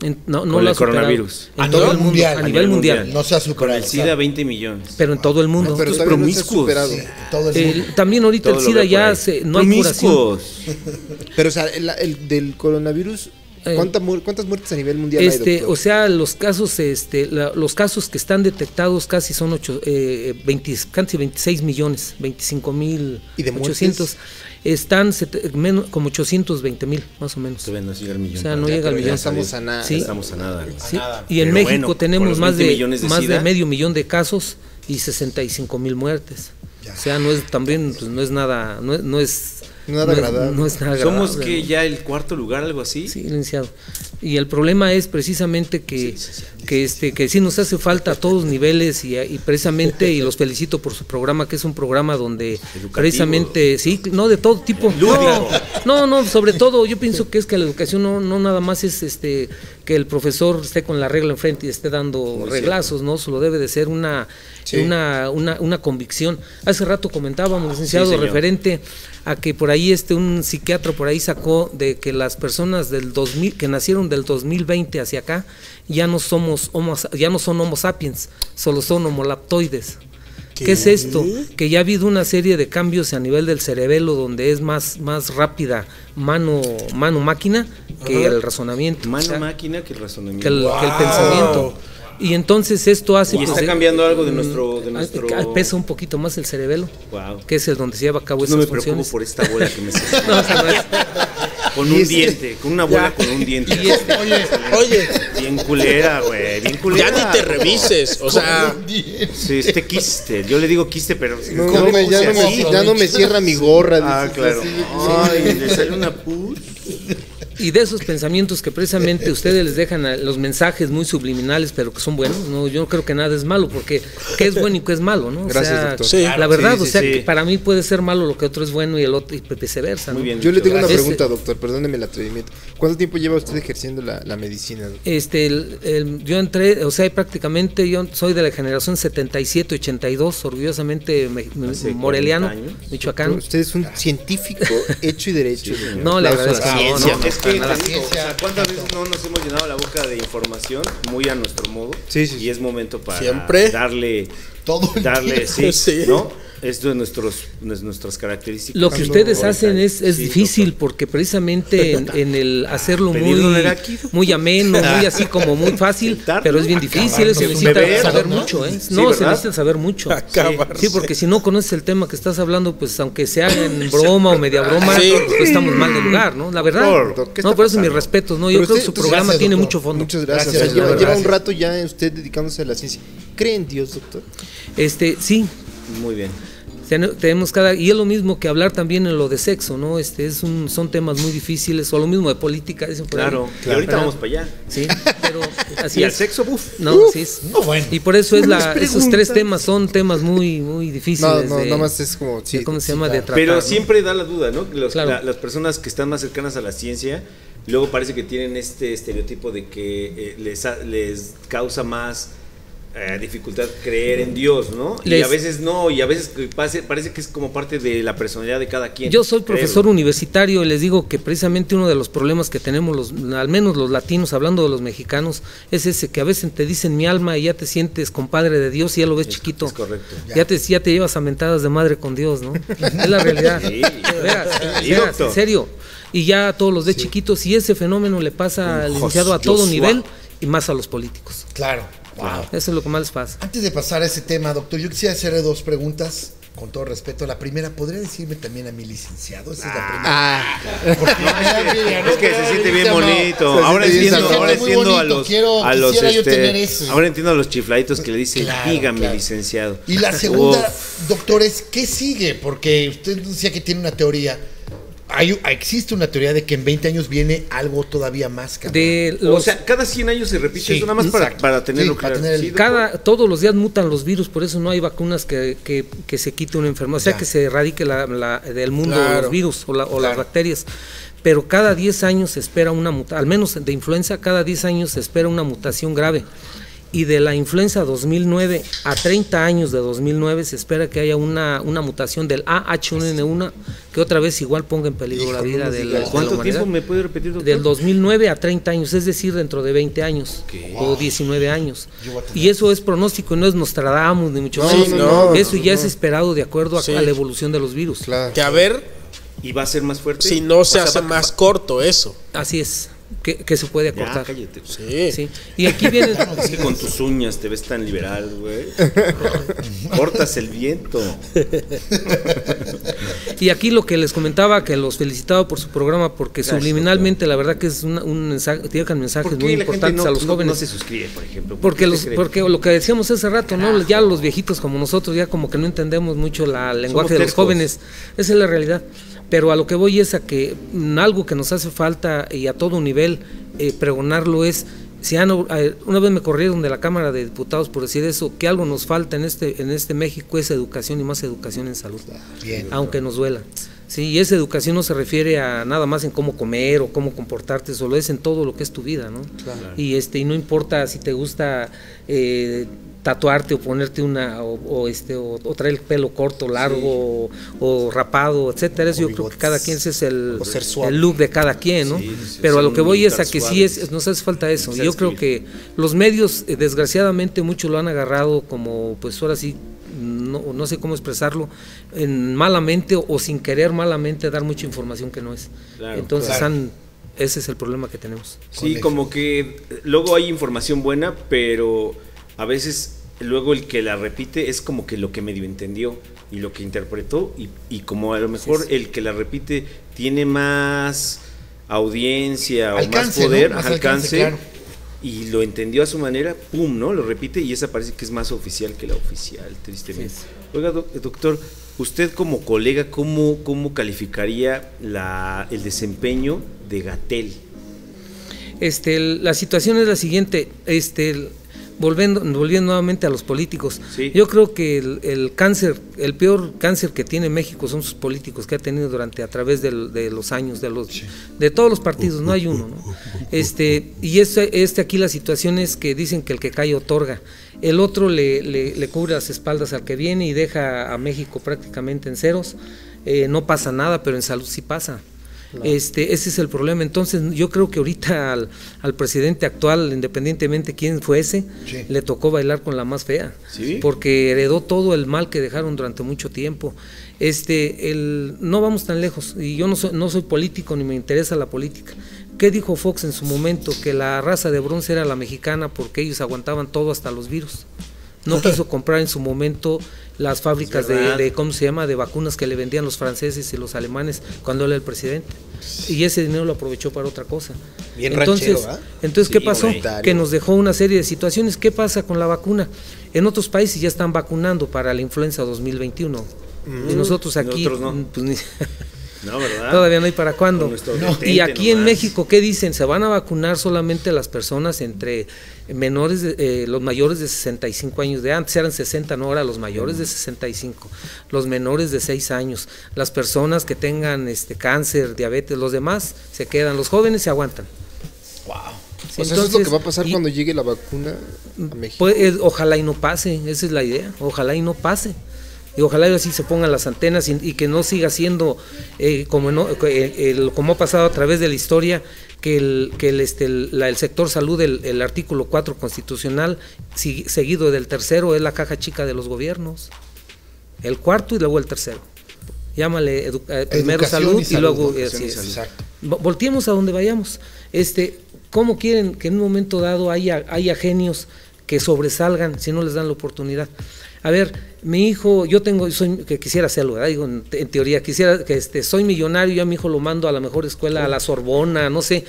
S5: En- no, no
S2: Con
S5: lo
S2: el
S5: ha superado.
S2: coronavirus.
S5: En
S1: ¿A
S5: todo
S1: nivel
S5: el mundo,
S1: mundial?
S5: a nivel mundial.
S1: No se ha superado.
S2: El SIDA, 20 millones.
S5: Pero en todo el mundo.
S6: pero
S2: Estos
S6: todavía no se ha
S2: promiscuos.
S6: superado.
S1: Sí, todo el mundo.
S5: El- también ahorita
S2: Todo
S5: el
S2: lo
S5: SIDA
S2: veo por
S5: ya
S2: ahí.
S5: se, no hay curación.
S2: Promiscuos.
S6: Pero, o sea, el, el del coronavirus,
S5: Eh,
S6: ¿cuánta mu- ¿cuántas muertes a nivel mundial hay,
S5: Este,
S6: doctor?
S5: o sea, los casos, este, la- los casos que están detectados casi son ocho, eh, 20 casi 26 millones, 25 mil
S6: ¿Y de muertes?
S5: 800, están sete- menos, como 820 mil, más o menos.
S2: Todavía no llega al
S5: O
S2: millón.
S5: sea, no
S6: Ya,
S5: llega al
S6: pero ya
S5: millón.
S6: estamos a nada.
S5: Sí.
S2: Estamos a nada. güey.
S5: Sí, Y en
S2: Pero
S5: México
S2: bueno, con
S5: tenemos
S2: los
S5: más
S2: 20
S5: de,
S2: millones de
S5: más de
S2: SIDA.
S5: medio millón de casos y 65 mil muertes. O sea, no es también, pues no es nada, no, es- no es
S6: Nada
S5: no es-
S6: agradable.
S5: no es nada
S2: Somos
S5: agradable,
S2: que
S5: ¿no?
S2: ya el cuarto lugar, algo así.
S5: Sí, licenciado. Y el problema es precisamente que, que este, que sí nos hace falta a todos niveles y, y precisamente, y los felicito por su programa, que es un programa donde
S2: Educativo.
S5: precisamente, sí, no de todo tipo.
S2: Lúdico.
S5: No, no, sobre todo yo pienso que es que la educación no, no nada más es este que el profesor esté con la regla enfrente y esté dando reglazos, ¿no? Solo debe de ser una, una, una, una convicción. Hace rato comentábamos, licenciado,
S2: señor.
S5: referente a que por ahí este un psiquiatra por ahí sacó de que las personas del 2000 que nacieron del 2020 hacia acá ya no somos homo, ya no son homo sapiens, solo son homolaptoides. ¿Qué? es esto? Que ya ha habido una serie de cambios a nivel del cerebelo donde es más, más rápida mano, mano máquina que el razonamiento. o
S2: Mano
S5: sea,
S2: máquina que el razonamiento.
S5: que el, que el pensamiento. Y entonces esto hace...
S2: Y
S5: pues,
S2: está
S5: eh,
S2: cambiando algo de nuestro. De
S5: ah,
S2: nuestro...
S5: ah, Pesa un poquito más el cerebelo,
S2: Wow.
S5: que es el donde se lleva a cabo
S2: Pues No
S5: esas
S2: me preocupo
S5: funciones.
S2: por esta bola que me sacó.
S5: No, o sea, no es-
S2: Con un diente, con una bola con un diente.
S4: Oye, oye,
S2: Bien culera, güey. Bien
S4: ya
S2: culera.
S4: ni te revises. O sea,
S2: Sí, este quiste. Yo le digo quiste, pero.
S6: No, no me- ya, no me, ya no me cierra mi gorra.
S2: Ah,
S6: dices,
S2: claro.
S6: así.
S2: Ay, le sale una pus.
S5: Y de esos pensamientos que precisamente ustedes les dejan a- los mensajes muy subliminales, pero que son buenos, no, yo no creo que nada es malo, porque qué es bueno y qué es malo, ¿no? O
S3: Gracias,
S5: sea,
S3: doctor.
S4: Sí.
S5: La verdad,
S2: Sí,
S5: o
S2: sí,
S5: sea,
S2: sí.
S5: que para mí puede ser malo lo que otro es bueno y el otro y viceversa.
S2: Muy
S5: ¿no?
S2: bien.
S6: Yo le tengo una
S5: Gracias.
S6: pregunta, doctor, perdóneme el atrevimiento. ¿Cuánto tiempo lleva usted ejerciendo la, la medicina? doctor?
S5: Este, el- el- yo entré, o sea, prácticamente yo soy de la generación 77-82, orgullosamente me- me-
S2: Hace 40
S5: moreliano,
S2: años.
S5: michoacano.
S6: Usted es un científico hecho y derecho. señor.
S5: Ah. No, le
S6: Aplausos
S5: agradezco.
S6: a la
S5: No,
S6: ciencia.
S5: no, no.
S2: es que,
S5: para
S2: te
S1: nada.
S2: digo, o sea, ¿cuántas veces no nos hemos llenado la boca de información muy a nuestro modo?
S6: Sí, sí, sí.
S2: Y es momento para
S4: Siempre.
S2: darle,
S1: Todo el
S2: darle,
S1: tiempo.
S2: sí,
S4: Sí.
S2: ¿no? Es de nuestros, nues- nuestras características.
S5: Lo que
S2: Sí,
S5: ustedes
S2: ahorita.
S5: hacen es, es
S2: Sí,
S5: difícil
S2: doctor.
S5: porque precisamente en, en el hacerlo muy,
S2: pedir no era aquí, doctor.
S5: muy ameno, muy así como muy fácil,
S2: Sentarnos,
S5: pero es bien difícil,
S1: acabarnos
S5: se
S1: de
S5: necesita
S1: beber,
S5: saber
S1: ¿no?
S5: mucho, ¿eh?
S2: Sí,
S5: No, se
S2: ¿verdad?
S5: necesita saber mucho.
S4: Acabarse.
S5: Sí, porque si no conoces el tema que estás hablando, pues aunque sea en broma o media broma,
S4: Sí.
S5: pues estamos mal de lugar, ¿no? La verdad.
S6: Doctor, ¿qué está
S5: No, por eso mis
S6: pasando?
S5: respetos, ¿no? Yo
S6: Pero
S5: creo que
S6: usted-
S5: su
S6: usted-
S5: programa
S1: gracias,
S5: tiene
S1: doctor.
S5: mucho fondo.
S6: Muchas gracias.
S1: Gracias,
S6: O sea, lleva,
S1: doctor.
S6: lleva un
S1: Gracias.
S6: rato ya usted dedicándose a la ciencia. ¿Cree en Dios, doctor?
S5: Este, sí,
S2: Muy bien.
S5: Ten- tenemos cada y es lo mismo que hablar también en lo de sexo no este es un, son temas muy difíciles o lo mismo de política dicen por ahí.
S2: Claro. Y ahorita
S5: ¿Verdad?
S2: vamos para allá.
S5: sí pero así
S2: y al
S5: es.
S2: sexo, buf.
S5: no
S1: Uf,
S5: así es.
S1: no, bueno.
S5: y por eso es la,
S6: Unas
S5: esos tres
S6: preguntas.
S5: temas son temas muy muy
S6: No,
S5: difíciles
S6: no,
S5: de-
S6: nada más es como.
S5: de
S6: sí,
S5: cómo se
S6: sí,
S5: llama de
S6: claro.
S5: tratar
S2: Pero
S5: ¿no?
S2: siempre da la duda, ¿no? Los-
S5: Claro.
S2: la- las personas que están más cercanas a la ciencia, luego parece que tienen este estereotipo de que eh, les, ha- les causa más eh, dificultad creer en Dios, ¿no? Y
S5: Les-
S2: a veces no, y a veces que pase- parece que es como parte de la personalidad de cada quien.
S5: Yo soy profesor
S2: Creo.
S5: universitario y les digo que precisamente uno de los problemas que tenemos, los, al menos los latinos, hablando de los mexicanos, es ese que a veces te dicen mi alma y ya te sientes compadre de Dios y ya lo ves chiquito.
S2: es correcto.
S5: Ya, te, ya te llevas a mentadas de madre con Dios, ¿no? es la realidad.
S2: Sí.
S5: De veras,
S2: Sí,
S5: de veras,
S2: doctor.
S5: en serio. Y ya a todos los de chiquitos y ese fenómeno le pasa al licenciado a todo
S2: Josué.
S5: nivel y más a los políticos.
S1: Claro. Wow.
S5: Eso es lo que más les pasa.
S1: Antes de pasar a ese tema, doctor, yo quisiera hacerle dos preguntas. Con todo respeto, la primera, ¿podría decirme también a mi licenciado? Esa es la primera.
S6: Ah,
S2: Es que se siente bien bonito.
S6: Se
S2: ahora
S6: siente bien
S2: entiendo,
S6: sabroso.
S2: ahora
S1: Se siente muy
S2: entiendo a
S1: bonito.
S2: los,
S1: Quiero-
S2: a los
S1: quisiera yo
S2: este,
S1: tener eso.
S2: ahora entiendo a los chifladitos que le dicen,
S1: Claro,
S2: dígame
S1: claro.
S2: licenciado.
S1: Y la segunda,
S2: Uf,
S1: doctor, es ¿qué sigue? Porque usted decía que tiene una teoría. Hay, existe una teoría de que en 20 años viene algo todavía más cabrón.
S5: De
S2: o
S5: los-
S2: sea, cada 100 años se repite
S1: Sí,
S2: eso nada más para,
S1: exacto.
S2: para tenerlo
S1: Sí, para
S2: claro.
S1: tener el-
S2: Sí, doctor.
S5: cada todos los días mutan los virus, por eso no hay vacunas que, que- que se quite una enfermedad, o sea,
S1: Ya.
S5: que se erradique la- la- del mundo
S4: Claro.
S5: los virus o, la- o las
S1: Claro.
S5: bacterias. Pero cada 10 años se espera una mutación, al menos de influenza, cada 10 años se espera una mutación grave. Y de la influenza 2009 a 30 años de 2009 se espera que haya una, una mutación del AH1N1 que otra vez igual ponga en peligro la vida de la, de la
S2: ¿Cuánto
S5: humanidad.
S2: tiempo me puede repetir, doctor?
S5: Del 2009 a 30 años, es decir, dentro de 20 años o 19 años. Y eso es pronóstico, no es Nostradamus ni mucho
S6: No,
S5: menos.
S6: no, no, no,
S5: eso ya es esperado de acuerdo a,
S4: Sí.
S5: a la evolución de los virus.
S6: claro.
S4: Que a ver
S2: ¿Y va a ser más fuerte?
S4: si no
S2: O
S4: se
S2: sea,
S4: hace
S2: va-
S4: más corto eso.
S5: Así es, que, que se puede
S2: Ya,
S5: acortar.
S2: cállate.
S4: Sí.
S5: Sí. Y aquí viene...
S2: Es que con tus uñas te ves tan liberal, güey. Cortas el viento.
S5: Y aquí lo que les comentaba, que los felicitaba por su programa, porque
S2: Gracias,
S5: subliminalmente la verdad que es una- un mensaje, tienen mensajes
S2: ¿Por
S5: muy
S2: qué la gente
S5: importantes
S2: no,
S5: a los
S2: no-
S5: jóvenes.
S2: no se suscribe, por ejemplo? ¿Por qué
S5: Porque, los,
S2: se cree?
S5: porque lo que decíamos hace rato, ¿no? Ya los viejitos como nosotros, ya como que no entendemos mucho la el lenguaje de los
S2: tercos.
S5: jóvenes. Esa es la realidad. Pero a lo que voy es a que mm, algo que nos hace falta y a todo nivel eh, pregonarlo es, si han, eh, una vez me corrieron de la Cámara de Diputados por decir eso, que algo nos falta en este, en este México es educación y más educación en salud
S1: Bien.
S5: aunque nos duela. Sí, y esa educación no se refiere a nada más en cómo comer o cómo comportarte, solo es en todo lo que es tu vida, ¿no? Y este y no importa si te gusta eh, tatuarte o ponerte una o, o, este o, o traer el pelo corto, largo o, o rapado, etcétera. Eso yo creo que cada quien ese es el,
S6: O ser suave.
S5: el look de cada quien, ¿no?
S2: Sí, sí,
S5: Pero a
S2: ser
S5: lo que
S2: un
S5: voy es a
S2: militar
S5: que sí
S2: suave.
S5: es, nos hace falta eso.
S2: Quizás
S5: Yo creo
S2: escribir.
S5: que los medios, eh, desgraciadamente, muchos lo han agarrado como, pues ahora sí, no, no sé cómo expresarlo, en malamente o, o sin querer malamente dar mucha información que no es.
S2: Claro,
S5: Entonces,
S1: claro.
S5: han- ese es el problema que tenemos.
S2: Sí, como que eh, luego hay información buena, pero a veces luego el que la repite es como que lo que medio entendió y lo que interpretó y, y como a lo mejor
S5: es.
S2: el que la repite tiene más audiencia o más
S1: Alcance, ¿no?
S2: poder,
S1: Más
S2: ajá, alcance,
S1: alcance, claro.
S2: y lo entendió a su manera, pum, ¿no? Lo repite y esa parece que es más oficial que la oficial, tristemente.
S5: Así
S2: Oiga, doc- doctor, usted como colega, ¿cómo, cómo calificaría la, el desempeño de Gatel?
S5: Este, el- la situación es la siguiente, este, el- volviendo, volviendo nuevamente a los políticos.
S2: Sí.
S5: Yo creo que el, el cáncer, el peor cáncer que tiene México son sus políticos que ha tenido durante a través del- de los años, de los, de todos los partidos, no hay uno, ¿no? Este, y este, este aquí la situación es que dicen que el que cae otorga. El otro le, le- le cubre las espaldas al que viene y deja a México prácticamente en ceros. Eh, no pasa nada, pero en salud sí pasa. Este, ese es el problema. Entonces, yo creo que ahorita al, al presidente actual, independientemente quién fuese,
S1: Sí.
S5: le tocó bailar con la más fea.
S2: Sí.
S5: Porque heredó todo el mal que dejaron durante mucho tiempo. Este, el, no vamos tan lejos. Y yo no soy, no soy político ni me interesa la política. ¿Qué dijo Fox en su momento? Que la raza de bronce era la mexicana porque ellos aguantaban todo hasta los virus. No quiso comprar en su momento las fábricas de,
S2: verdad.
S5: de, ¿cómo se llama?, de vacunas que le vendían los franceses y los alemanes cuando él era el presidente. Y ese dinero lo aprovechó para otra cosa.
S3: Bien
S5: entonces,
S3: ranchero, ¿ah?
S5: entonces ¿qué
S2: Sí,
S5: pasó?
S2: güey.
S5: Que nos dejó una serie de situaciones. ¿Qué pasa con la vacuna? En otros países ya están vacunando para la influenza 2021.
S3: Mm.
S5: Y nosotros aquí,
S2: Nosotros no.
S5: pues, ni-
S2: No, ¿verdad?
S5: todavía no hay para cuándo.
S2: Con nuestro
S1: No.
S2: detente
S5: Y aquí en
S2: nomás.
S5: México, ¿qué dicen? Se van a vacunar solamente las personas entre menores, de- eh, los mayores de 65 años de antes, eran 60, no, ahora los mayores de 65, los menores de 6 años, las personas que tengan este cáncer, diabetes, los demás se quedan, los jóvenes se aguantan.
S6: O sea, Pues eso es lo que va a pasar
S5: y-
S6: cuando llegue la vacuna a México.
S5: pues, eh, ojalá y no pase, esa es la idea, ojalá y no pase. Y ojalá y así se pongan las antenas y, y que no siga siendo eh, como, no- eh, el- como ha pasado a través de la historia, que el, que el, este, el- la- el sector salud, el, el artículo 4 constitucional, si- seguido del tercero, es la caja chica de los gobiernos. El cuarto y luego el tercero. Llámale edu- eh, primero
S1: Educación y
S5: salud y,
S1: salud,
S5: luego... eh,
S1: ¿no?
S5: así
S1: Educación y
S5: es.
S1: salud. Exacto.
S5: Vo- Volteemos a donde vayamos. Este, ¿Cómo quieren que en un momento dado haya, haya genios que sobresalgan si no les dan la oportunidad? A ver, mi hijo, yo tengo, soy, que quisiera hacerlo, ¿verdad? Digo, en, te- en teoría, quisiera que este, soy millonario, yo a mi hijo lo mando a la mejor escuela, a la Sorbona, no sé.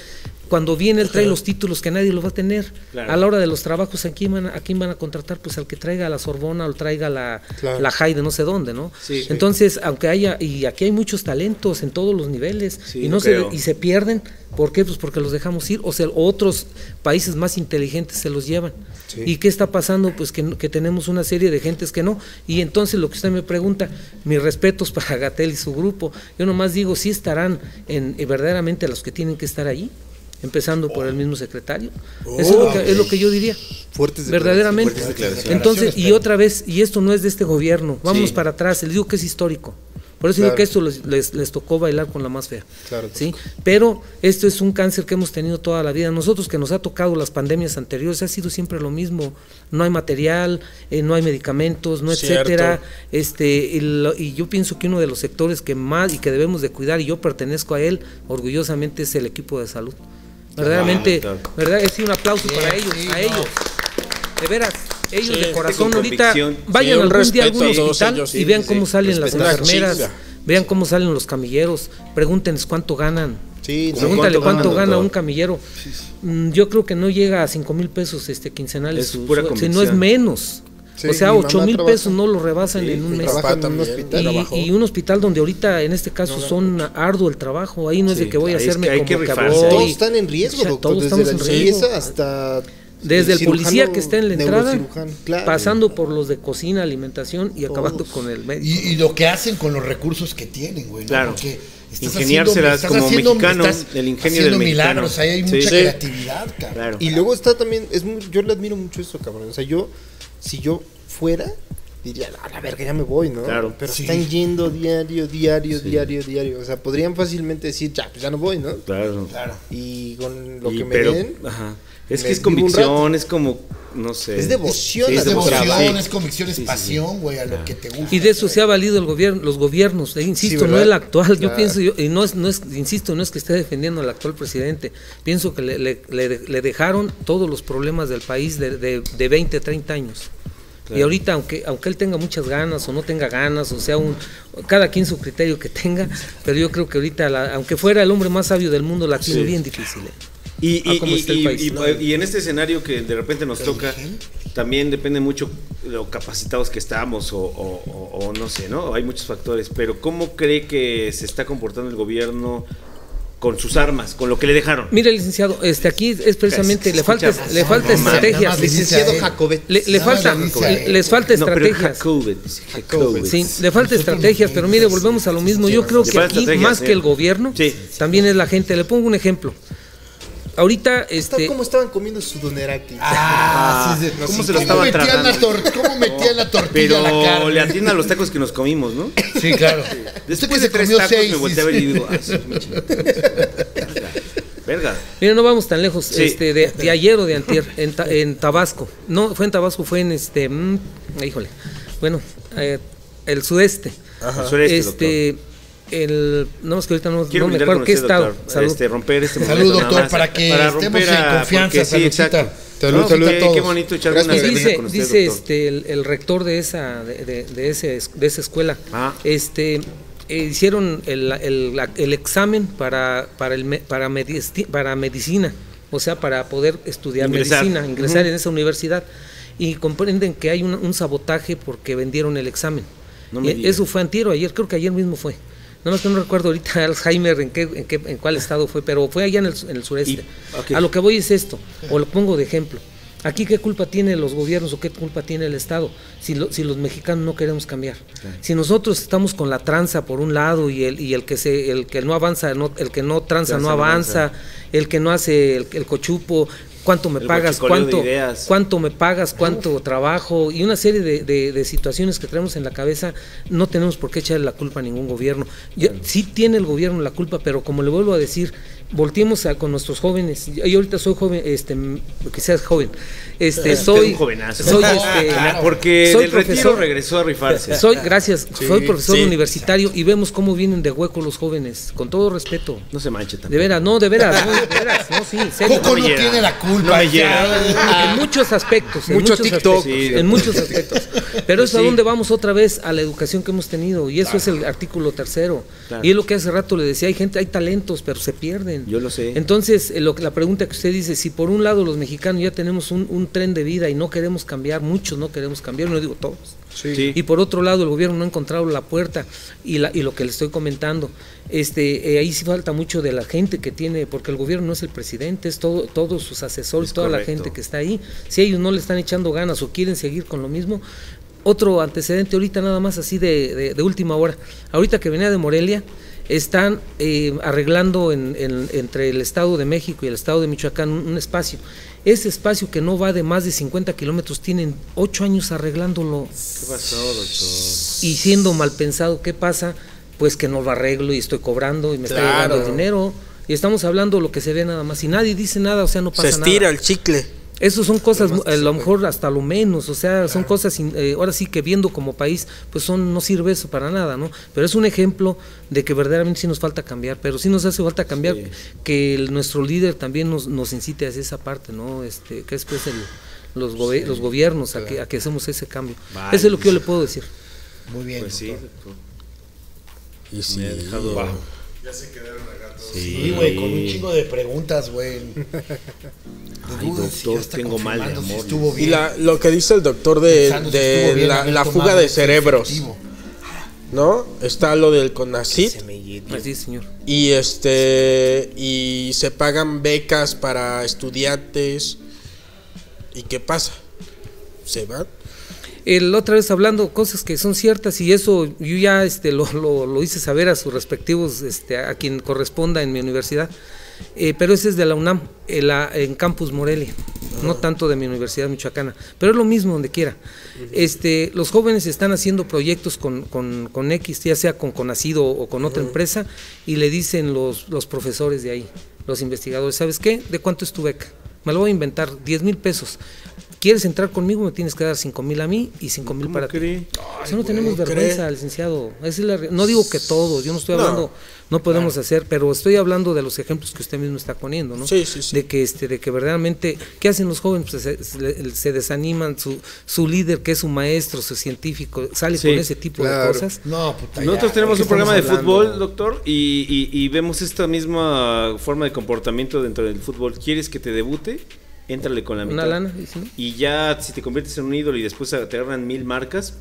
S5: Cuando viene él trae los títulos que nadie los va a tener.
S2: Claro.
S5: A la hora de los trabajos, ¿a quién van a, a quién van a contratar? Pues al que traiga a la Sorbona o traiga la,
S6: Claro.
S5: la Jai de no sé dónde, ¿no? Entonces, aunque haya, y aquí hay muchos talentos en todos los niveles,
S2: Sí,
S5: y no
S2: lo
S5: se,
S2: creo.
S5: y se pierden. ¿Por qué? Pues porque los dejamos ir. O sea, otros países más inteligentes se los llevan. ¿Y qué está pasando? Pues que, no- que tenemos una serie de gentes que no. Y entonces lo que usted me pregunta, mis respetos para Gatel y su grupo. Yo nomás digo, si estarán en, eh, verdaderamente los que tienen que estar ahí, empezando por el mismo secretario. Eso es lo que- es lo que yo diría
S6: Fuertes
S5: verdaderamente.
S1: declaraciones.
S5: Entonces, y
S1: Pero-
S5: otra vez, y esto no es de este gobierno, vamos
S2: Sí.
S5: para atrás, les digo que es histórico. Por eso digo
S6: Claro.
S5: que esto les, les- les tocó bailar con la más fea.
S6: Claro,
S5: ¿sí? Pero esto es un cáncer que hemos tenido toda la vida. Nosotros que nos ha tocado las pandemias anteriores, ha sido siempre lo mismo. No hay material, eh, no hay medicamentos, no
S4: Cierto.
S5: etcétera. Este, y, lo- y yo pienso que uno de los sectores que más y que debemos de cuidar, y yo pertenezco a él, orgullosamente es el equipo de salud.
S4: Ah,
S5: Verdaderamente,
S2: Claro.
S5: verdad, es un aplauso para ellos,
S1: sí,
S5: a
S1: no.
S5: ellos. De veras, ellos
S4: Sí,
S5: de corazón
S2: con
S5: ahorita
S2: convicción.
S5: vayan
S4: Sí, un
S5: algún día a
S4: respeto
S5: algún
S4: a todos
S5: hospital
S4: ellos,
S5: y
S4: sí,
S5: vean
S4: sí,
S5: cómo
S4: sí.
S5: salen las
S4: Respetar,
S5: enfermeras,
S4: chinga.
S5: vean cómo salen los camilleros, pregúntenles cuánto ganan.
S6: Sí, no,
S5: Pregúntale
S2: ¿Cuánto
S5: cuánto,
S2: ganan,
S5: gana
S2: doctor?
S5: un camillero. Mm, Yo creo que no llega a cinco mil pesos este quincenal.
S2: Es
S5: su-
S2: pura
S5: su- si no
S2: convicción.
S5: es menos.
S6: Sí,
S5: o sea,
S6: mi
S5: ocho
S6: mamá
S5: mil
S6: trabaja.
S5: pesos no lo rebasan en pues, un
S6: mi
S5: mes.
S6: trabaja en
S4: papá
S6: un
S4: también.
S6: hospital.
S5: Y,
S4: trabajó.
S5: y un hospital donde ahorita, en este caso, son arduo el trabajo. Ahí no es
S2: Sí,
S5: de que voy a
S2: es que
S5: hacerme
S2: hay que
S5: como que
S2: rifarse.
S5: voy.
S6: Todos están en riesgo,
S5: O sea,
S6: doctor.
S5: todos
S6: Desde
S5: estamos
S6: la
S5: en riesgo.
S6: limpieza hasta.
S5: Desde el
S6: cirujano,
S5: policía que está en la entrada,
S6: neurocirujano, claro.
S5: pasando por los de cocina, alimentación y acabando con el médico.
S1: Y, y lo que hacen con los recursos que tienen, güey. ¿no?
S2: Claro.
S1: Porque
S2: Ingeniárselas como mexicano, el ingenio
S1: haciendo
S2: del mexicano.
S1: milagros, ahí hay
S2: Sí.
S1: mucha
S2: Sí.
S1: creatividad, cabrón.
S2: Claro.
S6: Y luego está también, es muy- yo le admiro mucho eso, cabrón. O sea, yo, si yo fuera, diría, a la verga, ya me voy, ¿no?
S2: Claro.
S6: Pero
S1: Sí.
S6: están yendo diario, diario, diario, diario. O sea, podrían fácilmente decir, ya, pues ya no voy, ¿no?
S2: Claro.
S6: Y con lo
S2: Y-
S6: que me
S2: pero-
S6: den,
S2: ajá. Es
S6: me
S2: que es
S6: vivo un
S2: convicción, es como, no sé.
S6: Es devoción
S2: Sí,
S1: Es
S6: a tu
S1: devoción,
S6: trabajo.
S1: es convicción, es
S2: Sí, Ah. sí, sí.
S1: pasión, güey, a lo que te gusta.
S5: Y de eso se ha valido el gobierno, los gobiernos, e insisto, no
S6: ¿verdad?
S5: el actual, yo
S6: Claro.
S5: pienso, yo, y no es, no es, insisto, no es que esté defendiendo al actual presidente, pienso que le, le- le de- le dejaron todos los problemas del país de, de, de 20, 30 años. Y ahorita, aunque, aunque él tenga muchas ganas o no tenga ganas, o sea, un, cada quien su criterio que tenga, pero yo creo que ahorita, la- aunque fuera el hombre más sabio del mundo, la tiene bien difícil. ¿eh?
S2: Y,
S5: Ah,
S2: y-
S5: cómo
S2: y-
S5: está el
S2: y-
S5: país,
S2: y-
S5: ¿no?
S2: y en este escenario que de repente nos toca, también depende mucho lo capacitados que estamos o, o- o- o no sé, ¿no? Hay muchos factores, pero ¿cómo cree que se está comportando el gobierno con sus armas, con lo que le dejaron.
S5: Mire, licenciado, este aquí es precisamente le falta le falta
S1: No, man, nada
S5: estrategia.
S1: más
S3: Licenciado
S1: Dice a él.
S3: Jacobet.
S5: Le, le
S1: No,
S5: falta
S1: le dice a él.
S5: les falta
S2: No, pero
S5: estrategias.
S2: Jacobet, dice Jacobet.
S6: Ah,
S5: Sí, le falta estrategias, pero mire, volvemos a lo mismo. Yo creo
S2: Le
S5: que
S2: falta
S5: aquí
S2: estrategia,
S5: más
S2: sí.
S5: que el gobierno,
S2: Sí.
S5: también es la gente. Le pongo un ejemplo. Ahorita
S6: Está
S5: este
S6: como estaban comiendo su doneraki.
S1: Ah, sí, sí.
S2: ¿Cómo se lo estaban
S1: metían
S2: tragando?
S1: la tor- ¿Cómo metían la tortilla
S2: Pero
S1: a la carne?
S2: le atienden a los tacos que nos comimos, ¿no?
S1: Sí, claro. Usted que
S2: Después de
S1: se
S2: tres
S1: comió
S2: tacos
S1: seis.
S2: me volteé a
S1: sí,
S2: ver y
S1: sí.
S2: digo, "Ah, "Ay, sí, me chingué". Verga. Verga.
S5: Mira, no vamos tan lejos.
S2: Sí.
S5: Este, de, de ayer o de antier, en, Ta- en Tabasco. No, fue en Tabasco, fue en este. mm, híjole. Bueno, eh, el sudeste.
S2: Al sureste, doctor.
S5: este. El, no, es que ahorita no,
S2: Quiero
S5: no me
S2: brindar
S5: acuerdo
S2: con
S5: qué
S2: usted,
S5: estado.
S2: doctor,
S5: Salud.
S2: Este, romper este momento.
S1: Salud,
S2: nada
S1: doctor,
S2: más.
S1: para que estemos
S2: romper
S1: en
S2: a-
S1: confianza,
S2: porque sí,
S1: saludcita.
S2: exacto.
S1: Salud,
S2: No,
S1: salud a
S2: qué-
S1: todos.
S2: Qué bonito echar
S1: Gracias
S2: una
S5: Y
S1: por
S2: cerveza
S5: dice,
S2: con usted,
S5: dice
S2: doctor.
S5: este, el, el rector de esa, de, de- de ese, es- de esa escuela,
S2: Ah.
S5: este, eh, hicieron el, el- el examen para, para, el, me- para, medici- para medicina, o sea, para poder estudiar
S2: Ingresar.
S5: medicina, ingresar
S2: Ujú.
S5: en esa universidad. Y comprenden que hay un, un sabotaje porque vendieron el examen.
S2: No me
S5: Eh,
S2: diga.
S5: eso fue antiero, ayer, creo que ayer mismo fue. Nada más que no recuerdo ahorita Alzheimer en, qué, en, qué- en cuál estado fue, pero fue allá en el, su- en el sureste.
S2: Y- ok.
S5: A lo que voy es esto, o lo pongo de ejemplo. Aquí qué culpa tienen los gobiernos o qué culpa tiene el Estado si, lo- si los mexicanos no queremos cambiar. Si nosotros estamos con la tranza por un lado y el, y el que se el que no avanza, no- el que no tranza,
S2: Tranza
S5: no
S2: no
S5: avanza, el que no hace el, el cochupo, cuánto me
S2: El
S5: pagas,
S2: guachicoleo de
S5: cuánto,
S2: ideas.
S5: cuánto me pagas, cuánto trabajo y una serie de, de- de situaciones que traemos en la cabeza, no tenemos por qué echarle la culpa a ningún gobierno. Yo- Sí tiene el gobierno la culpa, pero como le vuelvo a decir, volteemos a- con nuestros jóvenes. Yo yo ahorita soy joven, este, m- que seas joven, este, soy,
S2: Ah, un jovenazo.
S5: soy, este,
S2: Porque
S5: soy
S2: del retiro
S5: profesor.
S2: regresó a rifarse.
S5: Soy, gracias, soy profesor
S4: sí.
S5: universitario y vemos cómo vienen de hueco los jóvenes, con todo respeto.
S2: No se manche tampoco.
S5: De veras, no, de veras, no, de veras, no, sí, en serio.
S1: Coco no,
S2: llega.
S1: tiene la culpa.
S2: No me
S1: ya.
S2: llega. Ah,
S5: En muchos aspectos. En
S3: Ah. Mucho
S5: muchos
S3: TikTok.
S5: aspectos,
S2: Sí,
S5: en
S2: doctor.
S5: muchos aspectos. Pero eso a dónde vamos otra vez a la educación que hemos tenido. Y eso es el artículo tercero.
S2: Claro.
S5: Y es lo que hace rato le decía, hay gente, hay talentos, pero se pierden.
S2: Yo lo sé.
S5: Entonces, eh, lo que- la pregunta que usted dice, si por un lado los mexicanos ya tenemos un, un tren de vida y no queremos cambiar, muchos no queremos cambiar, no digo todos.
S2: Sí.
S5: Y por otro lado, el gobierno no ha encontrado la puerta y, la, y lo que le estoy comentando. Este, eh, ahí sí falta mucho de la gente que tiene, porque el gobierno no es el presidente, es todo, todos sus asesores,
S2: Es
S5: toda
S2: correcto.
S5: la gente que está ahí. Si ellos no le están echando ganas o quieren seguir con lo mismo. Otro antecedente ahorita nada más así de, de- de última hora. Ahorita que venía de Morelia, están eh, arreglando en- en- entre el Estado de México y el Estado de Michoacán un, un espacio. Ese espacio que no va de más de 50 kilómetros, tienen ocho años arreglándolo
S2: ¿Qué pasó, doctor?
S5: y siendo mal pensado, ¿qué pasa? Pues que no lo arreglo y estoy cobrando y me está
S4: Claro.
S5: llegando dinero. Y estamos hablando lo que se ve nada más. Y nadie dice nada, o sea, no
S4: Se
S5: pasa
S4: estira
S5: nada.
S4: el chicle.
S5: Eso son cosas, mu- a lo mejor hasta lo menos, o sea, son cosas, in- eh, ahora sí que viendo como país, pues son no sirve eso para nada, ¿no? Pero es un ejemplo de que verdaderamente sí nos falta cambiar, pero sí nos hace falta cambiar que el- nuestro líder también nos, nos incite hacia esa parte, ¿no? Este, que es pues el- los, gobe- los gobiernos a, que, a que hacemos ese cambio.
S2: Vale.
S5: Eso es lo
S4: pues.
S5: que yo le puedo decir.
S1: Muy bien.
S2: Pues sí,
S1: doctor.
S2: doctor.
S4: Y sí.
S2: Me ha dejado.
S1: Sí, güey, con un chingo de preguntas, güey.
S2: Ay,
S1: dudas, si ya
S2: doctor,
S1: está
S2: tengo mal de
S1: confirmando si
S2: amor.
S1: estuvo
S4: Y
S1: bien.
S4: la, lo que dice el doctor de,
S1: Pensando si
S4: de
S1: estuvo bien
S4: la,
S1: haber
S4: la
S1: tomado
S4: fuga de
S1: ese
S4: cerebros,
S1: efectivo.
S4: ¿no? Está lo del CONACYT
S5: Así es, señor.
S4: y este y se pagan becas para estudiantes. ¿Y qué pasa? Se van.
S5: El otra vez hablando cosas que son ciertas y eso yo ya este, lo, lo- lo hice saber a sus respectivos, este, a quien corresponda en mi universidad, Eh, pero ese es de la UNAM, en, la- en Campus Morelia, no tanto de mi universidad michoacana, pero es lo mismo donde quiera. Este, los jóvenes están haciendo proyectos con, con- con X, ya sea con Conacido o con otra empresa, y le dicen los, los profesores de ahí, los investigadores, ¿sabes qué? ¿De cuánto es tu beca? Me lo voy a inventar, 10 mil pesos. ¿Quieres entrar conmigo? Me tienes que dar 5 mil a mí y 5 mil para ti.
S2: cree?
S5: Eso no tenemos
S4: ¿cómo cree?
S5: vergüenza, licenciado. Esa es la re- no digo que todos, yo no estoy hablando, no, podemos hacer, pero estoy hablando de los ejemplos que usted mismo está poniendo, ¿no?
S4: Sí, sí, sí.
S5: De que, este, de que verdaderamente, ¿qué hacen los jóvenes? Pues se, se le- se desaniman, su, su líder, que es su maestro, su científico, sale
S2: Sí,
S5: con ese tipo de cosas.
S1: No, puta. ya,
S2: Nosotros tenemos
S1: ¿de
S2: un
S1: qué
S2: programa de
S1: estamos
S2: fútbol,
S1: hablando?
S2: doctor, y, y- y vemos esta misma forma de comportamiento dentro del fútbol. ¿Quieres que te debute? Éntrale con la mitad.
S5: Una lana, y si no.
S2: Y ya si te conviertes en un ídolo y después te agarran mil marcas,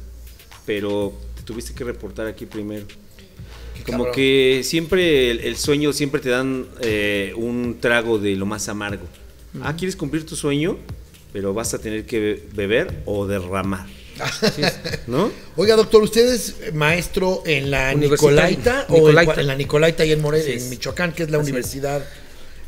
S2: pero te tuviste que reportar aquí primero.
S1: Qué
S2: Como
S6: cabrón.
S2: que siempre el, el sueño, siempre te dan eh, un trago de lo más amargo. Ah, quieres cumplir tu sueño, pero vas a tener que be- beber o derramar. ¿No?
S1: Oiga, doctor, ¿usted es eh, maestro en la
S5: Universitario.
S1: Nicolaita o en
S5: Nicolaita.
S1: cua- en, la Nicolaita y en Morelia,
S5: Así es.
S1: en Michoacán, que es la
S5: Así es.
S1: universidad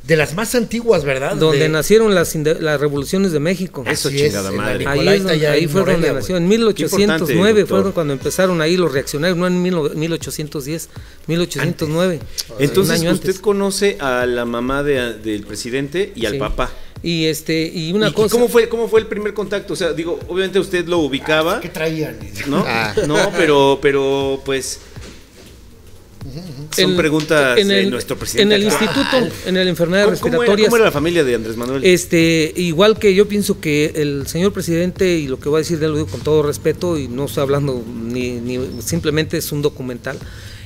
S1: de las más antiguas, ¿verdad?
S5: Donde
S1: De-
S5: nacieron las, inde- las revoluciones de México.
S2: Eso
S1: Así es,
S2: chingada
S1: en la
S2: madre.
S1: Nicolaita.
S5: Ahí, es donde-
S1: ya
S5: ahí
S1: en
S5: fue
S1: Morelia,
S5: donde
S1: güey.
S5: nació. En
S2: Qué
S5: 1809
S2: importante,
S5: fue
S2: doctor.
S5: cuando empezaron ahí los reaccionarios, no en mil- 1810, 1809.
S2: Entonces,
S5: un
S2: usted
S5: año antes.
S2: conoce a la mamá de- del presidente y al
S5: Sí.
S2: papá.
S5: Y, este, y una
S2: ¿Y
S5: cosa.
S2: ¿Cómo fue, cómo fue el primer contacto? O sea, digo, obviamente usted lo ubicaba,
S1: ¿Qué traían?
S2: ¿no?
S6: Ah.
S2: No, pero, pero pues son
S5: el-
S2: preguntas
S5: en
S2: de
S5: el-
S2: nuestro presidente.
S5: En el
S2: actual.
S5: instituto, en la enfermedad
S2: ¿Cómo- ¿Cómo, era,
S5: respiratoria.
S2: cómo era la familia de Andrés Manuel?
S5: Este, igual que yo pienso que el señor presidente, y lo que voy a decir de él lo digo con todo respeto, y no estoy hablando ni, ni- simplemente es un documental.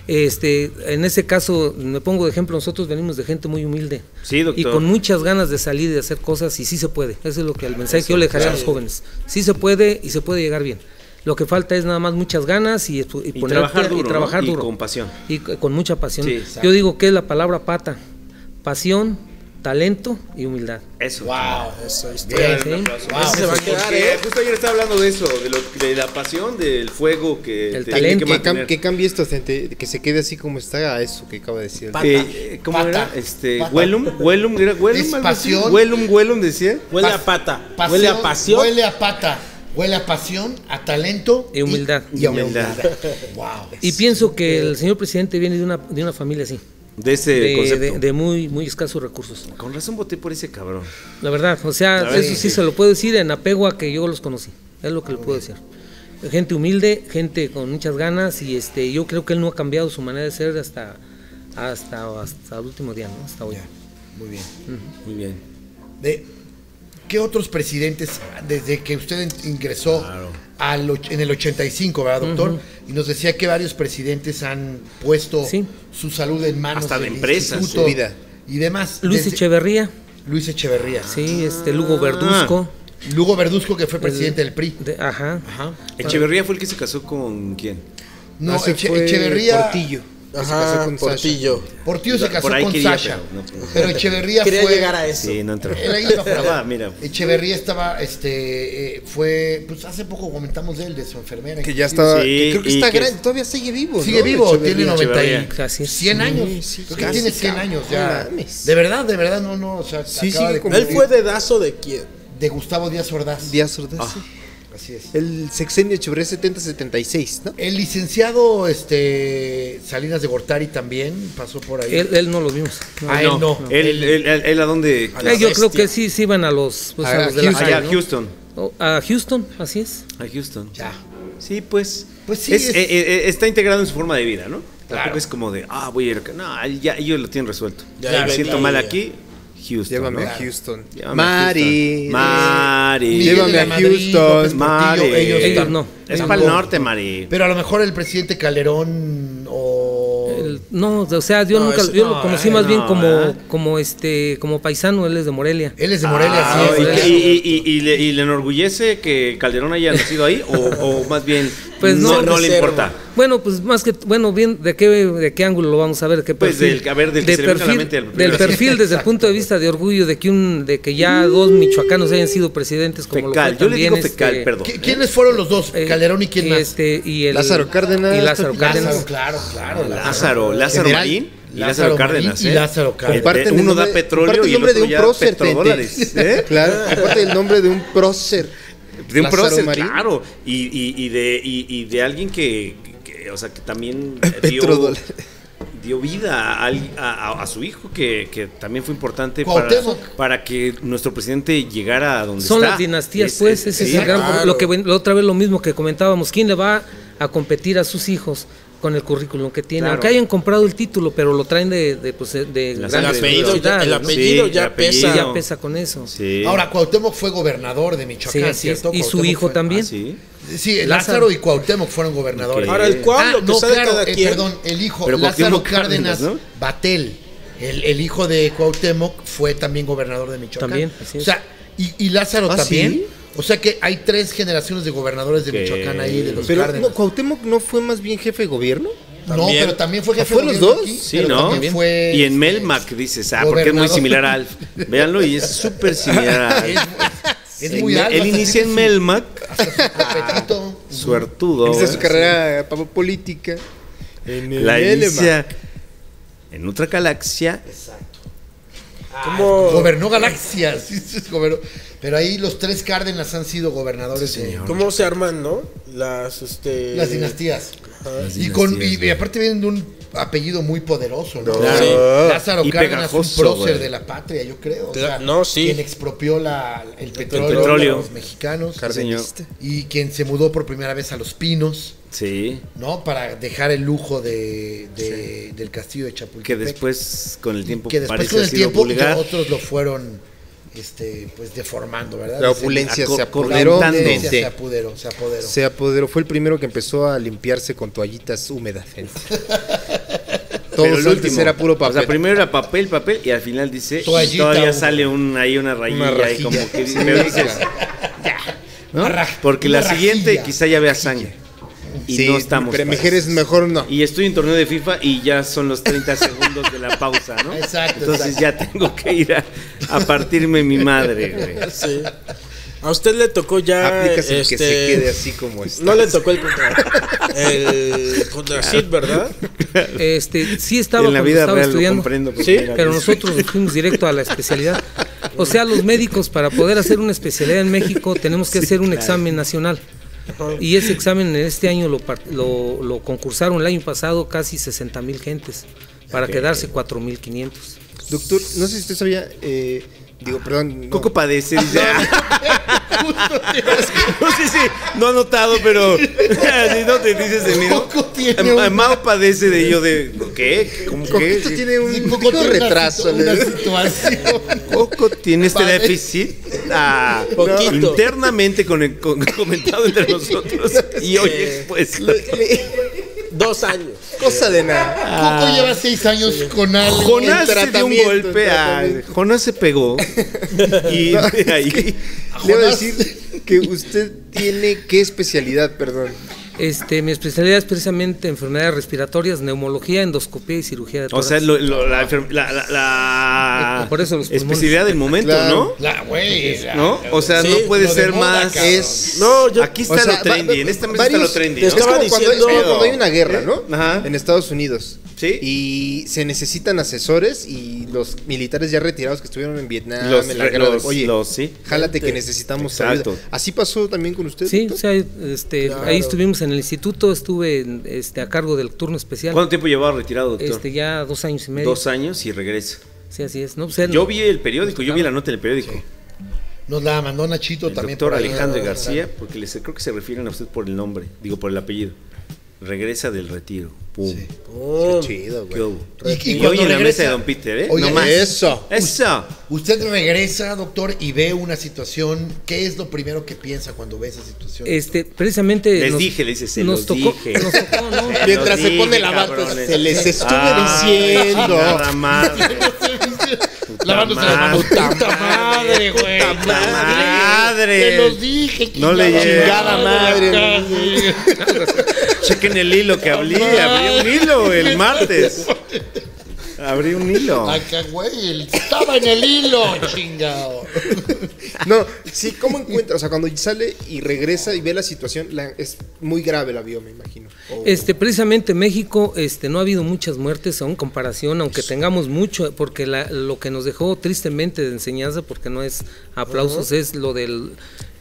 S5: Este, en ese caso, me pongo de ejemplo, nosotros venimos de gente muy humilde.
S2: Sí, doctor.
S5: Y con muchas ganas de salir y de hacer cosas, y sí se puede. Eso es lo que el mensaje que yo le dejaría a los jóvenes. Sí se puede y se puede llegar bien. Lo que falta es nada más muchas ganas y, estu- y
S2: y
S5: ponerte
S2: trabajar duro.
S5: y trabajar
S2: ¿no? Y
S5: duro
S2: con pasión.
S5: y c- con mucha pasión.
S2: Sí, exacto.
S5: Yo digo que es la palabra pata, pasión, talento y humildad.
S2: Eso.
S4: Eso, está.
S5: Sí.
S4: Ese se va a quedar,
S2: Porque
S4: ¿eh?
S2: justo ayer estaba hablando de eso, de, lo- de la pasión, del fuego que
S5: El
S2: te tiene que
S5: talento. Que
S6: Que, cam-
S2: mantener.
S6: que cambie esto, gente, que se quede así como está a eso que acaba de decir. el
S4: Pa-
S2: Eh, ¿Cómo
S1: Pata.
S2: era? Este,
S1: Pata.
S2: Wellum, Wellum, era
S1: Es
S2: Wellum, algo así.
S1: pasión.
S2: Wellum, Wellum decía.
S4: Huele
S1: Pas-
S4: a pata. huele a pasión.
S1: Huele a pata. Huele a pasión, a talento.
S5: Y humildad.
S1: Y, y a humildad.
S2: Humildad.
S1: wow.
S5: Y pienso que el señor presidente viene de una, de una familia así,
S2: De ese
S5: de,
S2: concepto.
S5: de- de muy, muy escasos recursos.
S2: Con razón voté por ese cabrón.
S5: La verdad, o sea,
S2: La verdad,
S5: eso
S2: sí,
S5: sí,
S2: sí.
S5: se lo puedo decir en apego a que yo los conocí, es lo que le puedo decir. Gente humilde, gente con muchas ganas y este, yo creo que él no ha cambiado su manera de ser hasta, hasta, hasta el último día, ¿no? Hasta hoy.
S1: Muy bien.
S2: Muy bien.
S1: De- ¿Qué otros presidentes, desde que usted en- ingresó al och- en el 85, ¿verdad, doctor? Y nos decía que varios presidentes han puesto
S5: Sí.
S1: su salud en manos
S2: Hasta de
S1: del
S2: empresas,
S1: instituto
S6: su vida.
S1: Y demás.
S5: Luis
S1: Desde-
S5: Echeverría,
S1: Luis Echeverría.
S5: sí, este Lugo Verduzco,
S1: Lugo Verduzco, que fue presidente
S5: El-
S1: del PRI.
S5: de- ajá,
S1: Ajá.
S2: Echeverría fue el que se casó con quién?
S1: No,
S6: Ese
S1: Eche-
S6: fue
S1: Echeverría.
S6: Portillo. que se casó
S4: Ajá,
S6: con Sasha.
S4: Portillo.
S1: Portillo se
S2: Por
S1: casó
S2: ahí
S1: con
S2: quería,
S1: Sasha. Pero,
S2: pero no.
S1: Echeverría
S4: Quería
S1: fue.
S4: llegar a eso.
S2: Sí, no entró.
S1: Él ahí iba por ahí.
S2: Ah, mira.
S1: Echeverría estaba, este, eh, fue, pues hace poco comentamos de él, de su enfermera.
S6: Que ya estaba.
S2: Sí,
S6: que creo que
S2: y
S6: está
S2: que-
S6: grande, todavía sigue vivo.
S1: Sigue
S6: ¿no?
S1: vivo,
S6: Echeverría.
S1: tiene 90 y
S2: Echeverría.
S5: Así es.
S1: 100 años.
S6: sí,
S1: Creo que
S6: casi,
S1: tiene 100
S6: cabrón,
S1: años ya.
S6: no mames.
S1: De verdad, de verdad, no, no. O sea,
S6: Sí,
S1: acaba
S6: sigue
S1: de,
S6: como-
S4: Él
S1: cumplir
S4: fue dedazo de quién.
S1: de Gustavo Díaz Ordaz.
S6: Díaz Ordaz.
S2: Ah.
S6: sí.
S1: Así es.
S6: El sexenio Echeverría 70-76, ¿no?
S1: El licenciado este, Salinas de Gortari también pasó por ahí.
S5: él, él no lo vimos. no.
S1: Ah, él no.
S2: Él, él, él- él a dónde?
S5: Eh, yo creo que sí, sí iban a los, pues,
S1: A
S5: a los de la
S1: Houston.
S5: calle,
S2: Allá, a
S5: ¿no?
S2: Houston.
S5: O- A Houston, así es.
S2: A Houston.
S1: Ya.
S2: Sí, pues.
S1: Pues sí,
S2: Es-
S1: es-
S2: eh, eh, está integrado en su forma de vida, ¿no?
S1: Claro.
S2: Tampoco es como de, ah, voy a ir acá. No, ya ellos lo tienen resuelto.
S4: Ya,
S2: me
S4: ya,
S2: siento
S4: ya,
S2: mal
S4: ya.
S2: aquí. Houston.
S6: Llévame
S2: ¿no?
S6: a Houston.
S2: Llévame a
S6: Mari.
S2: Houston. Mari.
S1: Miguel de
S6: Llévame
S1: la
S6: a
S1: Madrid,
S6: Houston.
S1: López Portillo,
S2: Mari.
S1: ellos
S5: Ellos
S1: tam-
S5: no.
S2: Es
S5: Ellos
S2: para el
S5: no.
S2: norte, Mari.
S1: Pero a lo mejor el presidente Calderón o...
S5: El- no, o sea, yo
S4: No,
S5: nunca
S4: ese-
S5: yo lo
S1: no,
S5: conocí
S1: eh,
S5: más bien
S2: no,
S5: como,
S2: ¿verdad?
S5: como este, como paisano, él es de Morelia.
S1: Él es de Morelia,
S2: Ah,
S1: sí.
S2: ¿y,
S1: es,
S5: claro.
S2: y- y- y- y le, y le enorgullece que Calderón haya nacido ahí? ¿O, o más bien
S5: Pues
S2: no,
S5: no,
S2: no le
S4: reserva.
S2: importa?
S5: Bueno, pues más que bueno, bien, ¿de qué de qué ángulo lo vamos a ver? ¿Qué
S2: Pues,
S5: perfil?
S2: del- a ver, del que
S5: de
S2: se le venga a la
S5: perfil,
S2: mente al
S5: del
S2: primero.
S5: perfil desde el punto de vista de orgullo de que un de que ya dos michoacanos hayan sido presidentes como lo
S2: Fecal,
S5: fue
S2: yo le
S5: también,
S2: digo fecal,
S5: este,
S2: perdón.
S1: ¿Qui- ¿Quiénes fueron los dos?
S5: eh,
S1: Calderón y quién
S5: y
S1: más.
S5: este, y el-
S6: Lázaro Cárdenas.
S5: y Lázaro Cárdenas.
S1: Lázaro, claro, claro.
S2: Lázaro, Lázaro
S1: General
S2: Marín y Lázaro,
S1: Lázaro Marín
S2: Cárdenas.
S1: y
S2: ¿eh?
S1: Lázaro Cárdenas.
S2: Comparten uno
S6: el nombre-
S2: da petróleo
S6: comparte el
S2: y el
S6: nombre
S2: otro
S6: de
S2: ya
S6: un prócer,
S2: petrodólares.
S6: Tente.
S2: ¿eh?
S6: Claro, comparte el nombre de un prócer.
S2: De un
S6: Lázaro
S2: prócer,
S6: Marín.
S2: claro. Y, y- y de, y- y de alguien que, que- o sea, que también dio,
S6: Petrodólares.
S2: dio vida a, al- a- a- a su hijo, que, que también fue importante para,
S1: Cuauhtémoc.
S2: para que nuestro presidente llegara a donde
S5: Son
S2: está.
S5: las dinastías,
S2: Es-
S5: pues,
S2: es-
S5: ese es
S2: sí,
S5: el gran
S4: claro.
S5: pro- lo que ven- la otra vez lo mismo que comentábamos, ¿quién le va a competir a sus hijos con el currículum que tienen?
S2: Claro.
S5: Aunque hayan comprado el título, pero lo traen de, de, pues, de
S2: La
S4: El
S5: grandes
S2: sangre,
S4: apellido, ya,
S5: universidades,
S4: el
S5: ¿no?
S4: apellido
S2: Sí,
S4: ya
S2: el apellido.
S5: Y
S4: pesa.
S5: ya pesa con eso.
S2: Sí. Ah,
S1: Ahora, Cuauhtémoc fue gobernador de
S5: Sí,
S1: Michoacán,
S5: así es.
S1: ¿cierto?
S5: Y su
S1: Cuauhtémoc
S5: hijo
S1: fue-
S5: también.
S2: Ah, sí.
S1: Sí, Lázaro,
S5: Lázaro
S1: y Cuauhtémoc fueron gobernadores.
S2: Ok.
S4: Ahora, el cual,
S1: Ah,
S4: lo que
S1: no,
S4: sabe
S1: claro,
S4: cada
S1: eh,
S4: quien.
S1: perdón, el hijo
S2: Pero
S1: Lázaro
S2: Cuauhtémoc Cárdenas,
S1: Cárdenas,
S2: ¿no?
S1: Batel, el, el hijo de Cuauhtémoc fue también gobernador de Michoacán.
S5: También, así
S1: O sea, y, y Lázaro
S6: ¿Ah,
S1: también.
S6: sí?
S1: O sea que hay tres generaciones de gobernadores de
S2: Que- Pues
S1: Michoacán ahí de los
S6: Pero
S1: Cárdenas.
S6: no, Cuauhtémoc no fue más bien jefe de gobierno.
S1: No,
S4: También.
S1: pero también
S2: Ah,
S1: fue jefe
S6: ¿Fue
S1: de
S6: los
S1: gobierno
S6: dos?
S1: aquí,
S2: Sí,
S1: pero
S2: ¿no?
S1: también fue,
S2: y en
S1: este,
S2: Melmac dices, ah, porque es muy
S1: gobernador.
S2: similar a Alf. Véanlo y es súper similar a Alf.
S1: Es
S2: En
S1: muy
S2: Me-
S1: alto.
S2: Él
S1: hasta
S2: inicia en
S1: tiene
S2: Melmac,
S1: su- hasta su tapetito.
S2: suertudo.
S3: Inicia su carrera eh, política en el
S2: La
S3: LMA.
S2: inicia en otra galaxia. Oh.
S4: ¿Cómo,
S1: Gobernó galaxias. sí, sí, gobernó. Pero ahí los tres Cárdenas han sido gobernadores de
S4: cómo se arman, no? Las, este...
S1: las dinastías.
S2: Las
S1: Y, con, y-
S2: dinastías,
S1: y, aparte vienen de un apellido muy poderoso, ¿no?
S4: Claro. Sí.
S1: Lázaro
S2: Y
S1: Cárdenas,
S2: pegajoso,
S1: un prócer
S2: güey.
S1: de la patria, yo creo. O
S4: Cla-
S1: sea,
S4: no, sí.
S1: Quien expropió la, el petróleo,
S2: petróleo.
S1: a los mexicanos.
S2: Sí, señor.
S4: Este.
S1: Y quien se mudó por primera vez a Los Pinos,
S2: Sí.
S1: ¿no? Para dejar el lujo de, de- del castillo de Chapultepec.
S2: Que después, con el tiempo,
S1: que después
S2: parece
S1: con
S2: ha
S1: el
S2: sido
S1: tiempo
S2: vulgar.
S1: otros lo fueron este pues deformando, ¿verdad?
S3: La
S1: Desde-
S3: opulencia
S2: Aco-
S3: se
S1: la
S3: apoderó
S2: cortando.
S1: opulencia se
S3: de-
S1: apoderó, se apoderó.
S3: Se apoderó, fue el primero que empezó a limpiarse con toallitas húmedas. gente. Todo
S2: Pero el
S3: antes
S2: último.
S3: era puro
S2: O sea,
S3: papel.
S2: primero era papel, papel, y al final dice,
S1: Toallita,
S2: y todavía
S1: un-
S2: sale un, ahí una rayilla,
S3: Una
S2: y
S3: rajilla.
S2: como que pero dices, ¿no?
S1: Una raj-
S2: Porque
S1: una
S2: la siguiente
S1: rajilla.
S2: quizá ya vea sangre. Y
S3: Sí,
S2: no estamos.
S3: Pero
S2: para
S3: mujeres
S2: eso.
S3: mejor no.
S2: Y estoy en torneo de FIFA y ya son los 30 segundos de la pausa, ¿no?
S1: Exacto,
S2: Entonces ya tengo que ir a, a partirme mi madre, güey.
S4: Sí. A usted le tocó ya...
S3: Aplicas el que se
S4: este,
S3: quede así como está.
S4: No le tocó el contra... El Conacyt, ¿verdad?
S5: Este, sí estaba
S2: En la
S5: cuando
S2: vida
S5: estaba
S2: real lo
S5: estudiando.
S2: comprendo. por
S4: Sí,
S2: primera
S5: Pero
S2: vez.
S5: nosotros nos fuimos directo a la especialidad. O sea, los médicos para poder hacer una especialidad en México tenemos que hacer un examen nacional. Y ese examen en este año lo, par- lo, lo concursaron el año pasado casi 60 mil gentes para quedarse 4 mil 500.
S3: Doctor, no sé si usted sabía. eh, digo, perdón. no.
S2: Coco padece, dice. "Ah, no sé si no ha notado, pero si no te dices de mí. ¿no?
S1: Coco tiene un-
S2: Ma- Mao padece de yo de ¿qué? ¿Cómo
S3: Coquito
S2: qué?
S3: tiene un
S1: Sí,
S3: poco
S1: Coco tiene una
S3: retraso.
S1: situ- una
S3: ¿le-
S1: situación.
S2: Coco tiene este
S1: Padece.
S2: déficit ah,
S4: Poquito.
S2: internamente con el- con- comentado entre nosotros y hoy pues,
S4: Eh,
S2: expuesto.
S4: Dos años.
S3: Cosa de nada.
S1: Coco lleva seis años con algo.
S2: Jonás se dio un
S3: tratamiento,
S2: golpe
S3: el
S2: a.
S3: tratamiento.
S2: Jonás se pegó y de ahí.
S3: Le voy a
S1: Jonás.
S3: decir que usted tiene qué especialidad, perdón.
S5: Este, mi especialidad es precisamente enfermedades respiratorias, neumología, endoscopía y cirugía de
S2: O
S5: tórax.
S2: sea, lo- lo- la, enferm- la- la- la
S5: Por eso los pulmones.
S2: especialidad del momento,
S3: Claro.
S2: ¿no?
S1: La güey. la-
S2: ¿No? O sea,
S4: Sí,
S2: no puede
S1: lo de
S2: ser
S1: moda,
S2: más.
S1: cabrón.
S3: Es-
S4: No, yo...
S2: Aquí está
S3: O sea,
S2: lo trendy,
S3: va-
S2: en esta mesa
S3: varios-
S2: está lo trendy. ¿no?
S3: Es como
S4: Estaba
S3: cuando, es
S4: diciendo-
S3: como cuando hay una guerra, ¿no?
S2: Ajá.
S3: En Estados Unidos.
S2: Sí.
S3: Y se necesitan asesores y los militares ya retirados que estuvieron en Vietnam,
S2: Los-
S3: en la guerra de-
S2: los-
S3: Oye,
S2: los- sí.
S3: jálate que necesitamos
S2: Exacto.
S3: ayuda. Así pasó también con usted.
S5: Sí, o
S3: doctor?
S5: sea, este, ahí estuvimos en el instituto, estuve en- este, a cargo del turno especial.
S2: ¿Cuánto tiempo llevaba retirado, doctor?
S5: Este, ya dos años y medio.
S2: Dos años y regresa.
S5: Sí, así es. No, pues, él-
S2: Yo vi el periódico, yo vi la nota en el periódico.
S1: Nos la mandó Nachito
S2: El
S1: también.
S2: doctor
S1: por ahí.
S2: Alejandro García, porque les, creo que se refieren a usted por el nombre, digo por el apellido. Regresa del retiro. Pum.
S4: Oh,
S3: Chido,
S2: ¿Qué
S3: güey.
S2: hubo?
S1: Y- y
S2: Y,
S1: cuando
S2: hoy en la
S1: regresa-
S2: mesa de Don Peter, ¿eh?
S1: Oye,
S2: no más.
S3: Eso.
S2: Eso.
S1: Usted regresa, doctor, y ve una situación. ¿Qué es lo primero que piensa cuando ve esa situación?
S5: Este, precisamente.
S2: Les dije, les dije, se
S5: nos
S2: los
S5: tocó,
S2: dije.
S5: Nos tocó, ¿no?
S2: Se
S3: Mientras
S2: los
S3: se pone
S2: dije,
S3: la bata,
S2: cabrones.
S3: se les estuve
S2: Ay,
S3: diciendo.
S2: chingada madre. Puta
S1: Lavándose las manos.
S2: madre.
S1: Puta madre, güey.
S2: Puta madre.
S1: Te los dije.
S2: No le llegué.
S3: Chingada madre.
S2: Chequen el hilo que abrí. Abrí un hilo el martes. Abrí un hilo.
S1: Acá, güey. él Estaba en el hilo, chingado.
S3: No, sí, ¿cómo encuentra? O sea, cuando sale y regresa y ve la situación, la- es muy grave la vio, me imagino.
S4: Oh.
S3: O-
S5: Este, precisamente México, este, no ha habido muchas muertes aún en comparación, aunque tengamos mucho, porque la- lo que nos dejó tristemente de enseñanza, porque no es aplausos, es lo de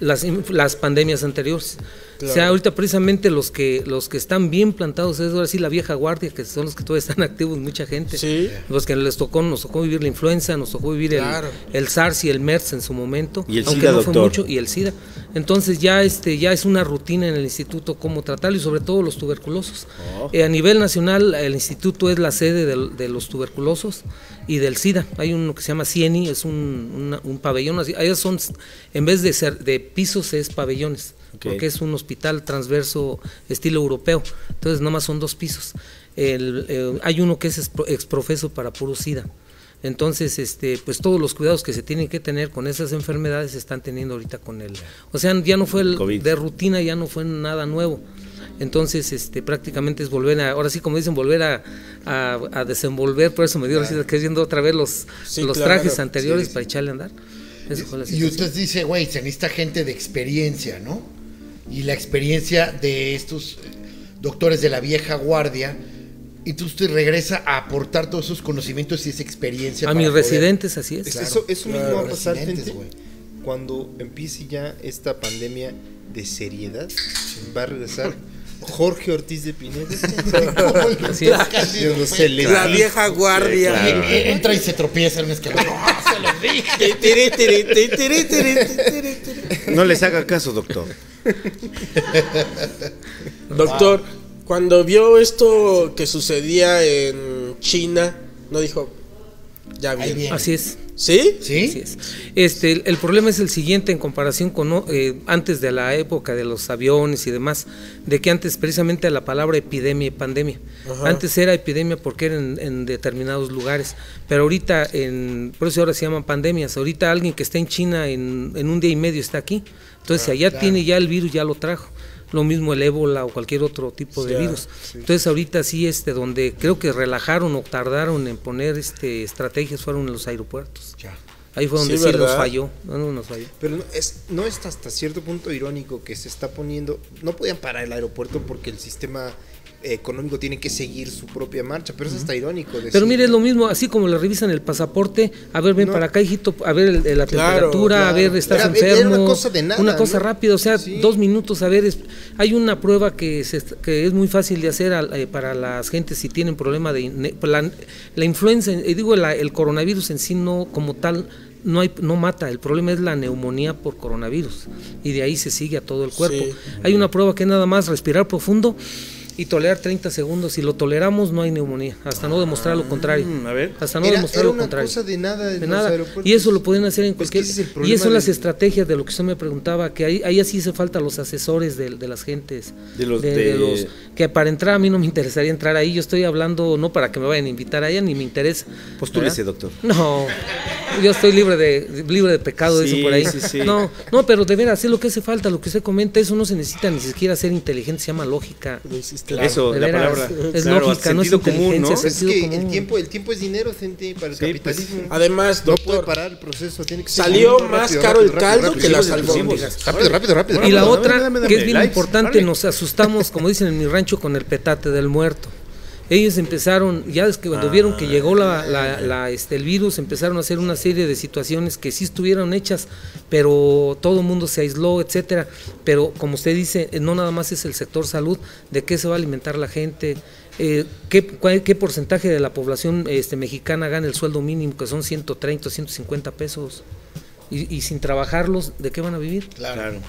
S5: las, in- las pandemias anteriores. O sea, ahorita precisamente los que los que están bien plantados es ahora sí la vieja guardia, que son los que todavía están activos, mucha gente.
S4: Sí.
S5: Los que les tocó, nos tocó vivir la influenza, nos tocó vivir el-
S4: Claro.
S5: el, SARS y el MERS en su momento.
S2: Y el
S5: aunque
S2: SIDA,
S5: no fue
S2: doctor.
S5: mucho, y el SIDA. Entonces ya este ya es una rutina en el instituto cómo tratarlo y sobre todo los tuberculosos. Eh, a nivel nacional el instituto es la sede del- de, los tuberculosos y del SIDA. Hay uno que se llama CIENI, es un, una- un pabellón. así- Allá son, en vez de ser de pisos es pabellones,
S2: Ok.
S5: porque es un hospital transverso estilo europeo. Entonces nomás son dos pisos. El, eh, hay uno que es expro- exprofeso para puro SIDA. Entonces, este, pues todos los cuidados que se tienen que tener con esas enfermedades se están teniendo ahorita con el, o sea, ya no fue el
S2: COVID.
S5: de rutina, ya no fue nada nuevo. Entonces, este, prácticamente es volver a, ahora sí como dicen, volver a, a- a desenvolver, por eso me dio risa que viendo otra vez los,
S4: Sí,
S5: los
S4: claro.
S5: trajes anteriores
S4: Sí, sí.
S5: para echarle a andar. Eso fue la
S1: Y
S5: situación.
S1: usted dice, güey, se necesita gente de experiencia, ¿no? Y la experiencia de estos eh, doctores de la vieja guardia. Y tú usted regresa a aportar todos esos conocimientos y esa experiencia.
S5: A
S1: para
S5: mis
S1: poder-
S5: residentes, así es.
S3: Es-
S1: Claro,
S3: eso eso mismo va a pasar,
S1: residentes,
S3: gente.
S1: güey.
S3: Cuando empiece ya esta pandemia de seriedad, va a regresar Jorge Ortiz de Pineda.
S5: Así es.
S3: Yo no sé, le-
S4: La vieja guardia.
S1: Eh, eh, Entra y se tropieza en un escalón. ¡Ah, se los dije!
S4: Ti, tiri, tiri, ti, tiri, tiri, ti, tiri, tiri.
S2: No les haga caso, doctor.
S4: Doctor, cuando vio esto que sucedía en China, no dijo, ya
S1: Ahí
S4: bien.
S1: viene.
S5: Así es.
S4: ¿Sí?
S5: Así
S1: ¿Sí?
S5: es. Este, el, el problema es el siguiente en comparación con o- eh, antes de la época de los aviones y demás, de que antes precisamente la palabra epidemia y pandemia.
S4: Ajá.
S5: Antes era epidemia porque era en, en determinados lugares, pero ahorita, en, por eso ahora se llaman pandemias. Ahorita alguien que está en China en, en un día y medio está aquí. Entonces, allá tiene ya el virus, ya lo trajo. Lo mismo el ébola o cualquier otro tipo de
S4: Ya,
S5: virus. Entonces ahorita sí, este, donde creo que relajaron o tardaron en poner este estrategias fueron los aeropuertos. Ahí fue donde
S4: Sí,
S5: sí, nos
S4: ¿verdad?
S5: falló. No, no nos falló.
S3: Pero no es, no es hasta cierto punto irónico que se está poniendo. No podían parar el aeropuerto porque el sistema económico tiene que seguir su propia marcha, pero es hasta irónico.
S5: Pero
S3: decir-
S5: mire, es lo mismo, así como le revisan el pasaporte, a ver, ven para acá, hijito, a ver el- el- la
S4: Claro,
S5: temperatura, a
S4: claro.
S5: ver, estás
S3: Era- era
S5: enfermo.
S3: una cosa de nada,
S5: Una cosa
S3: ¿no?
S5: rápida, o sea,
S3: Sí.
S5: dos minutos, a ver, es- hay una prueba que, se est- que es muy fácil de hacer al- eh, para las gentes si tienen problema de... in- La, la influenza, eh, digo, la- el coronavirus en sí no, como tal, no, hay, no mata, el problema es la neumonía por coronavirus y de ahí se sigue a todo el cuerpo.
S4: Sí.
S5: Hay una prueba que es nada más respirar profundo y tolerar 30 segundos. Si lo toleramos, no hay neumonía. Hasta no demostrar lo contrario.
S3: Mm,
S2: a ver.
S5: Hasta no
S3: era,
S5: demostrar
S3: era
S5: lo
S3: una
S5: contrario.
S3: cosa de nada en
S5: De
S3: los
S5: nada.
S3: aeropuertos.
S5: Y eso lo pueden hacer en
S3: Pues que
S5: cualquier.
S3: ese es el
S5: y
S3: problema
S5: eso son las
S3: del-
S5: estrategias de lo que usted me preguntaba, que ahí, ahí así se falta los asesores de, de las gentes.
S2: De los- de-
S5: los- Que para entrar a mí no me interesaría entrar ahí. Yo estoy hablando no para que me vayan a invitar allá, ni me interesa.
S2: Postúlese, doctor.
S5: ¿verdad? No, yo estoy libre de libre de pecado de
S2: Sí,
S5: eso por ahí.
S2: sí, sí.
S5: No, no, pero de veras, es lo que hace falta, lo que usted comenta, eso no se necesita ni siquiera ser inteligente, se llama lógica.
S2: Eso,
S5: De
S2: la
S5: veras,
S2: palabra.
S5: es
S2: Claro,
S5: lógica, no es
S2: sentido común, ¿no?
S5: inteligencia,
S3: Pues es
S5: sentido
S3: que el
S5: común.
S3: tiempo, el tiempo es dinero, gente, para el
S2: Sí, pues,
S3: capitalismo.
S4: Además,
S3: no puede
S4: doctor,
S3: parar el proceso, tiene que ser
S4: salió
S3: rápido,
S4: más
S3: rápido,
S4: caro el
S3: rápido,
S4: caldo
S3: rápido,
S4: que las
S3: rápido,
S4: albóndigas.
S3: Rápido, rápido, rápido.
S5: Y la
S2: Dame,
S5: otra,
S2: dame, dame,
S5: que es
S2: dame,
S5: bien
S2: likes,
S5: importante,
S2: órale.
S5: nos asustamos, como dicen en mi rancho, con el petate del muerto. Ellos empezaron, ya es que
S2: Ah,
S5: cuando vieron que llegó la, la- la, este, el virus, empezaron a hacer una serie de situaciones que sí estuvieron hechas, pero todo el mundo se aisló, etcétera. Pero como usted dice, eh, no nada más es el sector salud, de qué se va a alimentar la gente, eh, qué, cuál- qué porcentaje de la población este, mexicana gana el sueldo mínimo, que son 130, 150 pesos, y, y sin trabajarlos, ¿de qué van a vivir?
S2: Claro.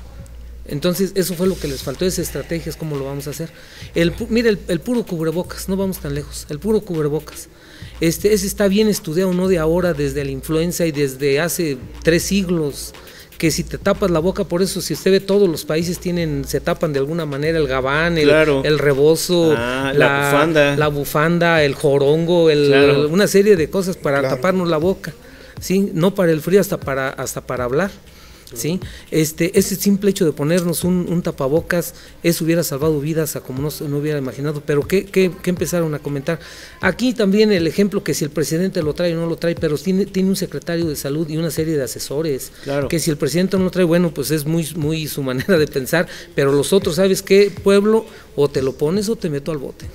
S5: Entonces, eso fue lo que les faltó, esas estrategias, cómo lo vamos a hacer. El, pu- mira, el, el puro cubrebocas, no vamos tan lejos, el puro cubrebocas. Este, ese está bien estudiado, no de ahora, desde la influenza y desde hace tres siglos, que si te tapas la boca, por eso si usted ve todos los países tienen, se tapan de alguna manera el gabán, el,
S2: Claro.
S5: el rebozo,
S2: Ah, la bufanda.
S5: la bufanda, el jorongo, el-
S2: Claro.
S5: una serie de cosas para taparnos la boca, ¿sí? No para el frío, hasta para, hasta para hablar, ¿sí? Este, ese simple hecho de ponernos un, un tapabocas, eso hubiera salvado vidas a como no, se- no hubiera imaginado, pero ¿qué, qué, qué empezaron a comentar? Aquí también el ejemplo que si el presidente lo trae o no lo trae, pero tiene, tiene un secretario de salud y una serie de asesores,
S2: Claro.
S5: que si el presidente no lo trae, bueno, pues es muy, muy su manera de pensar, pero los otros, ¿sabes qué? Pueblo, o te lo pones o te meto al bote.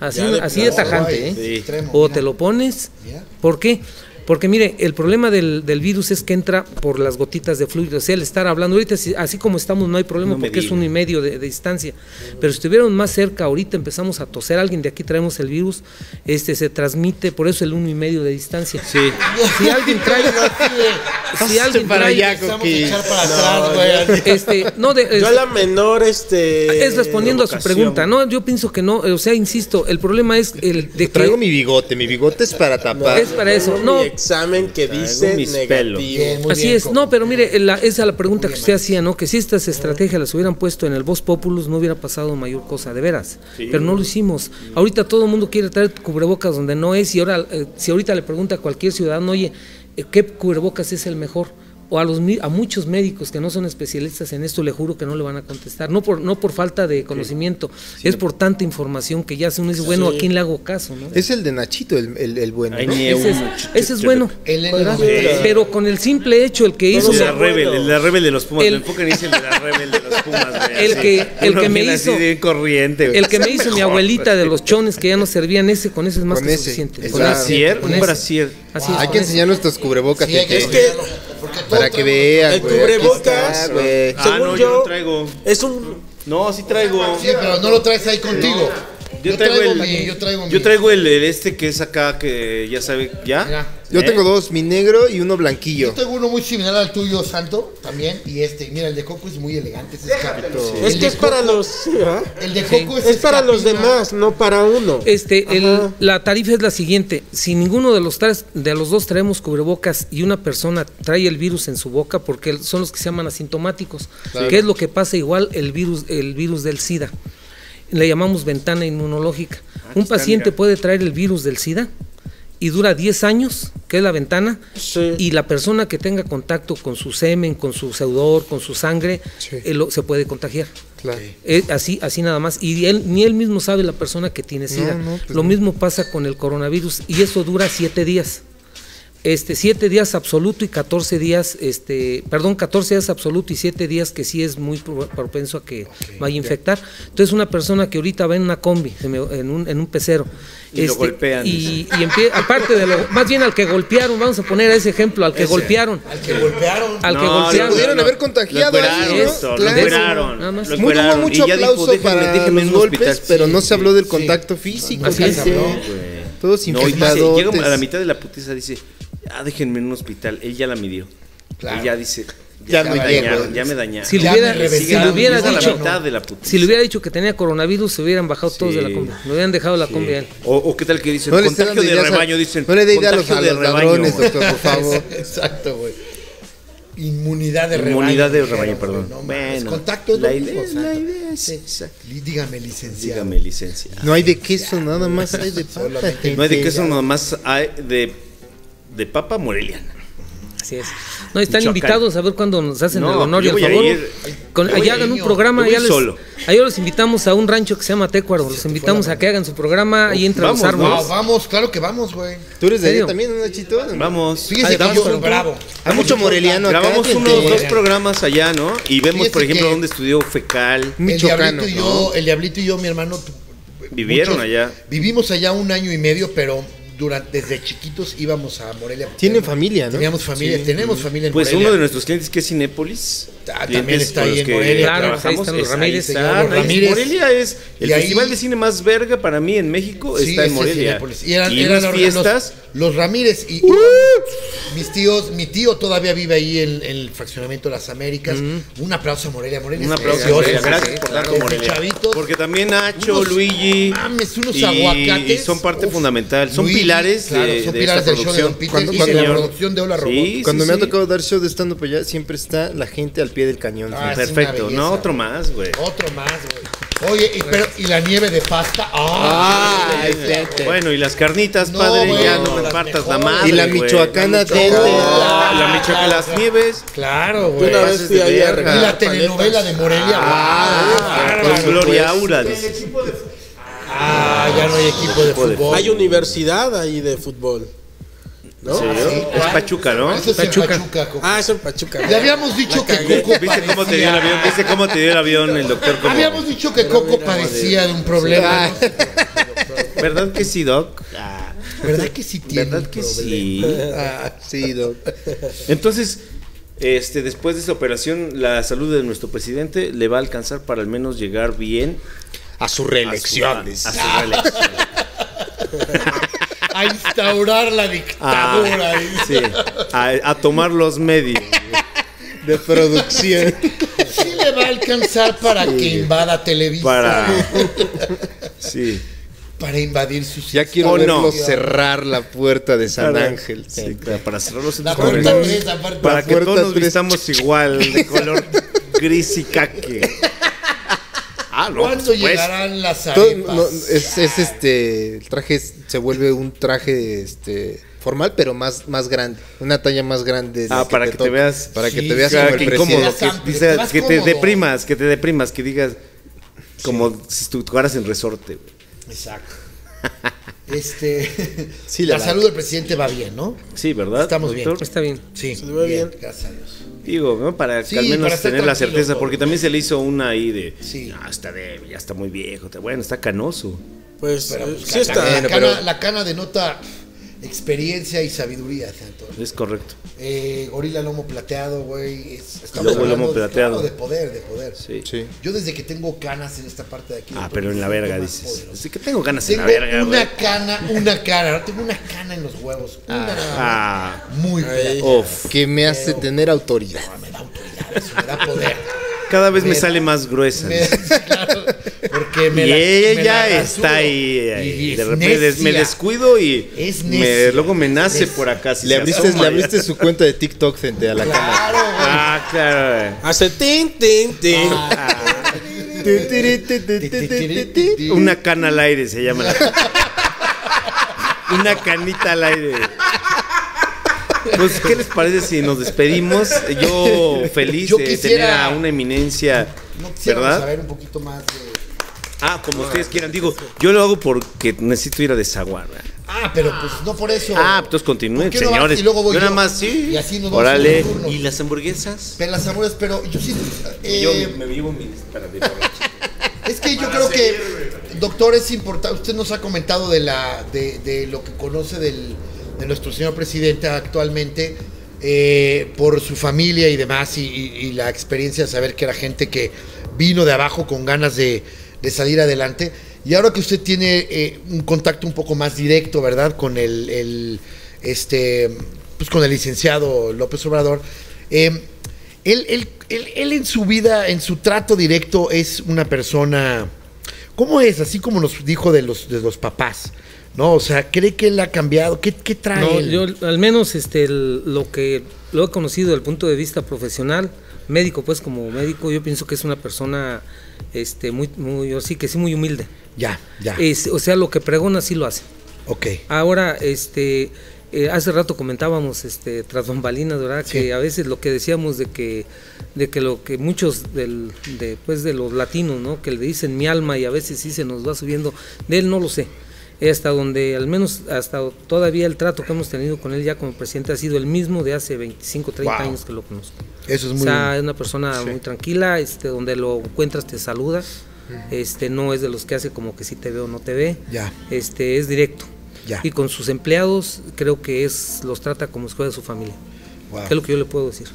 S5: Así,
S4: Ya de
S5: así de
S4: plano.
S5: tajante, ¿eh?
S1: Sí. Extremo,
S5: O
S1: mira.
S5: te lo pones.
S1: Mira.
S5: ¿Por qué? Porque mire, el problema del, del virus es que entra por las gotitas de fluido. O sea, el estar hablando ahorita, si- así como estamos, no hay problema
S2: No me
S5: porque es
S2: diga.
S5: uno y medio de, de distancia. Pero si estuvieron más cerca, ahorita empezamos a toser, alguien de aquí traemos el virus, este se transmite, por eso el uno y medio de distancia.
S2: Sí.
S5: Si alguien trae, si alguien
S2: para
S5: trae,
S2: allá,
S1: Empezamos a
S2: Coquis.
S1: echar para atrás, güey.
S5: este, no de,
S4: Yo a la menor, este.
S5: es respondiendo a su
S2: provocación.
S5: pregunta, ¿no? Yo pienso que no, eh, o sea, insisto, el problema es el de
S3: Traigo
S5: que
S3: mi bigote, mi bigote es para tapar.
S5: es para eso.
S4: mi
S5: No,
S4: examen que dice
S2: mis pelos.
S1: Bien,
S4: negativo.
S1: muy
S5: así
S1: bien,
S5: es.
S1: Coco.
S5: No, pero mire, la- esa es la pregunta que usted hacía, ¿no? Que si estas estrategias las hubieran puesto en el Voz Populus no hubiera pasado mayor cosa, de veras. Pero no lo hicimos. Ahorita todo el mundo quiere traer cubrebocas donde no es y ahora, eh, si ahorita le pregunta a cualquier ciudadano, oye, eh, ¿qué cubrebocas es el mejor? o a, los, mi- a muchos médicos que no son especialistas en esto, le juro que no le van a contestar. No por, no por falta de conocimiento, es por tanta información que ya se uno dice, bueno, ¿a quién le hago caso? ¿no?
S6: Es el de Nachito, el, el, el bueno.
S2: Ay,
S6: ¿no?
S2: ni
S5: Ese es,
S2: uno, ch- ch-
S5: ese es
S2: ch-
S5: bueno,
S1: El- el-
S5: ¿verdad?
S1: el-
S5: pero con el simple hecho, el que hizo,
S2: la rebel, el de la rebel de los Pumas.
S5: El-
S2: El enfoque dice el de la rebel de los Pumas. güey,
S5: El
S2: así.
S5: que- el
S2: Uno
S5: que me
S2: viene así
S5: hizo-
S2: de corriente. güey.
S5: el que me hizo mi
S2: Mejor,
S5: abuelita
S2: güey.
S5: de los chones que ya no servían, ese con ese es más
S6: Con
S5: que
S6: ese,
S5: suficiente.
S6: es
S5: Con
S6: verdad.
S5: ese,
S2: Brasier,
S5: con
S2: un
S5: ese.
S2: brasier.
S5: Así es,
S6: Hay
S5: con
S6: que
S5: ese.
S6: enseñar nuestros cubrebocas,
S1: Sí, hay que
S6: gente,
S1: enseñarlo, porque todo
S6: para que
S1: trae-
S6: vean,
S4: El
S6: güey.
S4: cubrebocas.
S6: Aquí está, güey.
S2: Ah,
S4: Según
S2: no, yo,
S4: yo-
S2: no traigo.
S4: Es un.
S2: No, sí traigo.
S1: Sí, pero no lo traes ahí contigo.
S2: Yo traigo, el,
S1: mi- yo traigo mi-
S2: yo traigo el, el este que es acá, que ya sabe, ya.
S1: Mira.
S6: Yo
S2: ¿Eh?
S6: tengo dos, mi negro y uno blanquillo.
S1: Yo tengo uno muy similar al tuyo, Santo, también. Y este, mira, el de Coco es muy elegante. ese escapito. El
S4: Es que
S1: de
S4: es para
S1: Coco-
S4: los. sí, ¿verdad?
S1: El de Coco
S4: Es para los
S1: escapina.
S4: demás, no para uno.
S5: Este, el,
S4: Ajá.
S5: la tarifa es la siguiente: si ninguno de los tres, de los dos traemos cubrebocas y una persona trae el virus en su boca, porque son los que se llaman asintomáticos, que es lo que pasa igual el virus, el virus del SIDA. Le llamamos ventana inmunológica.
S4: Ah,
S5: Un
S2: está,
S5: paciente
S2: mira.
S5: puede traer el virus del SIDA y dura 10 años, que es la ventana,
S4: Sí.
S5: y la persona que tenga contacto con su semen, con su sudor, con su sangre,
S4: Sí.
S5: eh, lo- se puede contagiar.
S4: Claro.
S5: Eh, así, así nada más. Y él, ni él mismo sabe la persona que tiene SIDA.
S6: no, pues
S5: Lo mismo pasa con el coronavirus y eso dura siete días. Este, siete días absoluto y 14 días, este, perdón, 14 días absoluto y siete días que sí es muy pro- propenso a que vaya a infectar. Entonces una persona que ahorita va en una combi, se me- en un, en un pecero. este,
S2: Y lo golpean.
S5: Y, y empie- aparte de lo, más bien al que golpearon, vamos a poner ese ejemplo, al que golpearon. Al que golpearon. Al que
S2: No,
S5: golpearon.
S2: lo-
S6: Pudieron
S2: lo-
S6: haber contagiado
S2: Lo
S6: a
S2: operaron,
S6: alguien,
S2: esto,
S6: ¿no?
S2: lo
S6: Claro.
S2: operaron,
S5: Nada más.
S2: lo
S6: Muy- hubo
S2: operaron,
S6: mucho
S2: Pues y ya dijo,
S6: aplauso
S2: "Déjenme-
S6: para
S2: déjenme en
S6: los
S2: un
S6: golpes,
S2: hospital".
S6: pero
S2: Sí,
S6: no se habló del
S1: sí.
S6: contacto físico.
S5: Así es.
S6: gente. Todos
S2: No, y dice,
S6: infectadotes.
S2: llega a la mitad de la putiza dice, ah, déjenme en un hospital. Él ya la midió.
S1: Claro.
S2: Él ya dice,
S6: Ya me
S2: ya, me dañaron,
S6: llego.
S2: ya me dañaron.
S5: Si le
S1: Ya
S5: hubiera,
S1: me
S5: si
S1: reventé.
S5: le hubiera
S2: Llega a la
S5: dicho,
S2: mitad de la putiza.
S5: si le hubiera dicho que tenía coronavirus, se hubieran bajado todos de la
S2: Sí.
S5: combi. Lo hubieran dejado la combi a él.
S2: O, o qué tal que dicen,
S6: No les
S2: contagio
S6: dé
S2: de
S6: ideas a-
S2: rebaño, dicen.
S6: No le dé idea a los,
S2: "Contagio
S6: a
S2: de
S6: los
S2: rebaño".
S6: ladrones, doctor, por favor.
S1: Exacto, güey. Inmunidad de rebaño.
S2: Inmunidad de rebaño,
S1: dijeron,
S2: perdón.
S1: güey, no mames,
S2: bueno,
S1: contacto es lo
S2: la
S1: mismo,
S2: idea, es la
S1: Santo.
S2: idea es
S1: Sí.
S2: esa.
S1: Lí- Dígame, licenciado.
S2: Dígame, licencia.
S6: No hay de queso, nada más hay de papa.
S1: Solamente-
S2: No hay de queso,
S1: Ah,
S2: nada más hay de, de papa moreliana.
S5: Así es. No, están
S2: Michoacán.
S5: invitados a ver cuándo nos hacen
S2: No,
S5: el honor y
S2: yo
S5: el
S2: voy a
S5: favor.
S2: ir.
S5: Con-
S2: Yo voy
S5: allá
S2: a
S5: hagan un
S2: ir.
S5: programa.
S2: Yo voy
S5: Allá les,
S2: solo.
S5: allá los invitamos a un rancho que se llama Tecuaro. Los invitamos a que hagan su programa y entre los
S2: vamos,
S5: árboles.
S1: No, vamos, claro que vamos, güey.
S6: ¿Tú eres de
S5: ¿Serio?
S6: allá también, Nachito?
S2: Vamos. Ah,
S1: Fíjese que
S5: vamos,
S1: yo
S5: Santo.
S1: bravo.
S6: Hay mucho moreliano acá.
S2: Grabamos
S6: gente.
S2: unos dos programas allá, ¿no? Y vemos,
S1: Fíjese
S2: por ejemplo,
S1: que-
S2: dónde estudió Fecal.
S1: El
S6: Michoacano,
S1: diablito, y yo, el diablito y yo, mi hermano. tu-
S2: Vivieron allá.
S1: Vivimos allá un año y medio, pero durante, desde chiquitos íbamos a Morelia.
S6: Tienen
S1: Teníamos-
S6: familia, ¿no?
S1: Teníamos familia, tenemos familia en
S2: Pues
S1: Morelia.
S2: uno de nuestros clientes que es Cinépolis.
S1: Ah,
S2: clientes
S1: también está
S2: con
S1: ahí
S2: los
S1: en
S2: que
S1: Morelia.
S5: Claro,
S2: trabajamos,
S5: ahí están los
S2: es- ahí
S5: Ramírez,
S2: están,
S1: señor, los
S2: ahí es-
S1: Ramírez.
S2: Morelia es el
S1: Y ahí-
S2: festival de cine más verga para mí en México.
S1: Sí,
S2: está en
S1: ese
S2: Morelia.
S1: Cinépolis.
S2: Y,
S1: Y eran, eran
S2: unas
S1: los-
S2: fiestas.
S1: Los, los Ramírez y, y
S6: ¡Uh!
S1: mis tíos, mi tío todavía vive ahí en, en el fraccionamiento de las Américas. Un aplauso a Morelia, Morelia.
S2: Un
S1: es
S2: aplauso.
S1: precioso.
S2: Morelia. Gracias por darlo,
S1: Desde
S2: Morelia.
S1: chavitos.
S2: Porque también Nacho,
S1: Unos-
S2: Luigi.
S1: mames, unos
S2: y-
S1: aguacates.
S2: y son parte
S1: Uf.
S2: fundamental. Son
S1: Luigi,
S2: pilares
S1: claro,
S2: de,
S1: son
S2: de
S1: pilares
S2: esta
S1: del show de Don
S2: producción.
S1: Peter
S6: Cuando-
S1: y
S6: cuando-
S1: de la producción de Hola Robot.
S2: Sí,
S6: Cuando
S2: sí,
S6: me ha
S2: sí.
S6: tocado dar show de stand-up allá, siempre está la gente al pie del cañón.
S1: Ah,
S6: siempre.
S1: es una
S2: Perfecto.
S1: belleza.
S2: No, otro más, güey.
S1: Otro más, güey. Oye, y, pero, ¿y la nieve de pasta? ¡Ah!
S2: Bueno, y las carnitas,
S1: No,
S2: padre, ya
S1: bueno,
S2: no me
S1: las
S2: partas la
S1: mejores.
S2: madre.
S6: Y la
S2: güey.
S6: michoacana
S2: La michoacana,
S6: tente.
S2: la michoacana, las nieves.
S1: Claro,
S4: Yo
S1: güey.
S4: una
S2: pases
S4: vez fui
S2: de
S4: ahí a
S2: verga.
S1: Y
S4: regalar
S1: la
S4: paletas.
S1: telenovela de Morelia.
S2: Ah,
S1: Ah,
S2: con Gloria Aura. dice.
S1: ah, ya no hay equipo de
S2: de
S1: fútbol.
S4: Hay universidad ahí de fútbol.
S2: ¿En serio? Es Pachuca, ¿no?
S1: Eso es en
S5: Pachuca.
S1: Pachuca, Coco.
S4: Ah, es en Pachuca.
S1: Le habíamos dicho que Coco
S2: ¿Viste cómo te dio el avión? ¿Viste cómo te dio el avión el doctor? Como,
S1: Habíamos dicho que Coco padecía de un problema. ¿no?
S2: ¿Verdad que sí, Doc?
S1: ¿Verdad que sí tiene?
S2: ¿Verdad
S1: un
S2: que
S1: problema?
S2: sí?
S6: Ah, sí, doc.
S2: Entonces, este, después de esta operación, la salud de nuestro presidente le va a alcanzar para al menos llegar bien
S6: A su
S2: a su,
S6: reelección.
S2: a- a su reelección.
S1: A instaurar la
S2: Ah,
S1: dictadura. ¿eh?
S2: sí, a, a tomar los medios.
S6: de producción.
S1: Sí le va a alcanzar para que invada Televisa.
S2: Para. Sí.
S1: para invadir sus
S6: Ya quiero
S2: Oh,
S6: verlo
S2: no.
S6: cerrar la puerta de San Ángel.
S2: Sí, claro, para cerrar los
S1: La
S2: centros
S1: puerta
S2: comerciales.
S1: tres, aparte.
S2: Para
S6: La
S2: que
S6: puerta
S2: todos nos
S6: tres.
S2: vistamos igual, de color gris y caque. Ah, no,
S1: ¿Cuándo
S2: pues,
S1: llegarán las
S6: Todo-
S1: arepas?
S6: no, es, es este. El traje es- se vuelve un traje este,
S3: formal, pero más, más grande. Una talla más grande. de
S2: Ah,
S3: la
S2: para que te
S3: toque.
S2: veas.
S3: Para que
S1: Sí,
S3: te veas
S1: claro,
S3: como
S2: que
S3: el
S2: incómodo, que,
S3: presidente.
S1: Te vas
S2: dices, que te
S1: cómodo.
S2: deprimas, que te deprimas, que digas como si tú jugaras en resorte. güey.
S1: Exacto. Este,
S3: Sí,
S1: la,
S3: la
S1: salud del presidente va bien, ¿no?
S2: Sí, ¿verdad?
S1: Estamos bien.
S2: doctor?
S5: Está bien.
S1: Sí,
S4: Se ve bien.
S1: Gracias a Dios.
S2: Digo, ¿no? para
S1: Sí,
S2: que al menos
S1: para estar
S2: tener la
S1: tranquilo,
S2: certeza,
S1: todo.
S2: porque también se le hizo una ahí de,
S1: Sí.
S2: "No, está débil, ya está muy viejo, está- bueno, está canoso.
S4: Pues,
S1: Pero,
S4: eh,
S1: pues,
S4: sí
S1: la,
S4: está.
S1: la
S3: Bueno,
S1: cana,
S3: pero-
S1: la cana denota experiencia y sabiduría, Santo.
S2: Es correcto.
S1: Eh, gorila lomo plateado, güey. es- Estamos
S2: Lobo
S1: hablando de-
S2: lomo plateado.
S1: claro, De, poder, de poder.
S2: Sí.
S3: Sí.
S1: Yo desde que tengo canas en esta parte de aquí.
S2: Ah,
S1: doctor,
S2: pero en la
S1: me siento
S2: verga,
S1: más
S2: dices.
S1: poderoso.
S2: Así que tengo ganas
S1: Tengo
S2: en la verga, güey.
S1: una cana, una cara. Ahora tengo una cana en los huevos. Una nada más.
S2: Ah,
S1: Muy fea.
S2: uf.
S3: Que me hace tener autoridad.
S1: Me da autoridad, eso me da poder.
S2: Cada vez me sale más gruesa.
S1: Me- claro, porque me
S2: y
S1: la- me
S2: ella
S1: la rasuro.
S2: está ahí. ahí.
S1: Y es
S2: de repente des- me
S1: necia.
S2: descuido y
S1: Es
S2: me,
S1: necia.
S2: luego me nace
S1: Es-
S2: por acá. si
S3: Le
S2: se
S3: abriste,
S2: asoma.
S3: le abriste su cuenta de TikTok frente a la cama.
S1: Claro, güey.
S2: Ah, claro.
S4: Hace tin, tin, tin.
S1: Ah,
S2: güey. Una cana al aire se llama. la- Una canita al aire. Pues, ¿qué les parece si nos despedimos? Yo feliz
S1: Yo
S2: de
S1: quisiera-
S2: tener a una eminencia,
S1: No quisiéramos
S2: ¿verdad?
S1: saber un poquito más de.
S2: Ah, como ustedes quieran. Digo, yo lo hago porque necesito ir a desaguar. ¿verdad?
S1: Ah, pero pues no por eso.
S2: Ah, entonces continúen,
S1: ¿Por qué no vas
S2: señores.
S1: y luego voy
S2: yo
S1: yo?
S2: nada más, sí.
S1: Y así nos vamos
S2: Órale.
S1: en turno.
S2: ¿Y las hamburguesas?
S1: Pelas amores, pero yo sí. eh,
S2: vivo mi. Para de
S1: Es que yo creo que, doctor, es importante. Usted nos ha comentado de la de, de lo que conoce del, de nuestro señor presidente actualmente eh, por su familia y demás, y, y- y la experiencia de saber que era gente que vino de abajo con ganas de, de salir adelante. Y ahora que usted tiene eh, un contacto un poco más directo, ¿verdad? Con el, el, este, pues con el licenciado López Obrador. eh, él, él- él- él en su vida, en su trato directo, es una persona. ¿Cómo es? Así como nos dijo de los, de los papás, ¿no? O sea, ¿cree que él ha cambiado? ¿Qué, qué trae
S5: No,
S1: él?
S5: yo al menos este el- lo que lo he conocido desde el punto de vista profesional, médico, pues como médico, yo pienso que es una persona este muy muy yo sí que sí muy humilde.
S1: Ya, ya.
S5: Es- o sea, lo que pregona sí lo hace.
S1: ok.
S5: Ahora, este, eh, hace rato comentábamos, este, tras bambalinas, ¿verdad?
S1: Sí.
S5: Que a veces lo que decíamos de que, de que lo que muchos del, de, pues, de los latinos, ¿no? Que le dicen mi alma y a veces sí se nos va subiendo. De él no lo sé. Eh, Hasta donde, al menos hasta todavía el trato que hemos tenido con él ya como presidente ha sido el mismo de hace 25, 30
S1: Wow.
S5: años que lo conozco.
S1: Eso es muy.
S5: O sea, es una persona muy tranquila, este, donde lo encuentras te saluda, este, no es de los que hace como que si te ve o no te ve,
S1: Ya.
S5: este, es directo.
S1: Ya.
S5: Y con sus empleados creo que es, los trata como si fuera de su familia,
S1: Wow.
S5: es lo que yo le puedo decir.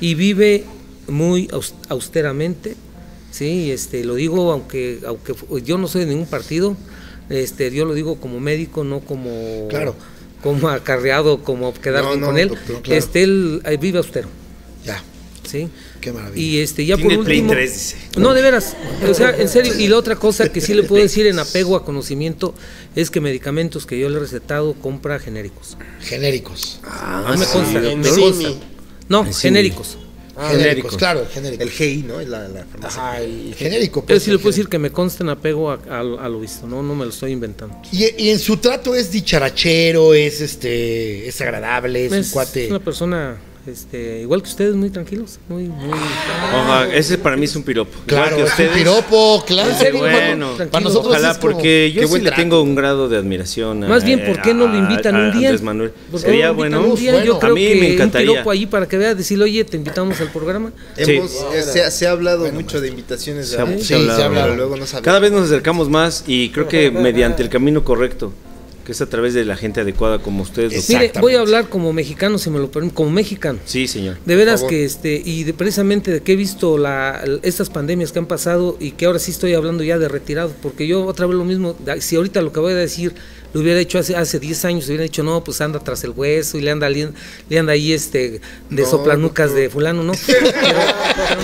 S5: Y vive muy aus- austeramente, sí, este, lo digo aunque, aunque fu- yo no soy de ningún partido, este, yo lo digo como médico, no como...
S1: Claro.
S5: Como acarreado, como quedar
S3: No,
S5: bien
S3: no,
S5: con él.
S3: doctor,
S1: claro.
S5: Este, él eh, vive austero.
S1: Ya.
S5: ¿sí?
S1: Qué maravilla.
S5: Y este, ya
S2: Tiene
S5: por
S2: Play
S5: último.
S2: 3, dice.
S5: No, de veras. O sea, en serio. Y la otra cosa que sí le puedo decir en apego a conocimiento es que medicamentos que yo le he recetado compra genéricos.
S1: Genéricos.
S2: Ah,
S5: me
S2: sí,
S5: consta,
S2: doctor.
S5: me consta. No,
S2: Sí.
S5: Ah, genéricos.
S1: genéricos, claro, genéricos.
S3: El GI, ¿no? Es La, la farmacia.
S1: Ajá, el genérico.
S5: Pero
S1: pues,
S5: sí le
S1: el
S5: puedo
S1: genérico.
S5: decir que me consta en apego a, a- a lo visto, no, no me lo estoy inventando.
S1: Y, y en su trato es dicharachero, es este, es agradable, es, un
S5: Es
S1: cuate.
S5: una persona este, igual que ustedes, muy tranquilos, muy, muy
S2: Ajá, ese para mí es un piropo. Igual
S1: Claro,
S2: que
S1: es un
S2: ustedes.
S1: piropo, claro.
S5: En serio,
S1: Para-
S2: bueno.
S1: para
S5: Tranquilo.
S1: nosotros
S2: Ojalá,
S1: es como-
S2: porque yo
S3: Qué
S2: sí
S3: buen
S2: le
S3: trato.
S2: tengo un grado de admiración. a-
S5: Más bien, ¿por qué no lo invitan
S2: Eh, a- a
S5: un día?
S2: Andrés Manuel.
S5: ¿Por qué no
S2: Sería
S5: lo invitan
S2: bueno.
S5: un día? Yo
S1: Bueno,
S5: creo
S2: a mí
S5: que
S2: me
S5: un
S2: encantaría.
S5: piropo ahí para que veas, decirle, oye, te invitamos al programa.
S2: Sí.
S3: Hemos, eh, se, ha- se ha hablado mucho de invitaciones
S2: Se ha-
S3: de-
S2: se ha
S1: Sí, se
S2: hablado.
S1: habla.
S3: pero luego no sabemos.
S2: Cada vez nos acercamos más y creo que mediante el camino correcto, que es a través de la gente adecuada como ustedes. lo-
S5: Mire, voy
S1: Exactamente.
S5: a hablar como mexicano, si me lo permiten, como mexicano.
S2: Sí, señor.
S5: De veras
S3: favor.
S5: que este, y de precisamente de que he visto la, l- estas pandemias que han pasado y que ahora sí estoy hablando ya de retirado, porque yo otra vez lo mismo, da- si ahorita lo que voy a decir lo hubiera hecho hace hace 10 años, hubiera dicho, no, pues anda tras el hueso y le anda, ali- le anda ahí este de
S3: No,
S5: soplanucas de fulano, ¿no? Pero-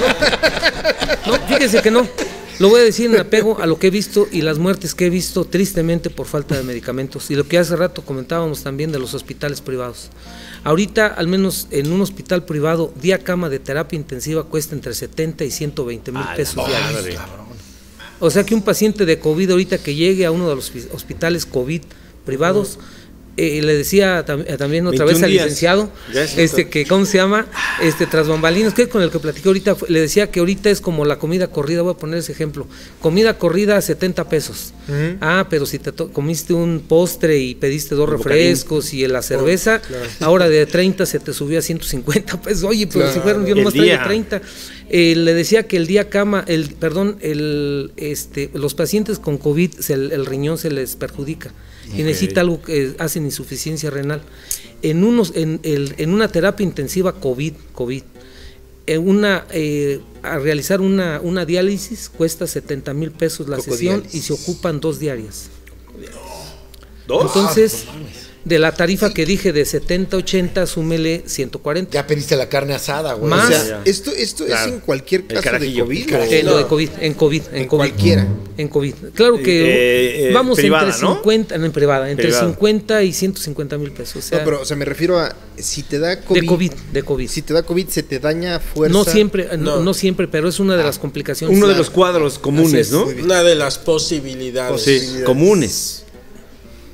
S5: pero no. No, fíjese que no. Lo voy a decir en apego a lo que he visto y las muertes que he visto tristemente por falta de medicamentos y lo que hace rato comentábamos también de los hospitales privados. Ahorita, al menos en un hospital privado, día cama de terapia intensiva cuesta entre 70 y 120 mil pesos diarios. O sea que un paciente de COVID ahorita que llegue a uno de los hospi- hospitales COVID privados eh, le decía tam- eh, también otra
S2: 21
S5: vez al
S2: días.
S5: licenciado,
S2: Ya es
S5: este
S2: cierto.
S5: que cómo se llama, este tras bambalinas, que con el que platiqué ahorita, fue- le decía que ahorita es como la comida corrida, voy a poner ese ejemplo, comida corrida 70 pesos. Ah, pero si te to- comiste un postre y pediste dos refrescos y la cerveza, ahora de 30 se te subió a 150 pesos. Oye, pero si fueron yo
S2: El
S5: nomás traigo
S2: día.
S5: 30. Eh, le decía que el día cama, el perdón, el este los pacientes con COVID se- el, el riñón se les perjudica y necesita algo que hacen insuficiencia renal. En unos en, el- en una terapia intensiva COVID, COVID eh, una eh, a realizar una, una diálisis cuesta 70 mil pesos la sesión y se ocupan dos diarias.
S2: ¿Dos?
S5: Entonces, de la tarifa que dije de 70, 80, súmele 140.
S1: Ya pediste la carne asada, güey.
S5: Más.
S1: O sea,
S2: Ya.
S3: Esto, esto
S2: Claro.
S3: es en cualquier
S2: El
S3: caso de
S2: carajillo, el
S3: COVID. ¿o?
S5: Eh, lo de COVID, en COVID, en, COVID.
S3: cualquiera.
S5: En COVID. Claro que
S2: Eh, eh,
S5: vamos
S2: privada,
S5: entre
S2: ¿no?
S5: 50, no, en privada, entre
S2: Privada.
S5: 50 y 150 mil pesos. O sea,
S3: No, pero o sea, me refiero a si te da COVID.
S5: de COVID, de COVID.
S3: Si te da COVID, se te daña fuerza.
S5: no siempre, eh, no,
S4: No.
S5: no siempre, pero es una de las complicaciones.
S2: Ah, Uno de los cuadros comunes,
S3: es,
S2: ¿no?
S3: muy bien.
S4: Una de las posibilidades.
S2: Oh, Sí, comunes.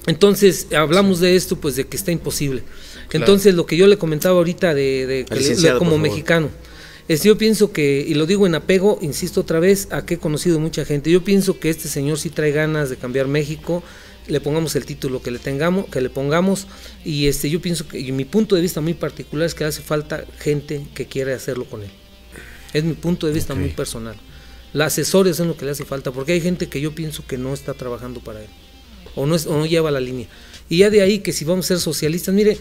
S5: Entonces, hablamos de esto, pues de que está imposible. Entonces, lo que yo le comentaba ahorita de, de- que le-
S2: licenciado,
S5: como
S2: por favor.
S5: mexicano, es, yo pienso que, y lo digo en apego, insisto otra vez, a que he conocido mucha gente, yo pienso que este señor sí trae ganas de cambiar México, le pongamos el título que le tengamos, que le pongamos, y este, yo pienso que, y mi punto de vista muy particular es que hace falta gente que quiera hacerlo con él. Es mi punto de vista muy personal. Los asesores son lo que le hace falta, porque hay gente que yo pienso que no está trabajando para él, o no, es, o no lleva la línea. Y ya de ahí que si vamos a ser socialistas, mire,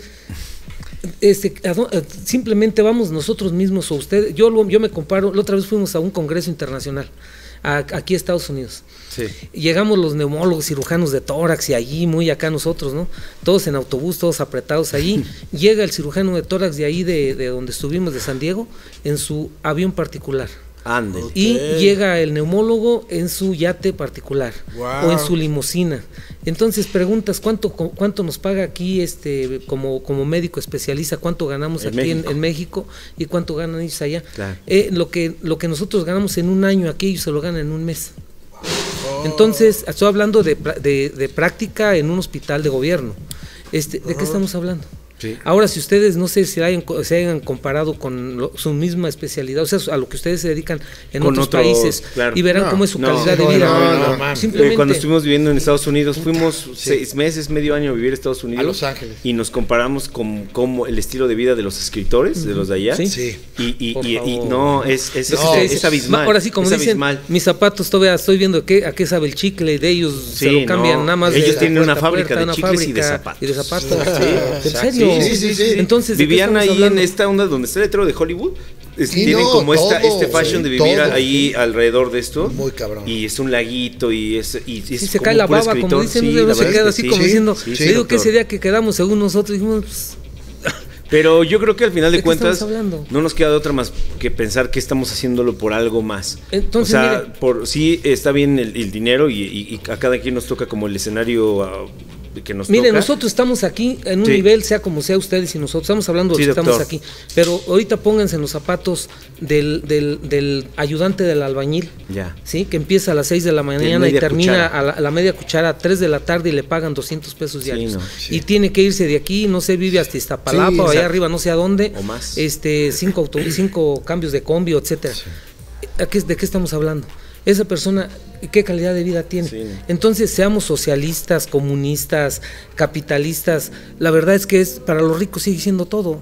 S5: este, ¿a dó- a- simplemente vamos nosotros mismos o ustedes, yo, lo- yo me comparo, la otra vez fuimos a un congreso internacional, a- aquí a Estados Unidos. Llegamos los neumólogos, cirujanos de tórax y allí, muy acá nosotros, ¿no? Todos en autobús, todos apretados ahí. Llega el cirujano de tórax de ahí, de, de donde estuvimos, de San Diego, en su avión particular.
S2: Ande.
S5: Y llega el neumólogo en su yate particular
S4: Guau.
S5: o en su limusina. Entonces preguntas cuánto co- cuánto nos paga aquí este como como médico especialista, cuánto ganamos
S2: En
S5: aquí en-
S2: México.
S5: En, México y cuánto ganan ellos allá.
S2: Claro.
S5: Eh, lo que lo que nosotros ganamos en un año aquí ellos se lo ganan en un mes. Entonces, estoy hablando de, pra- de- de práctica en un hospital de gobierno. Este, ¿De qué estamos hablando? Ahora, si ustedes, no sé si hayan, co- se hayan comparado con lo- su misma especialidad, o sea, su- a lo que ustedes se dedican en
S2: Con
S5: otros
S2: otros,
S5: países,
S2: claro.
S5: y verán
S2: No,
S5: cómo es su
S2: no,
S5: calidad de
S2: no,
S5: vida.
S1: no, no,
S5: Eh,
S1: mames.
S5: Simplemente,
S2: Eh, cuando estuvimos viviendo en Estados Unidos, fuimos seis meses, medio año a vivir a Estados Unidos.
S1: Los Ángeles.
S2: Y nos comparamos con cómo el estilo de vida de los escritores, de los de allá.
S5: Sí.
S1: Sí.
S2: Y, y-
S5: Por
S2: y- y
S5: favor.
S2: no, es, es,
S5: lo que
S2: es-
S5: ustedes
S2: es
S5: dicen.
S2: abismal.
S5: Ma- Ahora sí, como
S2: es
S5: dicen,
S2: abismal.
S5: mis zapatos todavía estoy viendo que, a qué sabe el chicle de ellos, se
S2: Sí,
S5: lo cambian
S2: no.
S5: nada más. de
S2: Ellos
S5: la
S2: tienen una
S5: puerta a
S2: fábrica
S5: puerta,
S2: de
S5: una
S2: chicles y de
S5: fábrica y de
S2: zapatos.
S5: zapatos. ¿En serio?
S1: Sí, sí, sí, sí.
S5: Entonces, ¿de qué
S2: Vivían
S5: estamos
S2: ahí en
S5: hablando?
S2: esta onda donde está el letrero de Hollywood. Es-
S1: Sí,
S2: tienen
S1: no,
S2: como esta,
S1: todo,
S2: este fashion de
S1: sí,
S2: vivir
S1: todo,
S2: ahí
S1: sí.
S2: alrededor de esto.
S1: Muy cabrón.
S2: Y es un laguito y es. Y, y es
S5: Sí, se
S2: como
S5: cae la
S2: puro
S5: baba, como
S2: escritor.
S5: dicen,
S2: Sí,
S5: uno
S2: la
S5: se
S2: verdad
S5: queda
S2: es
S5: así
S2: que
S5: como
S2: sí.
S5: diciendo,
S2: Sí,
S5: le
S2: sí,
S5: digo que
S2: doctor.
S5: ese día que quedamos, según nosotros, dijimos, pues,
S2: Pero yo creo que al final de,
S5: ¿De qué
S2: cuentas
S5: estamos hablando?
S2: no nos queda de otra más que pensar que estamos haciéndolo por algo más.
S5: Entonces,
S2: o sea,
S5: mire.
S2: por sí está bien el, el dinero y, y- y a cada quien nos toca como el escenario ah, que nos
S5: Mire,
S2: toca.
S5: nosotros estamos aquí en un
S2: Sí.
S5: nivel, sea como sea ustedes y nosotros, estamos hablando de
S2: Sí,
S5: los que estamos
S2: doctor.
S5: aquí. Pero ahorita pónganse en los zapatos del, del, del ayudante del albañil,
S2: Ya.
S5: ¿sí? Que empieza a las 6 de la mañana y
S2: media
S5: termina
S2: cuchara.
S5: a la, a la media cuchara a 3 de la tarde y le pagan 200 pesos
S2: Sí,
S5: diarios.
S2: no, sí.
S5: Y tiene que irse de aquí, no sé, vive hasta Iztapalapa
S1: Sí,
S5: o allá
S1: exacto.
S5: arriba, no sé a dónde.
S2: O más.
S5: Este, cinco, auto- cinco cambios de combi, etcétera. ¿A qué- ¿De qué estamos hablando? Esa persona, ¿qué calidad de vida tiene?
S2: Sí.
S5: Entonces, seamos socialistas, comunistas, capitalistas, la verdad es que es para los ricos sigue siendo todo.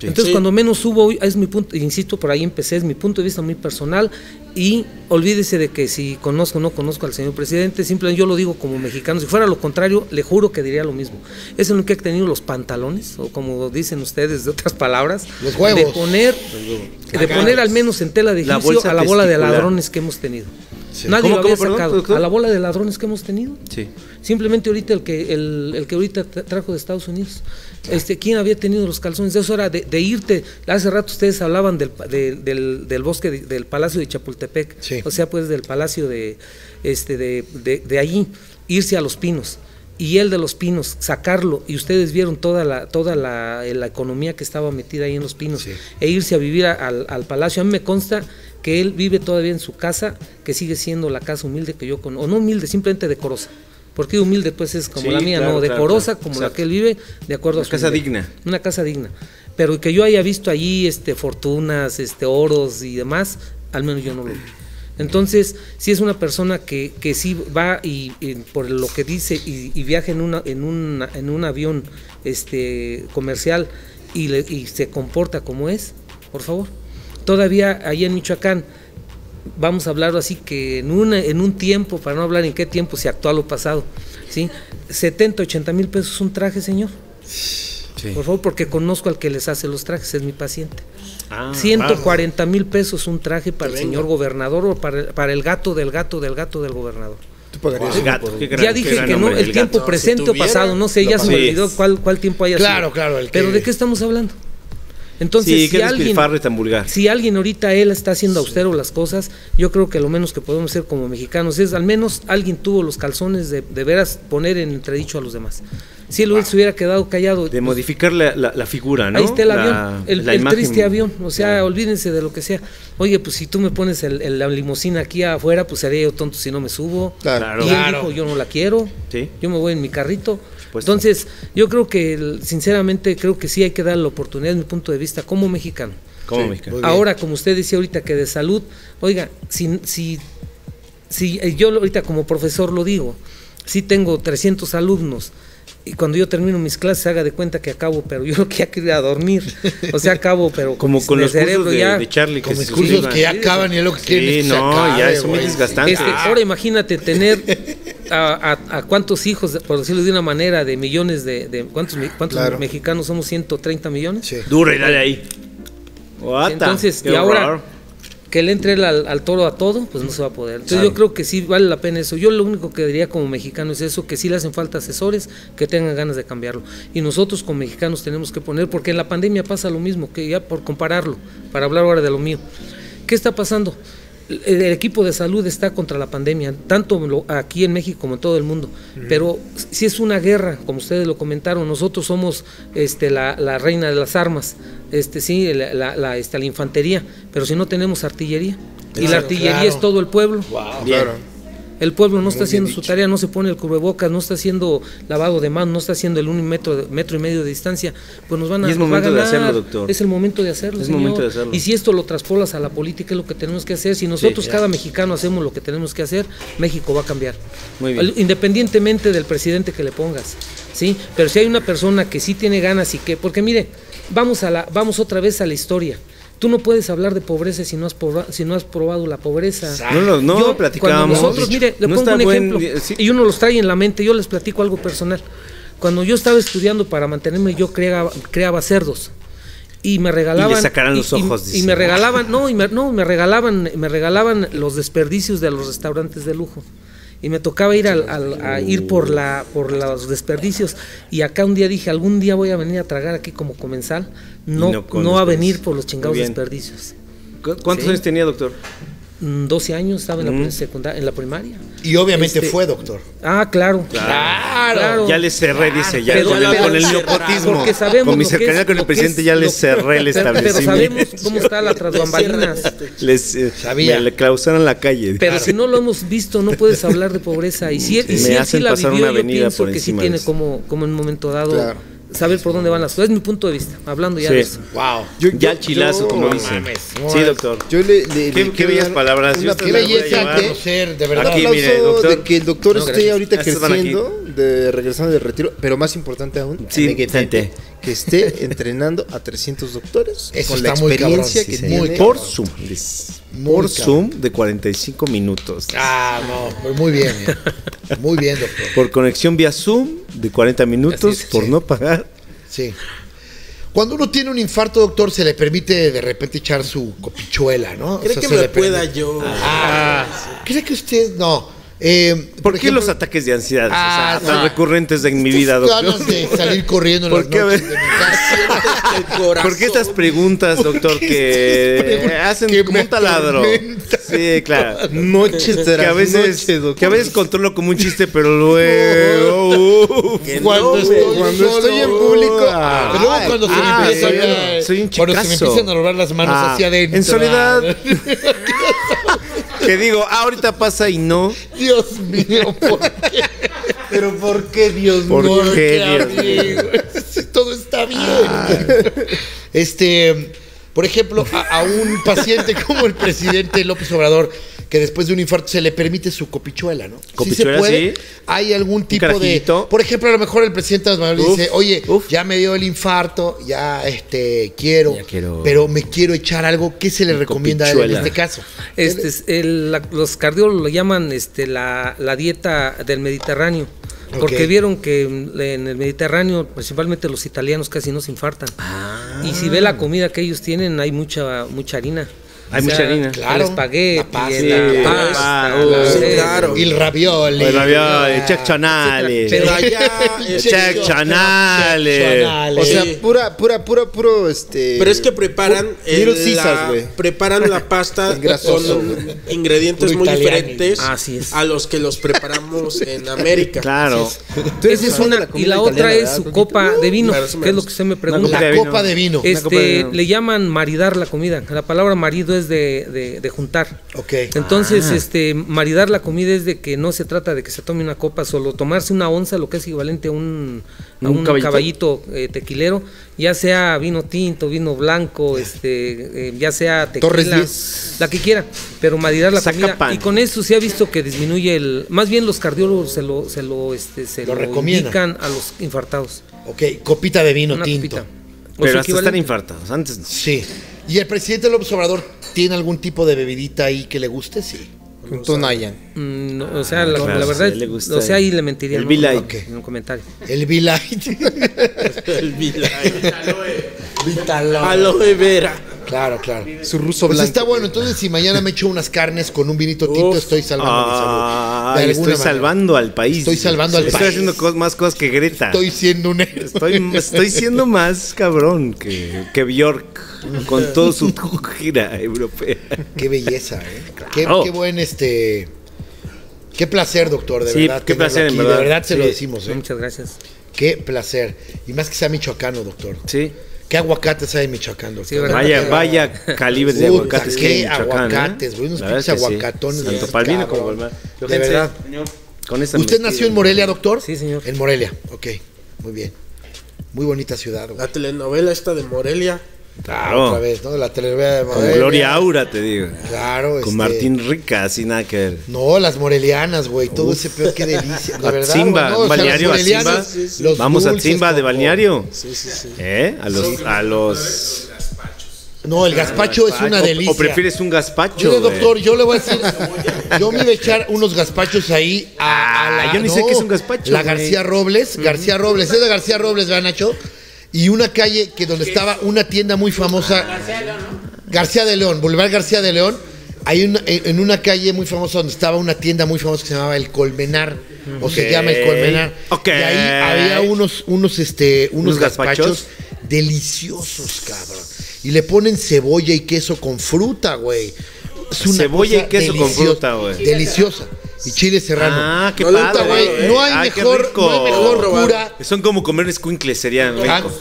S5: Entonces,
S4: Sí.
S5: cuando menos subo, hoy, es mi punto, insisto, por ahí empecé, es mi punto de vista muy personal y olvídese de que si conozco o no conozco al señor presidente, simplemente yo lo digo como mexicano, si fuera lo contrario, le juro que diría lo mismo. Es en lo que he tenido los pantalones, o como dicen ustedes de otras palabras,
S1: Los huevos.
S5: de poner, de poner al menos en tela de
S2: La
S5: juicio
S2: bolsa
S5: a la bola de
S2: testicular.
S5: ladrones que hemos tenido. Nadie
S2: ¿Cómo,
S5: lo
S2: cómo,
S5: había
S2: perdón,
S5: sacado.
S2: doctor?
S5: a la bola de ladrones que hemos tenido.
S2: Sí.
S5: Simplemente ahorita el que el, el que ahorita tra- trajo de Estados Unidos. Este, ¿quién había tenido los calzones? Eso era de, de irte. Hace rato ustedes hablaban del, pa- de- del, del bosque de- del Palacio de Chapultepec.
S1: Sí.
S5: O sea, pues del Palacio de este de, de, de allí irse a Los Pinos y el de Los Pinos sacarlo y ustedes vieron toda la toda la, eh, la economía que estaba metida ahí en Los Pinos
S1: Sí.
S5: e irse a vivir a- al, al palacio. A mí me consta que él vive todavía en su casa, que sigue siendo la casa humilde que yo conozco, o no humilde, simplemente decorosa. porque humilde pues es como
S2: Sí,
S5: la mía,
S2: claro,
S5: ¿no?
S2: claro,
S5: Decorosa,
S2: claro.
S5: como la
S2: Exacto.
S5: que él vive, de acuerdo
S2: Una
S5: a su
S2: casa
S5: nivel.
S2: digna.
S5: Una casa digna. Pero que yo haya visto allí este, fortunas, este, oros y demás, al menos yo no lo vi. Entonces, si es una persona que, que sí va y, y por lo que dice y, y viaja en, una, en, un, en un avión este, comercial y, le- y se comporta como es, por favor. Todavía ahí en Michoacán, vamos a hablarlo así que en, una, en un tiempo, para no hablar en qué tiempo, si actual o pasado, ¿sí? 70, 80 mil pesos un traje, señor.
S2: Sí.
S5: Por favor, porque conozco al que les hace los trajes, es mi paciente.
S2: Ah,
S5: 140 mil pesos un traje para el
S4: venga.
S5: señor gobernador o para, el- para el gato del gato del gato del gobernador.
S6: Tú pagarías
S2: el
S6: uno
S2: gato,
S6: por
S2: qué
S6: uno.
S2: gran-
S5: ya
S2: qué
S5: dije
S2: gran
S5: que no,
S2: nombre,
S5: el tiempo
S4: No, si
S5: presente
S4: tuviera,
S5: o pasado, no sé, ya se me
S2: pasamos.
S5: olvidó cuál, cuál tiempo haya
S1: Claro,
S5: sido.
S1: claro, el que-
S5: Pero ¿de qué estamos hablando? Entonces,
S2: Sí,
S5: si
S2: qué
S5: alguien,
S2: despilfarro y tan vulgar.
S5: si alguien ahorita él está haciendo austero las cosas, yo creo que lo menos que podemos hacer como mexicanos es al menos alguien tuvo los calzones de, de veras poner en entredicho a los demás. Si él se hubiera quedado callado,
S2: De modificar la, la- la figura, ¿no?
S5: ahí está el avión,
S2: La-
S5: el,
S2: la
S5: el
S2: imagen.
S5: triste avión, o sea, olvídense de lo que sea. Oye, pues si tú me pones el- el- la limusina aquí afuera, pues sería yo tonto si no me subo.
S2: Claro.
S5: Y él
S1: Claro.
S5: dijo, yo no la quiero,
S2: Sí.
S5: yo me voy en mi carrito.
S2: supuesto.
S5: Entonces, yo creo que, el- sinceramente, creo que sí hay que dar la oportunidad, desde mi punto de vista, como mexicano.
S2: ¿Cómo
S1: Sí,
S2: mexicano?
S1: muy bien.
S5: Ahora, como usted decía ahorita que de salud, oiga, si, si, si eh, yo lo- ahorita como profesor lo digo, si tengo 300 alumnos y cuando yo termino mis clases haga de cuenta que acabo, pero yo lo que ya quería dormir, o sea, acabo, pero
S2: Como con
S5: de
S2: los cursos de, de Charlie.
S1: Con
S2: que
S1: mis
S2: se
S1: cursos
S2: suscriban.
S1: que ya acaban y es lo que quieren es
S2: Sí,
S1: que se
S2: no,
S1: acabe,
S2: ya, eso es muy
S1: güey. Ah.
S2: desgastante.
S5: Este, ahora imagínate tener a, a- a cuántos hijos, por decirlo de una manera, de millones de... de- ¿Cuántos, mi- cuántos
S6: Claro.
S5: mexicanos somos? ¿130 millones?
S1: Sí.
S2: Duro ir de ahí. Guata,
S5: Entonces,
S2: qué
S5: y ahora
S2: horror.
S5: que le entre él al, al toro a todo, pues no se va a poder. Entonces
S2: Claro.
S5: yo creo que sí vale la pena eso. Yo lo único que diría como mexicano es eso, que sí le hacen falta asesores que tengan ganas de cambiarlo. Y nosotros como mexicanos tenemos que poner, porque en la pandemia pasa lo mismo, que ya por compararlo, para hablar ahora de lo mío. ¿Qué está pasando? El, el equipo de salud está contra la pandemia, tanto lo- aquí en México como en todo el mundo. Pero si es una guerra, como ustedes lo comentaron, nosotros somos este, la, la reina de las armas, este, sí, la, la- la, este, la infantería, pero si no tenemos artillería. y la
S1: Claro,
S5: artillería
S1: claro.
S5: es todo el pueblo.
S2: Bien.
S6: Claro.
S5: El pueblo no está haciendo su tarea, no se pone el cubrebocas, no está haciendo lavado de manos, no está haciendo el un metro, de- metro y medio de distancia, pues nos van a
S2: Y es
S5: nos va a
S2: momento de
S5: ganar.
S2: hacerlo, doctor.
S5: Es el momento de hacerlo,
S2: Es
S5: señor.
S2: momento de hacerlo.
S5: Y si esto lo traspolas a la política es lo que tenemos que hacer, si nosotros
S2: Sí.
S5: cada mexicano hacemos lo que tenemos que hacer, México va a cambiar.
S2: Muy bien.
S5: El- Independientemente del presidente que le pongas, ¿sí? Pero si hay una persona que sí tiene ganas y que porque mire, vamos a la vamos otra vez a la historia. Tú no puedes hablar de pobreza si no has, proba- si no has probado la pobreza.
S2: No, no, no
S5: Yo,
S2: platicábamos.
S5: Cuando nosotros, mire, le
S2: No
S5: pongo
S2: está
S5: un
S2: buen-
S5: ejemplo,
S2: sí.
S5: y uno los trae en la mente, yo les platico algo personal. Cuando yo estaba estudiando para mantenerme, yo creaba, creaba cerdos. Y me regalaban.
S2: Y le sacarán los ojos,
S5: y- Y,
S2: dice.
S5: me regalaban, no, y me, no, me regalaban, me regalaban los desperdicios de los restaurantes de lujo. Y me tocaba ir al- al- a ir por la, por los desperdicios. Y acá un día dije, algún día voy a venir a tragar aquí como comensal. No,
S2: no
S5: no,
S2: con
S5: a
S2: desperdicios.
S5: venir por los chingados
S2: Muy bien.
S5: desperdicios.
S2: ¿Cu- ¿Cuántos
S5: Sí.
S2: años tenía, doctor?
S5: Mm, 12 años estaba en la pre- secundaria, en la primaria.
S1: Y obviamente
S5: Este-
S1: fue, doctor.
S5: Ah, claro. Claro.
S2: Ya le cerré, dice, ya,
S5: Pero-
S2: ya le-
S5: pero-
S2: con el
S5: pero-
S2: nepotismo.
S5: porque sabemos
S2: Con mi
S5: lo que es-
S2: cercanía con
S5: lo
S2: el
S5: que es-
S2: presidente ya
S5: lo
S2: le
S5: que-
S2: cerré el
S5: Pero sabemos
S2: establecimiento.
S5: cómo está la tras bambalinas.
S2: Les, eh,
S1: Sabía.
S2: me le clausaron la calle.
S5: Pero si no lo hemos visto, no puedes hablar de pobreza. Y si, él-
S2: Sí.
S5: y si
S2: Me
S5: él sí
S2: hacen
S5: la
S2: pasar
S5: vivió,
S2: una
S5: yo
S2: avenida
S5: pienso
S2: por
S5: que sí
S2: encima de
S5: tiene
S2: esto.
S5: como, como en un momento dado
S6: Claro.
S5: saber por dónde van las cosas. Es mi punto de vista,
S2: Ah,
S5: hablando ya de eso.
S1: Wow.
S6: Yo-
S2: ya
S6: yo-
S2: el chilazo,
S6: yo-
S2: como
S6: no
S2: dicen.
S6: mames.
S2: Sí, doctor.
S6: Yo le, le- le
S2: Qué- qué
S6: quiero
S2: bellas
S6: dar
S2: palabras, yo
S6: Una
S2: estoy
S1: Qué
S2: la voy a
S1: belleza
S2: llevar.
S1: conocer, de
S6: Un
S1: verdad.
S2: Aquí,
S6: aplauso
S2: mire, doctor.
S6: de que el doctor
S5: No,
S6: esté
S5: gracias.
S6: ahorita
S2: Estos van
S6: creciendo, de regresando del retiro, pero más importante aún,
S2: Sí,
S6: que,
S2: gente.
S6: que esté entrenando a 300 doctores
S1: Eso
S6: con la
S1: está muy
S6: experiencia
S1: cabrón,
S6: que
S1: sí,
S6: tiene.
S1: señor. Muy
S2: Por Zoom. les-
S1: Muy
S2: Por
S1: cabrón.
S2: Zoom de 45 minutos.
S1: Ah, no, pues muy bien. eh. Muy bien, doctor.
S2: Por conexión vía Zoom de 40 minutos
S5: Así es,
S2: por
S1: sí.
S2: no pagar.
S1: Sí. Cuando uno tiene un infarto, doctor, se le permite de repente echar su copichuela, ¿no? O
S4: ¿Cree
S1: sea,
S4: que
S1: se
S4: me
S1: le
S4: la pueda
S1: permite.
S4: yo?
S1: Ah, ¿Cree que usted no? Eh,
S2: ¿Por, qué
S1: ejemplo,
S2: los ataques de ansiedad o sea,
S1: Ah,
S2: tan
S1: no.
S2: recurrentes en mi vida,
S1: tus
S2: doctor?
S1: ganas de salir corriendo en
S2: ¿Por
S1: las
S2: qué?
S1: noches de mi casa.
S4: El corazón.
S2: ¿Por qué estas preguntas, doctor, que hacen
S1: que
S2: como
S1: me
S2: un taladro?
S1: atormentan?
S2: Sí, claro.
S6: Noches
S2: Que a
S6: tras
S2: veces,
S6: noche, doctor.
S2: que a veces controlo como un chiste, pero luego.
S4: Que
S1: Cuando
S4: no,
S1: estoy,
S4: güey.
S1: solo.
S6: estoy en público,
S1: Ah, pero luego cuando se
S2: ah,
S1: me empieza
S2: soy
S1: a-
S2: un- soy un
S1: cuando se me
S2: chicazo.
S1: empiezan a robar las manos
S2: Ah,
S1: hacia adentro.
S2: En soledad. que digo, ah, ahorita pasa y no.
S1: Dios mío, ¿por qué?
S6: Pero ¿por qué Ah. Dios
S3: ¿Por
S6: mío?
S3: qué,
S1: a
S3: Dios
S1: mí,
S3: mío?
S1: güey, si todo está bien. Este, por ejemplo, a, a un paciente como el presidente López Obrador, que después de un infarto se le permite su copichuela, ¿no?
S2: Copichuela,
S1: se puede.
S2: sí.
S1: Hay algún tipo de.
S2: carajillito.
S1: Por ejemplo, a lo mejor el presidente Andrés Manuel
S2: Uf,
S1: dice, oye,
S2: uf.
S1: ya me dio el infarto, ya este quiero,
S2: Ya quiero-
S1: pero me quiero echar algo. ¿Qué se le
S2: Mi
S1: recomienda a él en
S2: copichuela.
S1: este caso?
S5: Este, es el- la- los cardiólogos lo llaman este, la, la dieta del Mediterráneo, porque
S1: Ok.
S5: vieron que mm, en el Mediterráneo principalmente los italianos casi no se infartan. Y si ve la comida que ellos tienen, hay mucha mucha harina.
S2: Hay mucha harina.
S5: Claro.
S1: Claro.
S5: El espagueti,
S1: La pasta,
S5: la
S2: la
S5: pasta,
S2: pasta,
S5: la-
S2: uh,
S5: sí,
S4: sí,
S5: claro.
S4: claro.
S1: Y el ravioli.
S2: El
S1: eh,
S2: avión,
S6: Ah.
S2: check chanales.
S5: Pero
S4: allá,
S1: El
S4: este,
S2: Check chanales.
S1: chanales.
S6: O sea, pura, pura, pura, puro, este...
S4: Pero es que preparan,
S1: Uh,
S6: Pu- Little
S4: la,
S6: Caesars, güey.
S4: preparan la pasta
S6: Grasoso,
S4: con ingredientes
S1: Puro
S4: muy
S1: italiano.
S4: diferentes
S5: Así es.
S4: a los que los preparamos en América.
S2: Claro.
S6: Tú eres
S5: Esa es
S6: fan de
S5: una, y
S6: comida
S5: la otra
S6: italiana,
S5: es su
S6: ¿verdad?
S5: copa de vino,
S4: Claro, eso me
S5: que es lo
S4: gusta.
S5: que usted me
S2: copa
S5: pregunta.
S1: la
S2: de vino.
S1: copa de vino.
S2: Una copa de
S5: Este,
S2: vino.
S5: le llaman maridar la comida. La palabra marido es de, de- de juntar.
S1: Ok.
S5: Entonces,
S2: Ah.
S5: este, maridar la comida es de que no se trata de que se tome una copa solo, tomarse una onza, lo que es equivalente a un, a
S2: ¿Un
S5: un
S2: caballito?
S5: caballito, eh, tequilero, ya sea vino tinto, vino blanco, este, eh, ya sea
S6: Torres
S5: tequila, la que quiera, pero maridar la
S2: Saca
S5: comida.
S2: pan.
S5: Y con eso se ha visto que disminuye el, más bien los cardiólogos se lo, se lo, este, se
S1: Lo
S5: lo,
S1: recomiendan.
S5: indican a los infartados.
S1: Ok, copita de vino
S5: Una
S1: tinto.
S5: copita. O su
S2: Pero hasta están
S5: Pues equivalente.
S2: infartados. Antes no.
S1: Sí. ¿Y el presidente López Obrador tiene algún tipo de bebidita ahí que le guste? Sí.
S6: Un Tonayan.
S5: Mm, no, o sea, la,
S2: claro,
S5: la
S2: Ah, sí,
S5: verdad,
S2: le gusta
S5: o sea, ahí
S2: el-
S5: le mentiría
S2: el
S5: ¿no?
S2: Be Light.
S5: Ok. en un comentario.
S1: El Vilay.
S4: El Vitaloe. Aloe vera.
S1: claro, claro.
S6: Su ruso
S1: Pues
S6: blanco.
S1: está bueno, entonces si mañana me echo unas carnes con un vinito tinto,
S4: Uf.
S1: estoy salvando mi salud.
S2: Ah,
S1: De
S2: estoy
S1: alguna manera.
S2: salvando al país.
S1: Estoy salvando al
S2: estoy
S1: país.
S2: haciendo cos- más cosas que Greta.
S1: Estoy siendo un héroe.
S2: Estoy, estoy siendo más cabrón que, que Bjork con todo su gira europea.
S1: Qué belleza, ¿eh? Qué,
S2: Claro.
S1: qué buen este. Qué placer, doctor, de
S2: Sí,
S1: verdad.
S2: qué
S1: tenerlo
S2: placer, en
S1: aquí.
S2: verdad.
S1: De verdad se
S2: Sí.
S1: lo decimos, ¿eh?
S5: Muchas gracias.
S1: Qué placer. Y más que sea michoacano, doctor.
S2: Sí.
S1: ¿Qué aguacates hay en Michoacán, doctor?
S5: Sí, ¿verdad?
S2: Vaya, vaya calibre de
S1: Puta,
S2: aguacates
S1: qué
S2: que hay en Michoacán. ¿eh?
S1: aguacates, güey, unos pinches aguacatones de
S2: Tanto
S1: esos,
S2: Palmino como
S1: cabrón.
S2: Palmar.
S1: De verdad.
S2: Con esa
S1: ¿Usted
S2: mezquilla.
S1: nació en Morelia, doctor?
S5: Sí, señor.
S1: En Morelia, ok. Muy bien. Muy bonita ciudad, güey.
S4: La telenovela esta de Morelia.
S1: Otra
S2: Claro.
S1: vez, ¿no? La telenovela de
S2: Con
S1: Morelia.
S2: Gloria Aura, te digo.
S1: Claro,
S2: Con
S1: este,
S2: Martín Rica, así nada que ver.
S1: No, las morelianas, güey. Todo ese peor, qué delicia. De verdad. güey,
S2: Atzimba,
S1: no, o sea,
S2: balneario
S1: los morelianos,
S2: Atzimba.
S1: sí, sí. los
S2: Vamos a
S1: dulces
S2: Timba de
S1: con-
S2: balneario.
S4: Sí, sí, sí.
S2: ¿Eh? A los. A los Ah,
S1: No, el gazpacho es una
S2: o-
S1: delicia.
S2: O, prefieres un gazpacho.
S1: Mire,
S2: güey?
S1: doctor, yo le voy a decir. Yo me iba a echar unos gazpachos ahí a, a la.
S2: Ah, yo ni sé qué es un gazpacho,
S1: La
S2: güey.
S1: García Robles. García Robles. Es de García Robles, ¿verdad, Nacho? Y una calle que donde estaba una tienda muy famosa. Ah, García de León, Boulevard García de León. Hay una, eh, en una calle muy famosa donde estaba una tienda muy famosa que se llamaba El Colmenar. O se
S2: Ok.
S1: llama El Colmenar.
S2: Ok.
S1: Y ahí había unos, unos, este, unos,
S2: Unos
S1: gazpachos,
S2: gazpachos.
S1: deliciosos, cabrón. Y le ponen cebolla y queso con fruta, güey. Es una
S2: Cebolla y
S1: cosa
S2: queso con
S1: deliciosa-
S2: fruta, güey.
S1: Deliciosa. Y chile serrano.
S2: Ah, qué
S4: No le gusta,
S2: padre.
S1: güey, no hay
S2: Ah, qué
S1: mejor- no
S2: rico.
S1: hay mejor
S4: Probar.
S1: cura.
S2: Son como comer escuincles, serían
S1: Ah,
S2: ricos.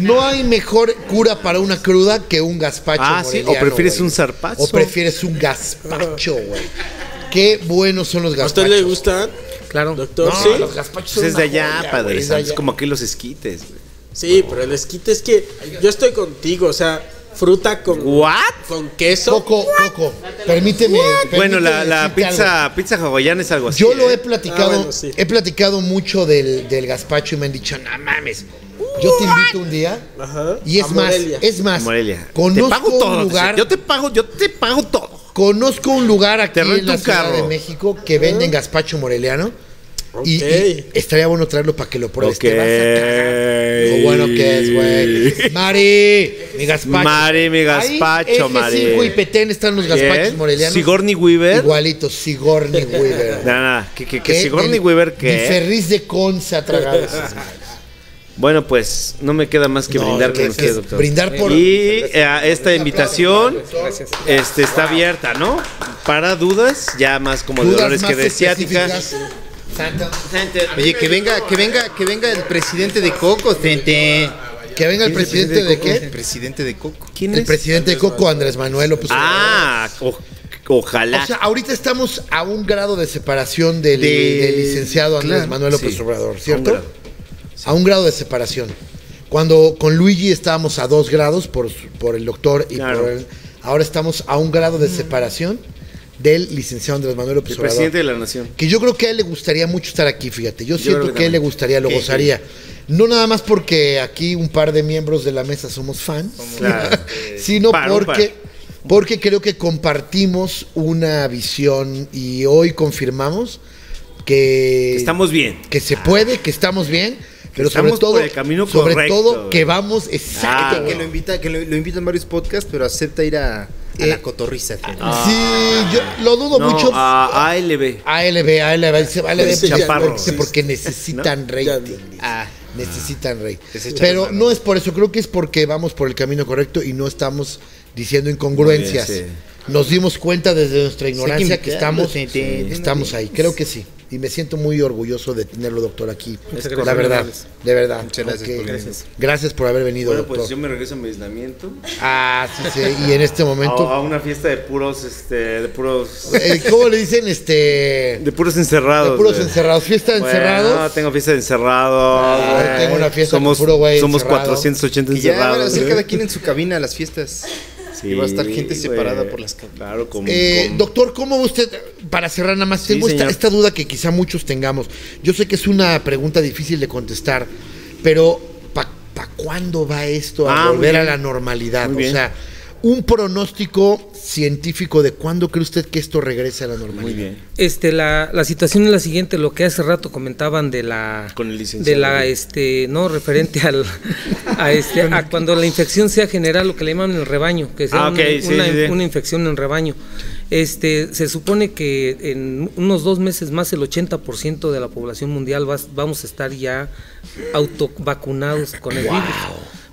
S1: no hay mejor cura para una cruda que un gazpacho.
S2: Ah, sí,
S1: moreliano,
S2: o prefieres
S1: güey.
S2: un zarpazo.
S1: O prefieres un gazpacho, güey. Qué buenos son los
S4: ¿A
S1: gazpachos.
S4: usted le gusta?
S5: Claro.
S4: Doctor,
S1: No,
S4: sí.
S1: los gazpachos
S2: Pues
S1: son
S2: es
S1: una
S2: de allá,
S1: joya,
S2: padre.
S1: güey,
S2: Es
S1: es de allá.
S2: como aquí los esquites. güey.
S4: Sí, pero el esquite es que yo estoy contigo, o sea, fruta con,
S2: ¿What?
S4: con queso.
S1: Coco, Coco, permíteme.
S2: Bueno,
S1: permíteme
S2: la, la
S1: decirte algo.
S2: pizza, pizza hawaiana es algo así.
S1: Yo lo he
S2: ¿eh?
S1: platicado,
S4: Ah, bueno, sí.
S1: he platicado mucho del, del gazpacho y me han dicho, no mames, yo te invito un día.
S4: Ajá.
S1: Y es
S4: A
S1: más,
S4: Morelia.
S1: es más,
S2: Morelia.
S1: conozco
S2: te pago todo.
S1: un lugar,
S2: Yo te pago, yo te pago todo.
S1: conozco un lugar aquí
S2: Te rento
S1: en la
S2: un
S1: Ciudad
S2: carro.
S1: de México que venden gazpacho moreliano. Y,
S4: Ok.
S1: y estaría bueno traerlo para que lo pruebes. Te este vas a cagar.
S2: Lo
S1: Lo bueno que es, güey. Mari, mi gazpacho.
S2: Mari, mi gazpacho,
S1: Ahí, F5
S2: Mari.
S1: y Petén están los gazpachos morelianos.
S2: Sigourney Weaver.
S1: Igualitos, Sigourney Weaver.
S2: Nada, nada. Que, que, que
S1: ¿Qué?
S2: Sigourney
S1: Eh, Del-
S2: Weaver, que.
S1: Ni Ferris de Conza tragados.
S2: Bueno, pues no me queda más que brindar
S1: que-
S2: con
S1: que
S2: usted, doctor.
S1: brindar por-
S2: Y eh, esta invitación este, está abierta, ¿no? Para dudas, ya más como de dolores que de ciática.
S1: Santa.
S6: Oye, que venga, que venga, que venga el presidente de Coco, tente.
S1: Que venga el presidente de qué?
S6: Presidente de Coco.
S2: ¿Quién
S1: El
S2: es?
S1: presidente de Coco, Andrés Manuel López Obrador.
S2: Ah, oh, Ojalá.
S1: O sea, ahorita estamos a un grado de separación del,
S2: De-
S1: del licenciado Andrés
S2: claro,
S1: Manuel López
S2: sí, a
S1: Obrador,
S2: un
S1: ¿cierto? A un,
S2: grado,
S1: grado de separación. Cuando con Luigi estábamos a dos grados por, su- por el doctor y
S2: Claro.
S1: por el- Ahora estamos a un grado de separación del licenciado Andrés Manuel López
S2: el
S1: Obrador.
S2: presidente de la nación.
S1: Que yo creo que a él le gustaría mucho estar aquí, fíjate. Yo,
S2: Yo
S1: siento
S2: creo que
S1: que a él le
S2: también.
S1: gustaría, lo
S2: Sí,
S1: gozaría. No nada más porque aquí un par de miembros de la mesa somos fans,
S2: Claro.
S1: sino
S2: Par, un
S1: porque, porque creo que compartimos una visión y hoy confirmamos que,
S2: Estamos bien.
S1: que se puede, que estamos bien, pero sobre
S2: estamos
S1: todo,
S2: por el camino
S1: sobre
S2: correcto,
S1: todo
S2: güey.
S1: que vamos exacto.
S2: Ah,
S3: que lo invita, que lo, lo invitan varios podcasts, pero acepta ir a, a
S1: Eh,
S3: la cotorriza. fíjate.
S1: sí, yo lo dudo
S2: No, ah,
S1: mucho.
S2: a ALB.
S1: ALB, ALB, dice, ALB,
S4: Ese ya
S1: chaparro,
S4: no
S1: dice, porque necesitan
S4: Ya
S1: rating.
S4: no.
S1: dice.
S3: Ah.
S1: necesitan rating.
S3: Ese chaparro.
S1: Pero no es por eso, creo que es porque vamos por el camino correcto y no estamos diciendo incongruencias.
S2: Muy bien,
S1: Nos dimos cuenta desde nuestra ignorancia que estamos,
S3: Sí, sí,
S1: que estamos ahí, creo que sí. Y me siento muy orgulloso de tenerlo, doctor, aquí.
S5: Muchas
S1: La
S5: gracias.
S1: verdad, de verdad.
S3: Muchas gracias
S1: Ok.
S3: por venir.
S1: gracias. por haber venido,
S2: Bueno,
S1: doctor.
S2: pues yo me regreso a mi aislamiento.
S1: Ah, sí, sí. Y en este
S2: A,
S1: momento,
S2: a una fiesta de puros, este, de puros.
S1: eh, ¿cómo le dicen? Este,
S2: De puros encerrados.
S1: de puros
S2: güey.
S1: encerrados. Fiesta de
S2: Bueno,
S1: encerrados.
S2: No, tengo fiesta de encerrado.
S1: Ah,
S2: güey.
S1: tengo una fiesta
S2: somos,
S1: con puro güey
S2: Somos
S1: encerrado.
S2: 480
S3: Y ya van a
S2: encerrados.
S3: hacer
S2: güey.
S3: cada quien en su cabina a las fiestas.
S2: Sí,
S3: y va a estar gente
S2: güey.
S3: separada por las cabinas.
S2: Claro, como.
S1: Eh,
S2: como-
S1: doctor, ¿cómo usted, para cerrar nada más,
S2: Sí,
S1: tengo esta,
S2: señor.
S1: esta duda que quizá muchos tengamos. Yo sé que es una pregunta difícil de contestar, pero ¿para cuándo va esto a
S2: Ah, muy
S1: volver a
S2: bien.
S1: la normalidad?
S2: Muy
S1: O
S2: bien.
S1: sea, un pronóstico científico de cuándo cree usted que esto regrese a la normalidad.
S2: Muy bien.
S5: Este, la, la situación es la siguiente, lo que hace rato comentaban de la...
S2: Con el licenciado.
S5: De la, este, no, referente al, a, este, a cuando la infección sea general, lo que le llaman el rebaño, que sea
S2: Ah,
S5: una-
S2: ok, sí,
S5: una,
S2: sí, sí.
S5: una infección en rebaño. Este, se supone que en unos dos meses más el 80% de la población mundial va- vamos a estar ya autovacunados con el virus.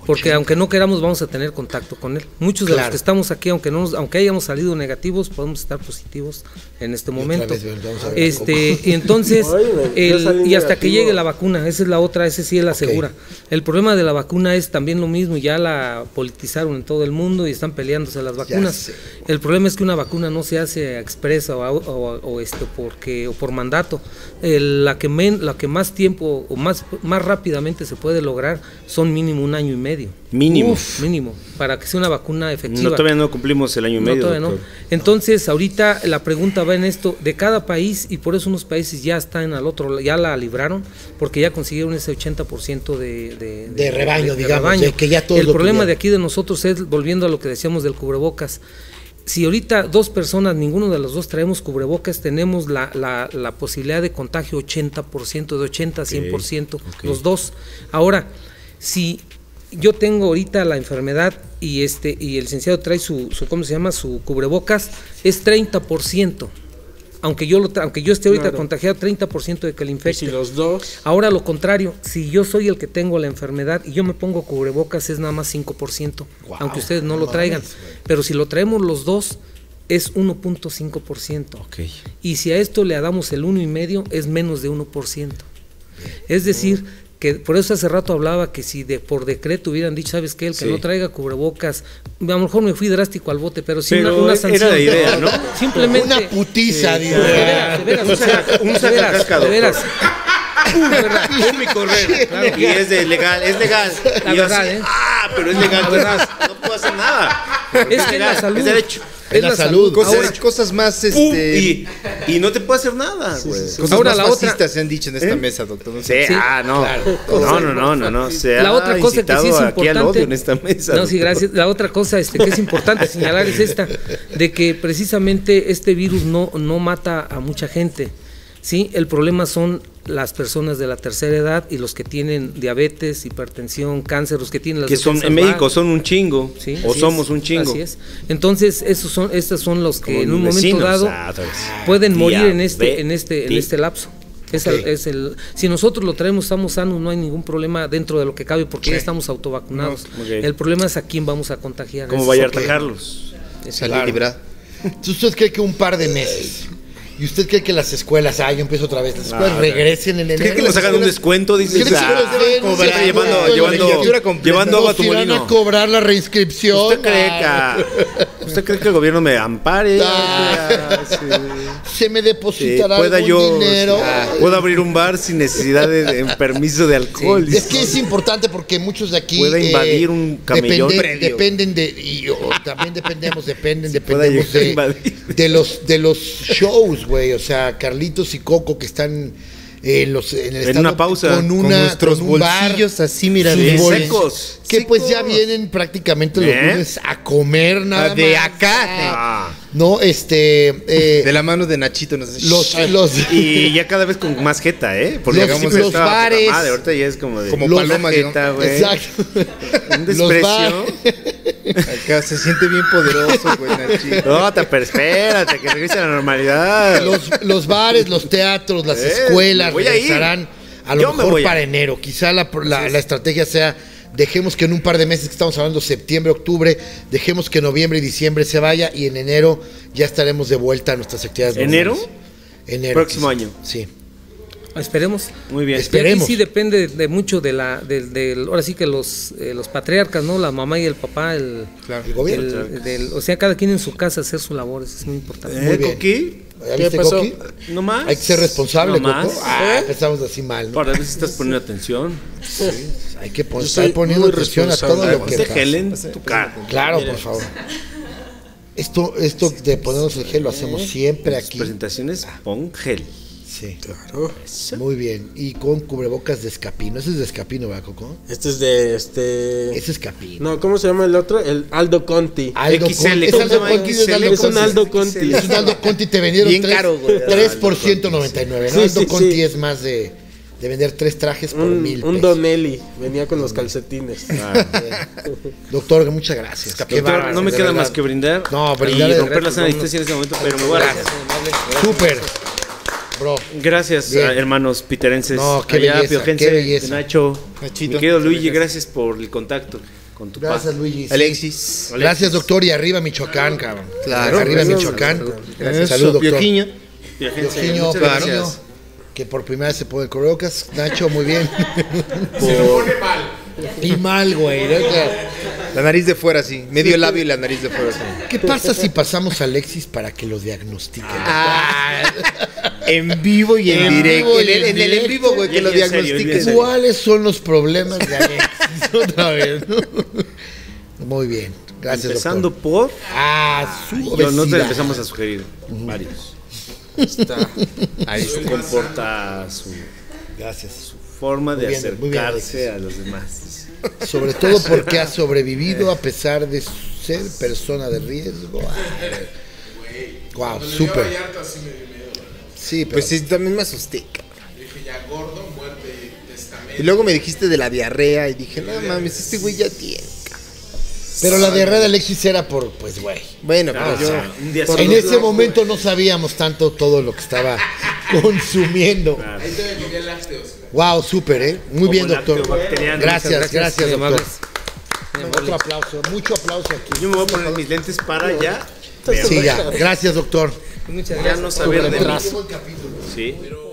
S5: Porque aunque no queramos vamos a tener contacto con él. Muchos de los
S1: Claro.
S5: que estamos aquí, aunque no nos- aunque hayamos salido negativos, podemos estar positivos en este momento.
S1: vez, vamos a ver
S5: Este, y entonces
S4: Ay, güey, ya
S5: el-
S4: salí
S5: y hasta que
S4: negativo.
S5: llegue la vacuna, esa es la otra, esa sí es la segura. El problema de la vacuna es también lo mismo, ya la politizaron en todo el mundo y están peleándose las vacunas.
S1: sé.
S5: El problema es que una vacuna no se hace expresa o, a- o- o esto porque o por mandato. El- la que men- la que más tiempo o más más rápidamente se puede lograr son mínimo un año y medio.
S2: Mínimo.
S5: Mínimo para que sea una vacuna efectiva.
S2: No, todavía no cumplimos el año y
S5: No,
S2: medio.
S5: todavía no.
S2: doctor.
S5: Entonces, ahorita la pregunta va en esto de cada país y por eso unos países ya están al otro, ya la libraron porque ya consiguieron ese 80% de, de,
S1: De rebaño, digamos, de que ya todos
S5: El
S1: lo
S5: problema
S1: tuvieron.
S5: de aquí de nosotros es, volviendo a lo que decíamos del cubrebocas, si ahorita dos personas, ninguno de los dos traemos cubrebocas, tenemos la, la- la posibilidad de contagio 80%, de 80 a 100%, los dos. Ahora, si yo tengo ahorita la enfermedad y este y el licenciado trae su, su ¿cómo se llama? su cubrebocas, es 30%. Aunque yo, lo tra- aunque yo esté ahorita
S4: Claro.
S5: contagiado, 30% de que le
S4: Y
S5: infecte.
S4: si los dos.
S5: Ahora lo contrario, si yo soy el que tengo la enfermedad y yo me pongo cubrebocas es nada más 5%, aunque ustedes no lo traigan, pero si lo traemos los dos es 1.5%.
S2: Ok.
S5: Y si a esto le damos el 1,5 es menos de 1%. Es decir, que por eso hace rato hablaba que si de, por decreto hubieran dicho, ¿sabes qué? El que
S2: Sí.
S5: no traiga cubrebocas, a lo mejor me fui drástico al bote, pero sí
S2: Pero
S5: una, una
S2: era
S5: sanción.
S2: la idea, ¿no?
S5: Simplemente
S1: Una putiza, dice.
S5: de veras, de veras, un saca-
S2: Un
S5: de veras,
S2: sacacaca,
S5: de veras.
S2: Pum y correr. Claro. Y es de legal, es legal.
S5: La
S2: y yo
S5: verdad,
S2: así,
S5: ¿eh?
S2: Ah, pero es legal. No puedo hacer nada. Porque
S5: Es que es la
S2: legal,
S5: salud.
S2: Es derecho.
S1: Es la salud.
S3: Cosas,
S5: Ahora,
S3: cosas más,
S2: Pum,
S3: este,
S2: y, y no te puedo hacer nada, güey.
S3: cosas
S5: Ahora
S3: más
S5: la otra-
S3: fascistas se han dicho en esta mesa, doctor. No
S2: Sí,
S3: sé.
S5: Sí.
S2: ah, no. No, no, no, no, no. Se
S5: la
S2: ha
S5: otra cosa que sí es
S2: incitado
S5: importante.
S2: aquí al odio en esta mesa.
S5: No, sí,
S2: doctor.
S5: gracias. La otra cosa este, que es importante señalar es esta, de que precisamente este virus no, no mata a mucha gente. Sí, el problema son las personas de la tercera edad y los que tienen diabetes, hipertensión, cáncer, los que tienen las
S2: Que son
S5: defensas
S2: en México,
S5: bajas.
S2: son un chingo.
S5: Sí,
S2: o
S5: así
S2: somos
S5: es,
S2: un chingo.
S5: Así es. Entonces, esos son, estos son los que
S2: Como
S5: en un
S2: mis
S5: momento
S2: vecinos,
S5: dado
S2: ah, otra vez.
S5: pueden morir en
S2: Diabetes.
S5: este, en este, en este lapso. Es el- es el- si nosotros lo traemos, estamos sanos, no hay ningún problema dentro de lo que cabe porque ya estamos autovacunados.
S2: No, ok.
S5: El problema es a quién vamos a contagiar.
S2: Como
S5: Ese
S2: vaya a
S5: es otro-
S2: atajarlos.
S5: ese-
S3: Salí librado.
S1: Entonces, ¿usted cree que un par de meses? ¿Y usted cree que las escuelas, ah, yo empiezo otra vez, las escuelas regresen en enero?
S2: ¿Crees que nos hagan un descuento? Dices,
S1: ¿Crees que
S2: ah,
S1: nos den un
S2: siempre
S1: descuento?
S2: llevando,
S1: La
S2: llevando,
S1: legislatura
S2: llevando agua a
S1: Nos
S2: tu
S1: irán
S2: molino.
S1: a cobrar la reinscripción.
S2: ¿Usted cree
S1: Ah,
S2: que ¿Usted cree que el gobierno me ampare?
S1: Ah.
S2: Sí.
S1: Se me
S2: Sí,
S1: depositará
S2: pueda
S1: algún
S2: yo
S1: dinero.
S2: ah, puedo abrir un bar sin necesidad de, de permiso de alcohol.
S1: Es que es importante porque muchos de aquí
S2: Pueda invadir un camellón
S1: dependen,
S2: previo.
S1: dependen de y oh, también dependemos, dependen,
S2: pueda
S1: dependemos
S2: llegar a
S1: de,
S2: invadir.
S1: de los de los shows, güey, o sea, Carlitos y Coco que están eh, los, en, el
S2: En
S1: estado
S2: una pausa,
S1: con
S2: con
S1: una
S6: nuestros
S1: con un bar,
S6: bolsillos así, mira,
S1: sus
S2: Sí,
S1: bols-
S2: secos,
S1: que pues ya
S2: secos.
S1: vienen prácticamente los
S2: ¿Eh?
S1: lunes a comer nada
S6: Ah, de
S1: más.
S6: acá.
S2: Ah.
S1: No, este eh,
S6: De la mano de Nachito nos hace
S1: los
S6: shh,
S1: los
S2: Y ya cada vez con más jeta, ¿eh? Porque
S1: Los-
S2: hagamos
S1: los
S2: esta
S1: bares.
S2: Madre, ahorita ya es como de.
S6: Como
S2: una
S6: paloma,
S2: jeta,
S6: digamos.
S2: güey.
S1: Exacto.
S2: Un
S1: Los
S2: desprecio.
S1: bares.
S6: acá se siente bien poderoso, güey, Nachito.
S2: No, te, pero espérate, que regrese a la normalidad.
S1: los, los bares, los teatros, las
S2: Eh,
S1: escuelas
S2: me voy a ir.
S1: regresarán a lo
S2: Yo me
S1: mejor
S2: voy a-
S1: para enero. Quizá la, la- la estrategia sea dejemos que en un par de meses que estamos hablando septiembre, octubre, dejemos que noviembre y diciembre se vaya y en enero ya estaremos de vuelta a nuestras actividades.
S2: ¿Enero?
S1: normales. Enero.
S2: Próximo
S1: quizá.
S2: año.
S1: Sí.
S5: Esperemos.
S2: Muy bien.
S1: Espe- Esperemos.
S5: Y aquí sí depende de mucho de la, del, del- ahora sí que los, eh, los patriarcas, ¿no? La mamá y el papá, el,
S6: Claro.
S1: El gobierno.
S5: el- del- o sea, cada quien en su casa hacer su labor, eso es muy importante.
S2: ¿Eh,
S1: muy bien.
S2: Coqui?
S1: ¿Ya viste,
S4: pasó?
S1: Coqui?
S2: ¿No más?
S1: Hay que ser responsable,
S2: ¿No más?
S1: Coco. Ah,
S2: ¿Eh?
S1: empezamos así mal, ¿no? Pues
S2: Para ver si estás poniendo atención.
S1: Hay que pon-
S4: Yo
S1: estar
S4: soy
S1: poniendo
S4: muy
S1: atención a todo
S4: responsable.
S1: lo que
S2: Ponte
S1: pasa.
S2: Este gel en tu cara.
S1: Claro, por favor. Esto, esto de ponernos el gel lo hacemos siempre
S2: Tus
S1: aquí.
S2: presentaciones, pon gel.
S1: Sí.
S4: Claro.
S1: Muy bien. Y con cubrebocas de escapino. Ese es de escapino, ¿verdad, Coco?
S4: Este es de este.
S1: Ese es escapino.
S4: No, ¿cómo se llama el otro? El Aldo Conti.
S1: Aldo
S2: XL,
S1: Conti. Es
S2: ¿cómo
S1: Aldo
S2: se llama?
S1: Conti. Es
S2: XL,
S1: Aldo
S4: es un
S1: Conti.
S4: Aldo Conti.
S1: Es un Aldo Conti. Te vendieron
S6: Bien
S1: tres-
S6: caro, güey.
S1: 3 por 199. ¿no?
S4: Sí,
S1: Aldo
S4: sí,
S1: Conti
S4: sí.
S1: es más de, de vender tres trajes por
S4: Un,
S1: mil
S4: un
S1: pesos.
S4: Donelli. Venía con los calcetines.
S1: Doctor, muchas gracias. Qué
S2: Doctor,
S1: bárbaro,
S2: no me
S1: de
S2: queda
S1: verdad.
S2: más que brindar.
S1: No, brindar
S2: Y
S1: es-
S2: romper la sana distancia en este momento, pero me voy a
S1: Súper. Bro.
S2: Gracias,
S1: Bien.
S2: a hermanos piterenses.
S1: No, qué belleza,
S2: piojense,
S1: qué belleza.
S2: Nacho,
S6: Nachito.
S2: mi querido Luigi, gracias por el contacto con tu
S1: Gracias,
S2: pa.
S1: Luigi. Sí.
S6: Alexis.
S1: Gracias, doctor. Y arriba Michoacán, cabrón.
S6: Claro.
S1: Arriba
S6: Gracias,
S1: Michoacán.
S6: Eso,
S1: Salud, doctor.
S6: Piojiño.
S2: Piojense,
S1: Piojiño,
S2: muchas
S1: Piojiño,
S2: gracias.
S1: que por primera vez se pone cubrebocas. Nacho, muy bien. Y mal, güey. ¿no? O sea,
S6: La nariz de fuera, sí. Medio labio y la nariz de fuera, sí.
S1: ¿Qué pasa si pasamos a Alexis para que lo diagnostiquen?
S3: Ah,
S6: En vivo y en,
S1: En
S6: directo.
S1: vivo
S6: En
S1: y
S6: el,
S1: en
S6: en el en vivo, güey,
S2: Y
S6: que lo
S2: en serio, y en
S6: diagnostiquen.
S2: serio.
S1: ¿Cuáles son los problemas de Alexis? Otra vez, ¿no? Muy bien. Gracias,
S2: Empezando
S1: doctor.
S2: por.
S1: Ah, su
S2: No, no te
S1: obesidad.
S2: empezamos a sugerir. Varios.
S4: Está.
S2: Ahí se comporta su
S1: Gracias.
S2: forma de
S1: Muy bien, muy bien,
S2: acercarse a los demás.
S1: Sobre todo porque ha sobrevivido a pesar de ser persona de riesgo. Wow, súper. Sí, pero
S6: Pues sí, también me asusté, cabrón. Y luego me dijiste de la diarrea y dije, no mames, este güey ya tiene.
S1: Pero la diarrea de Alexis era por, pues, güey.
S6: Bueno, pero
S2: Ah, o
S6: yo.
S2: sea, un día
S6: por
S2: sí,
S1: En
S6: los-
S1: ese momento no sabíamos tanto todo lo que estaba consumiendo. Wow, súper, ¿eh? Muy bien, doctor.
S2: lactobacteriano.
S1: Gracias,
S5: Muchas gracias,
S1: gracias, doctor.
S5: amables.
S1: Otro aplauso, mucho aplauso aquí.
S2: Yo me voy a poner mis lentes para ya.
S1: Sí, ya. Gracias, doctor.
S5: Muchas
S2: Ya no saber de mí.
S1: Retraso.
S2: Sí.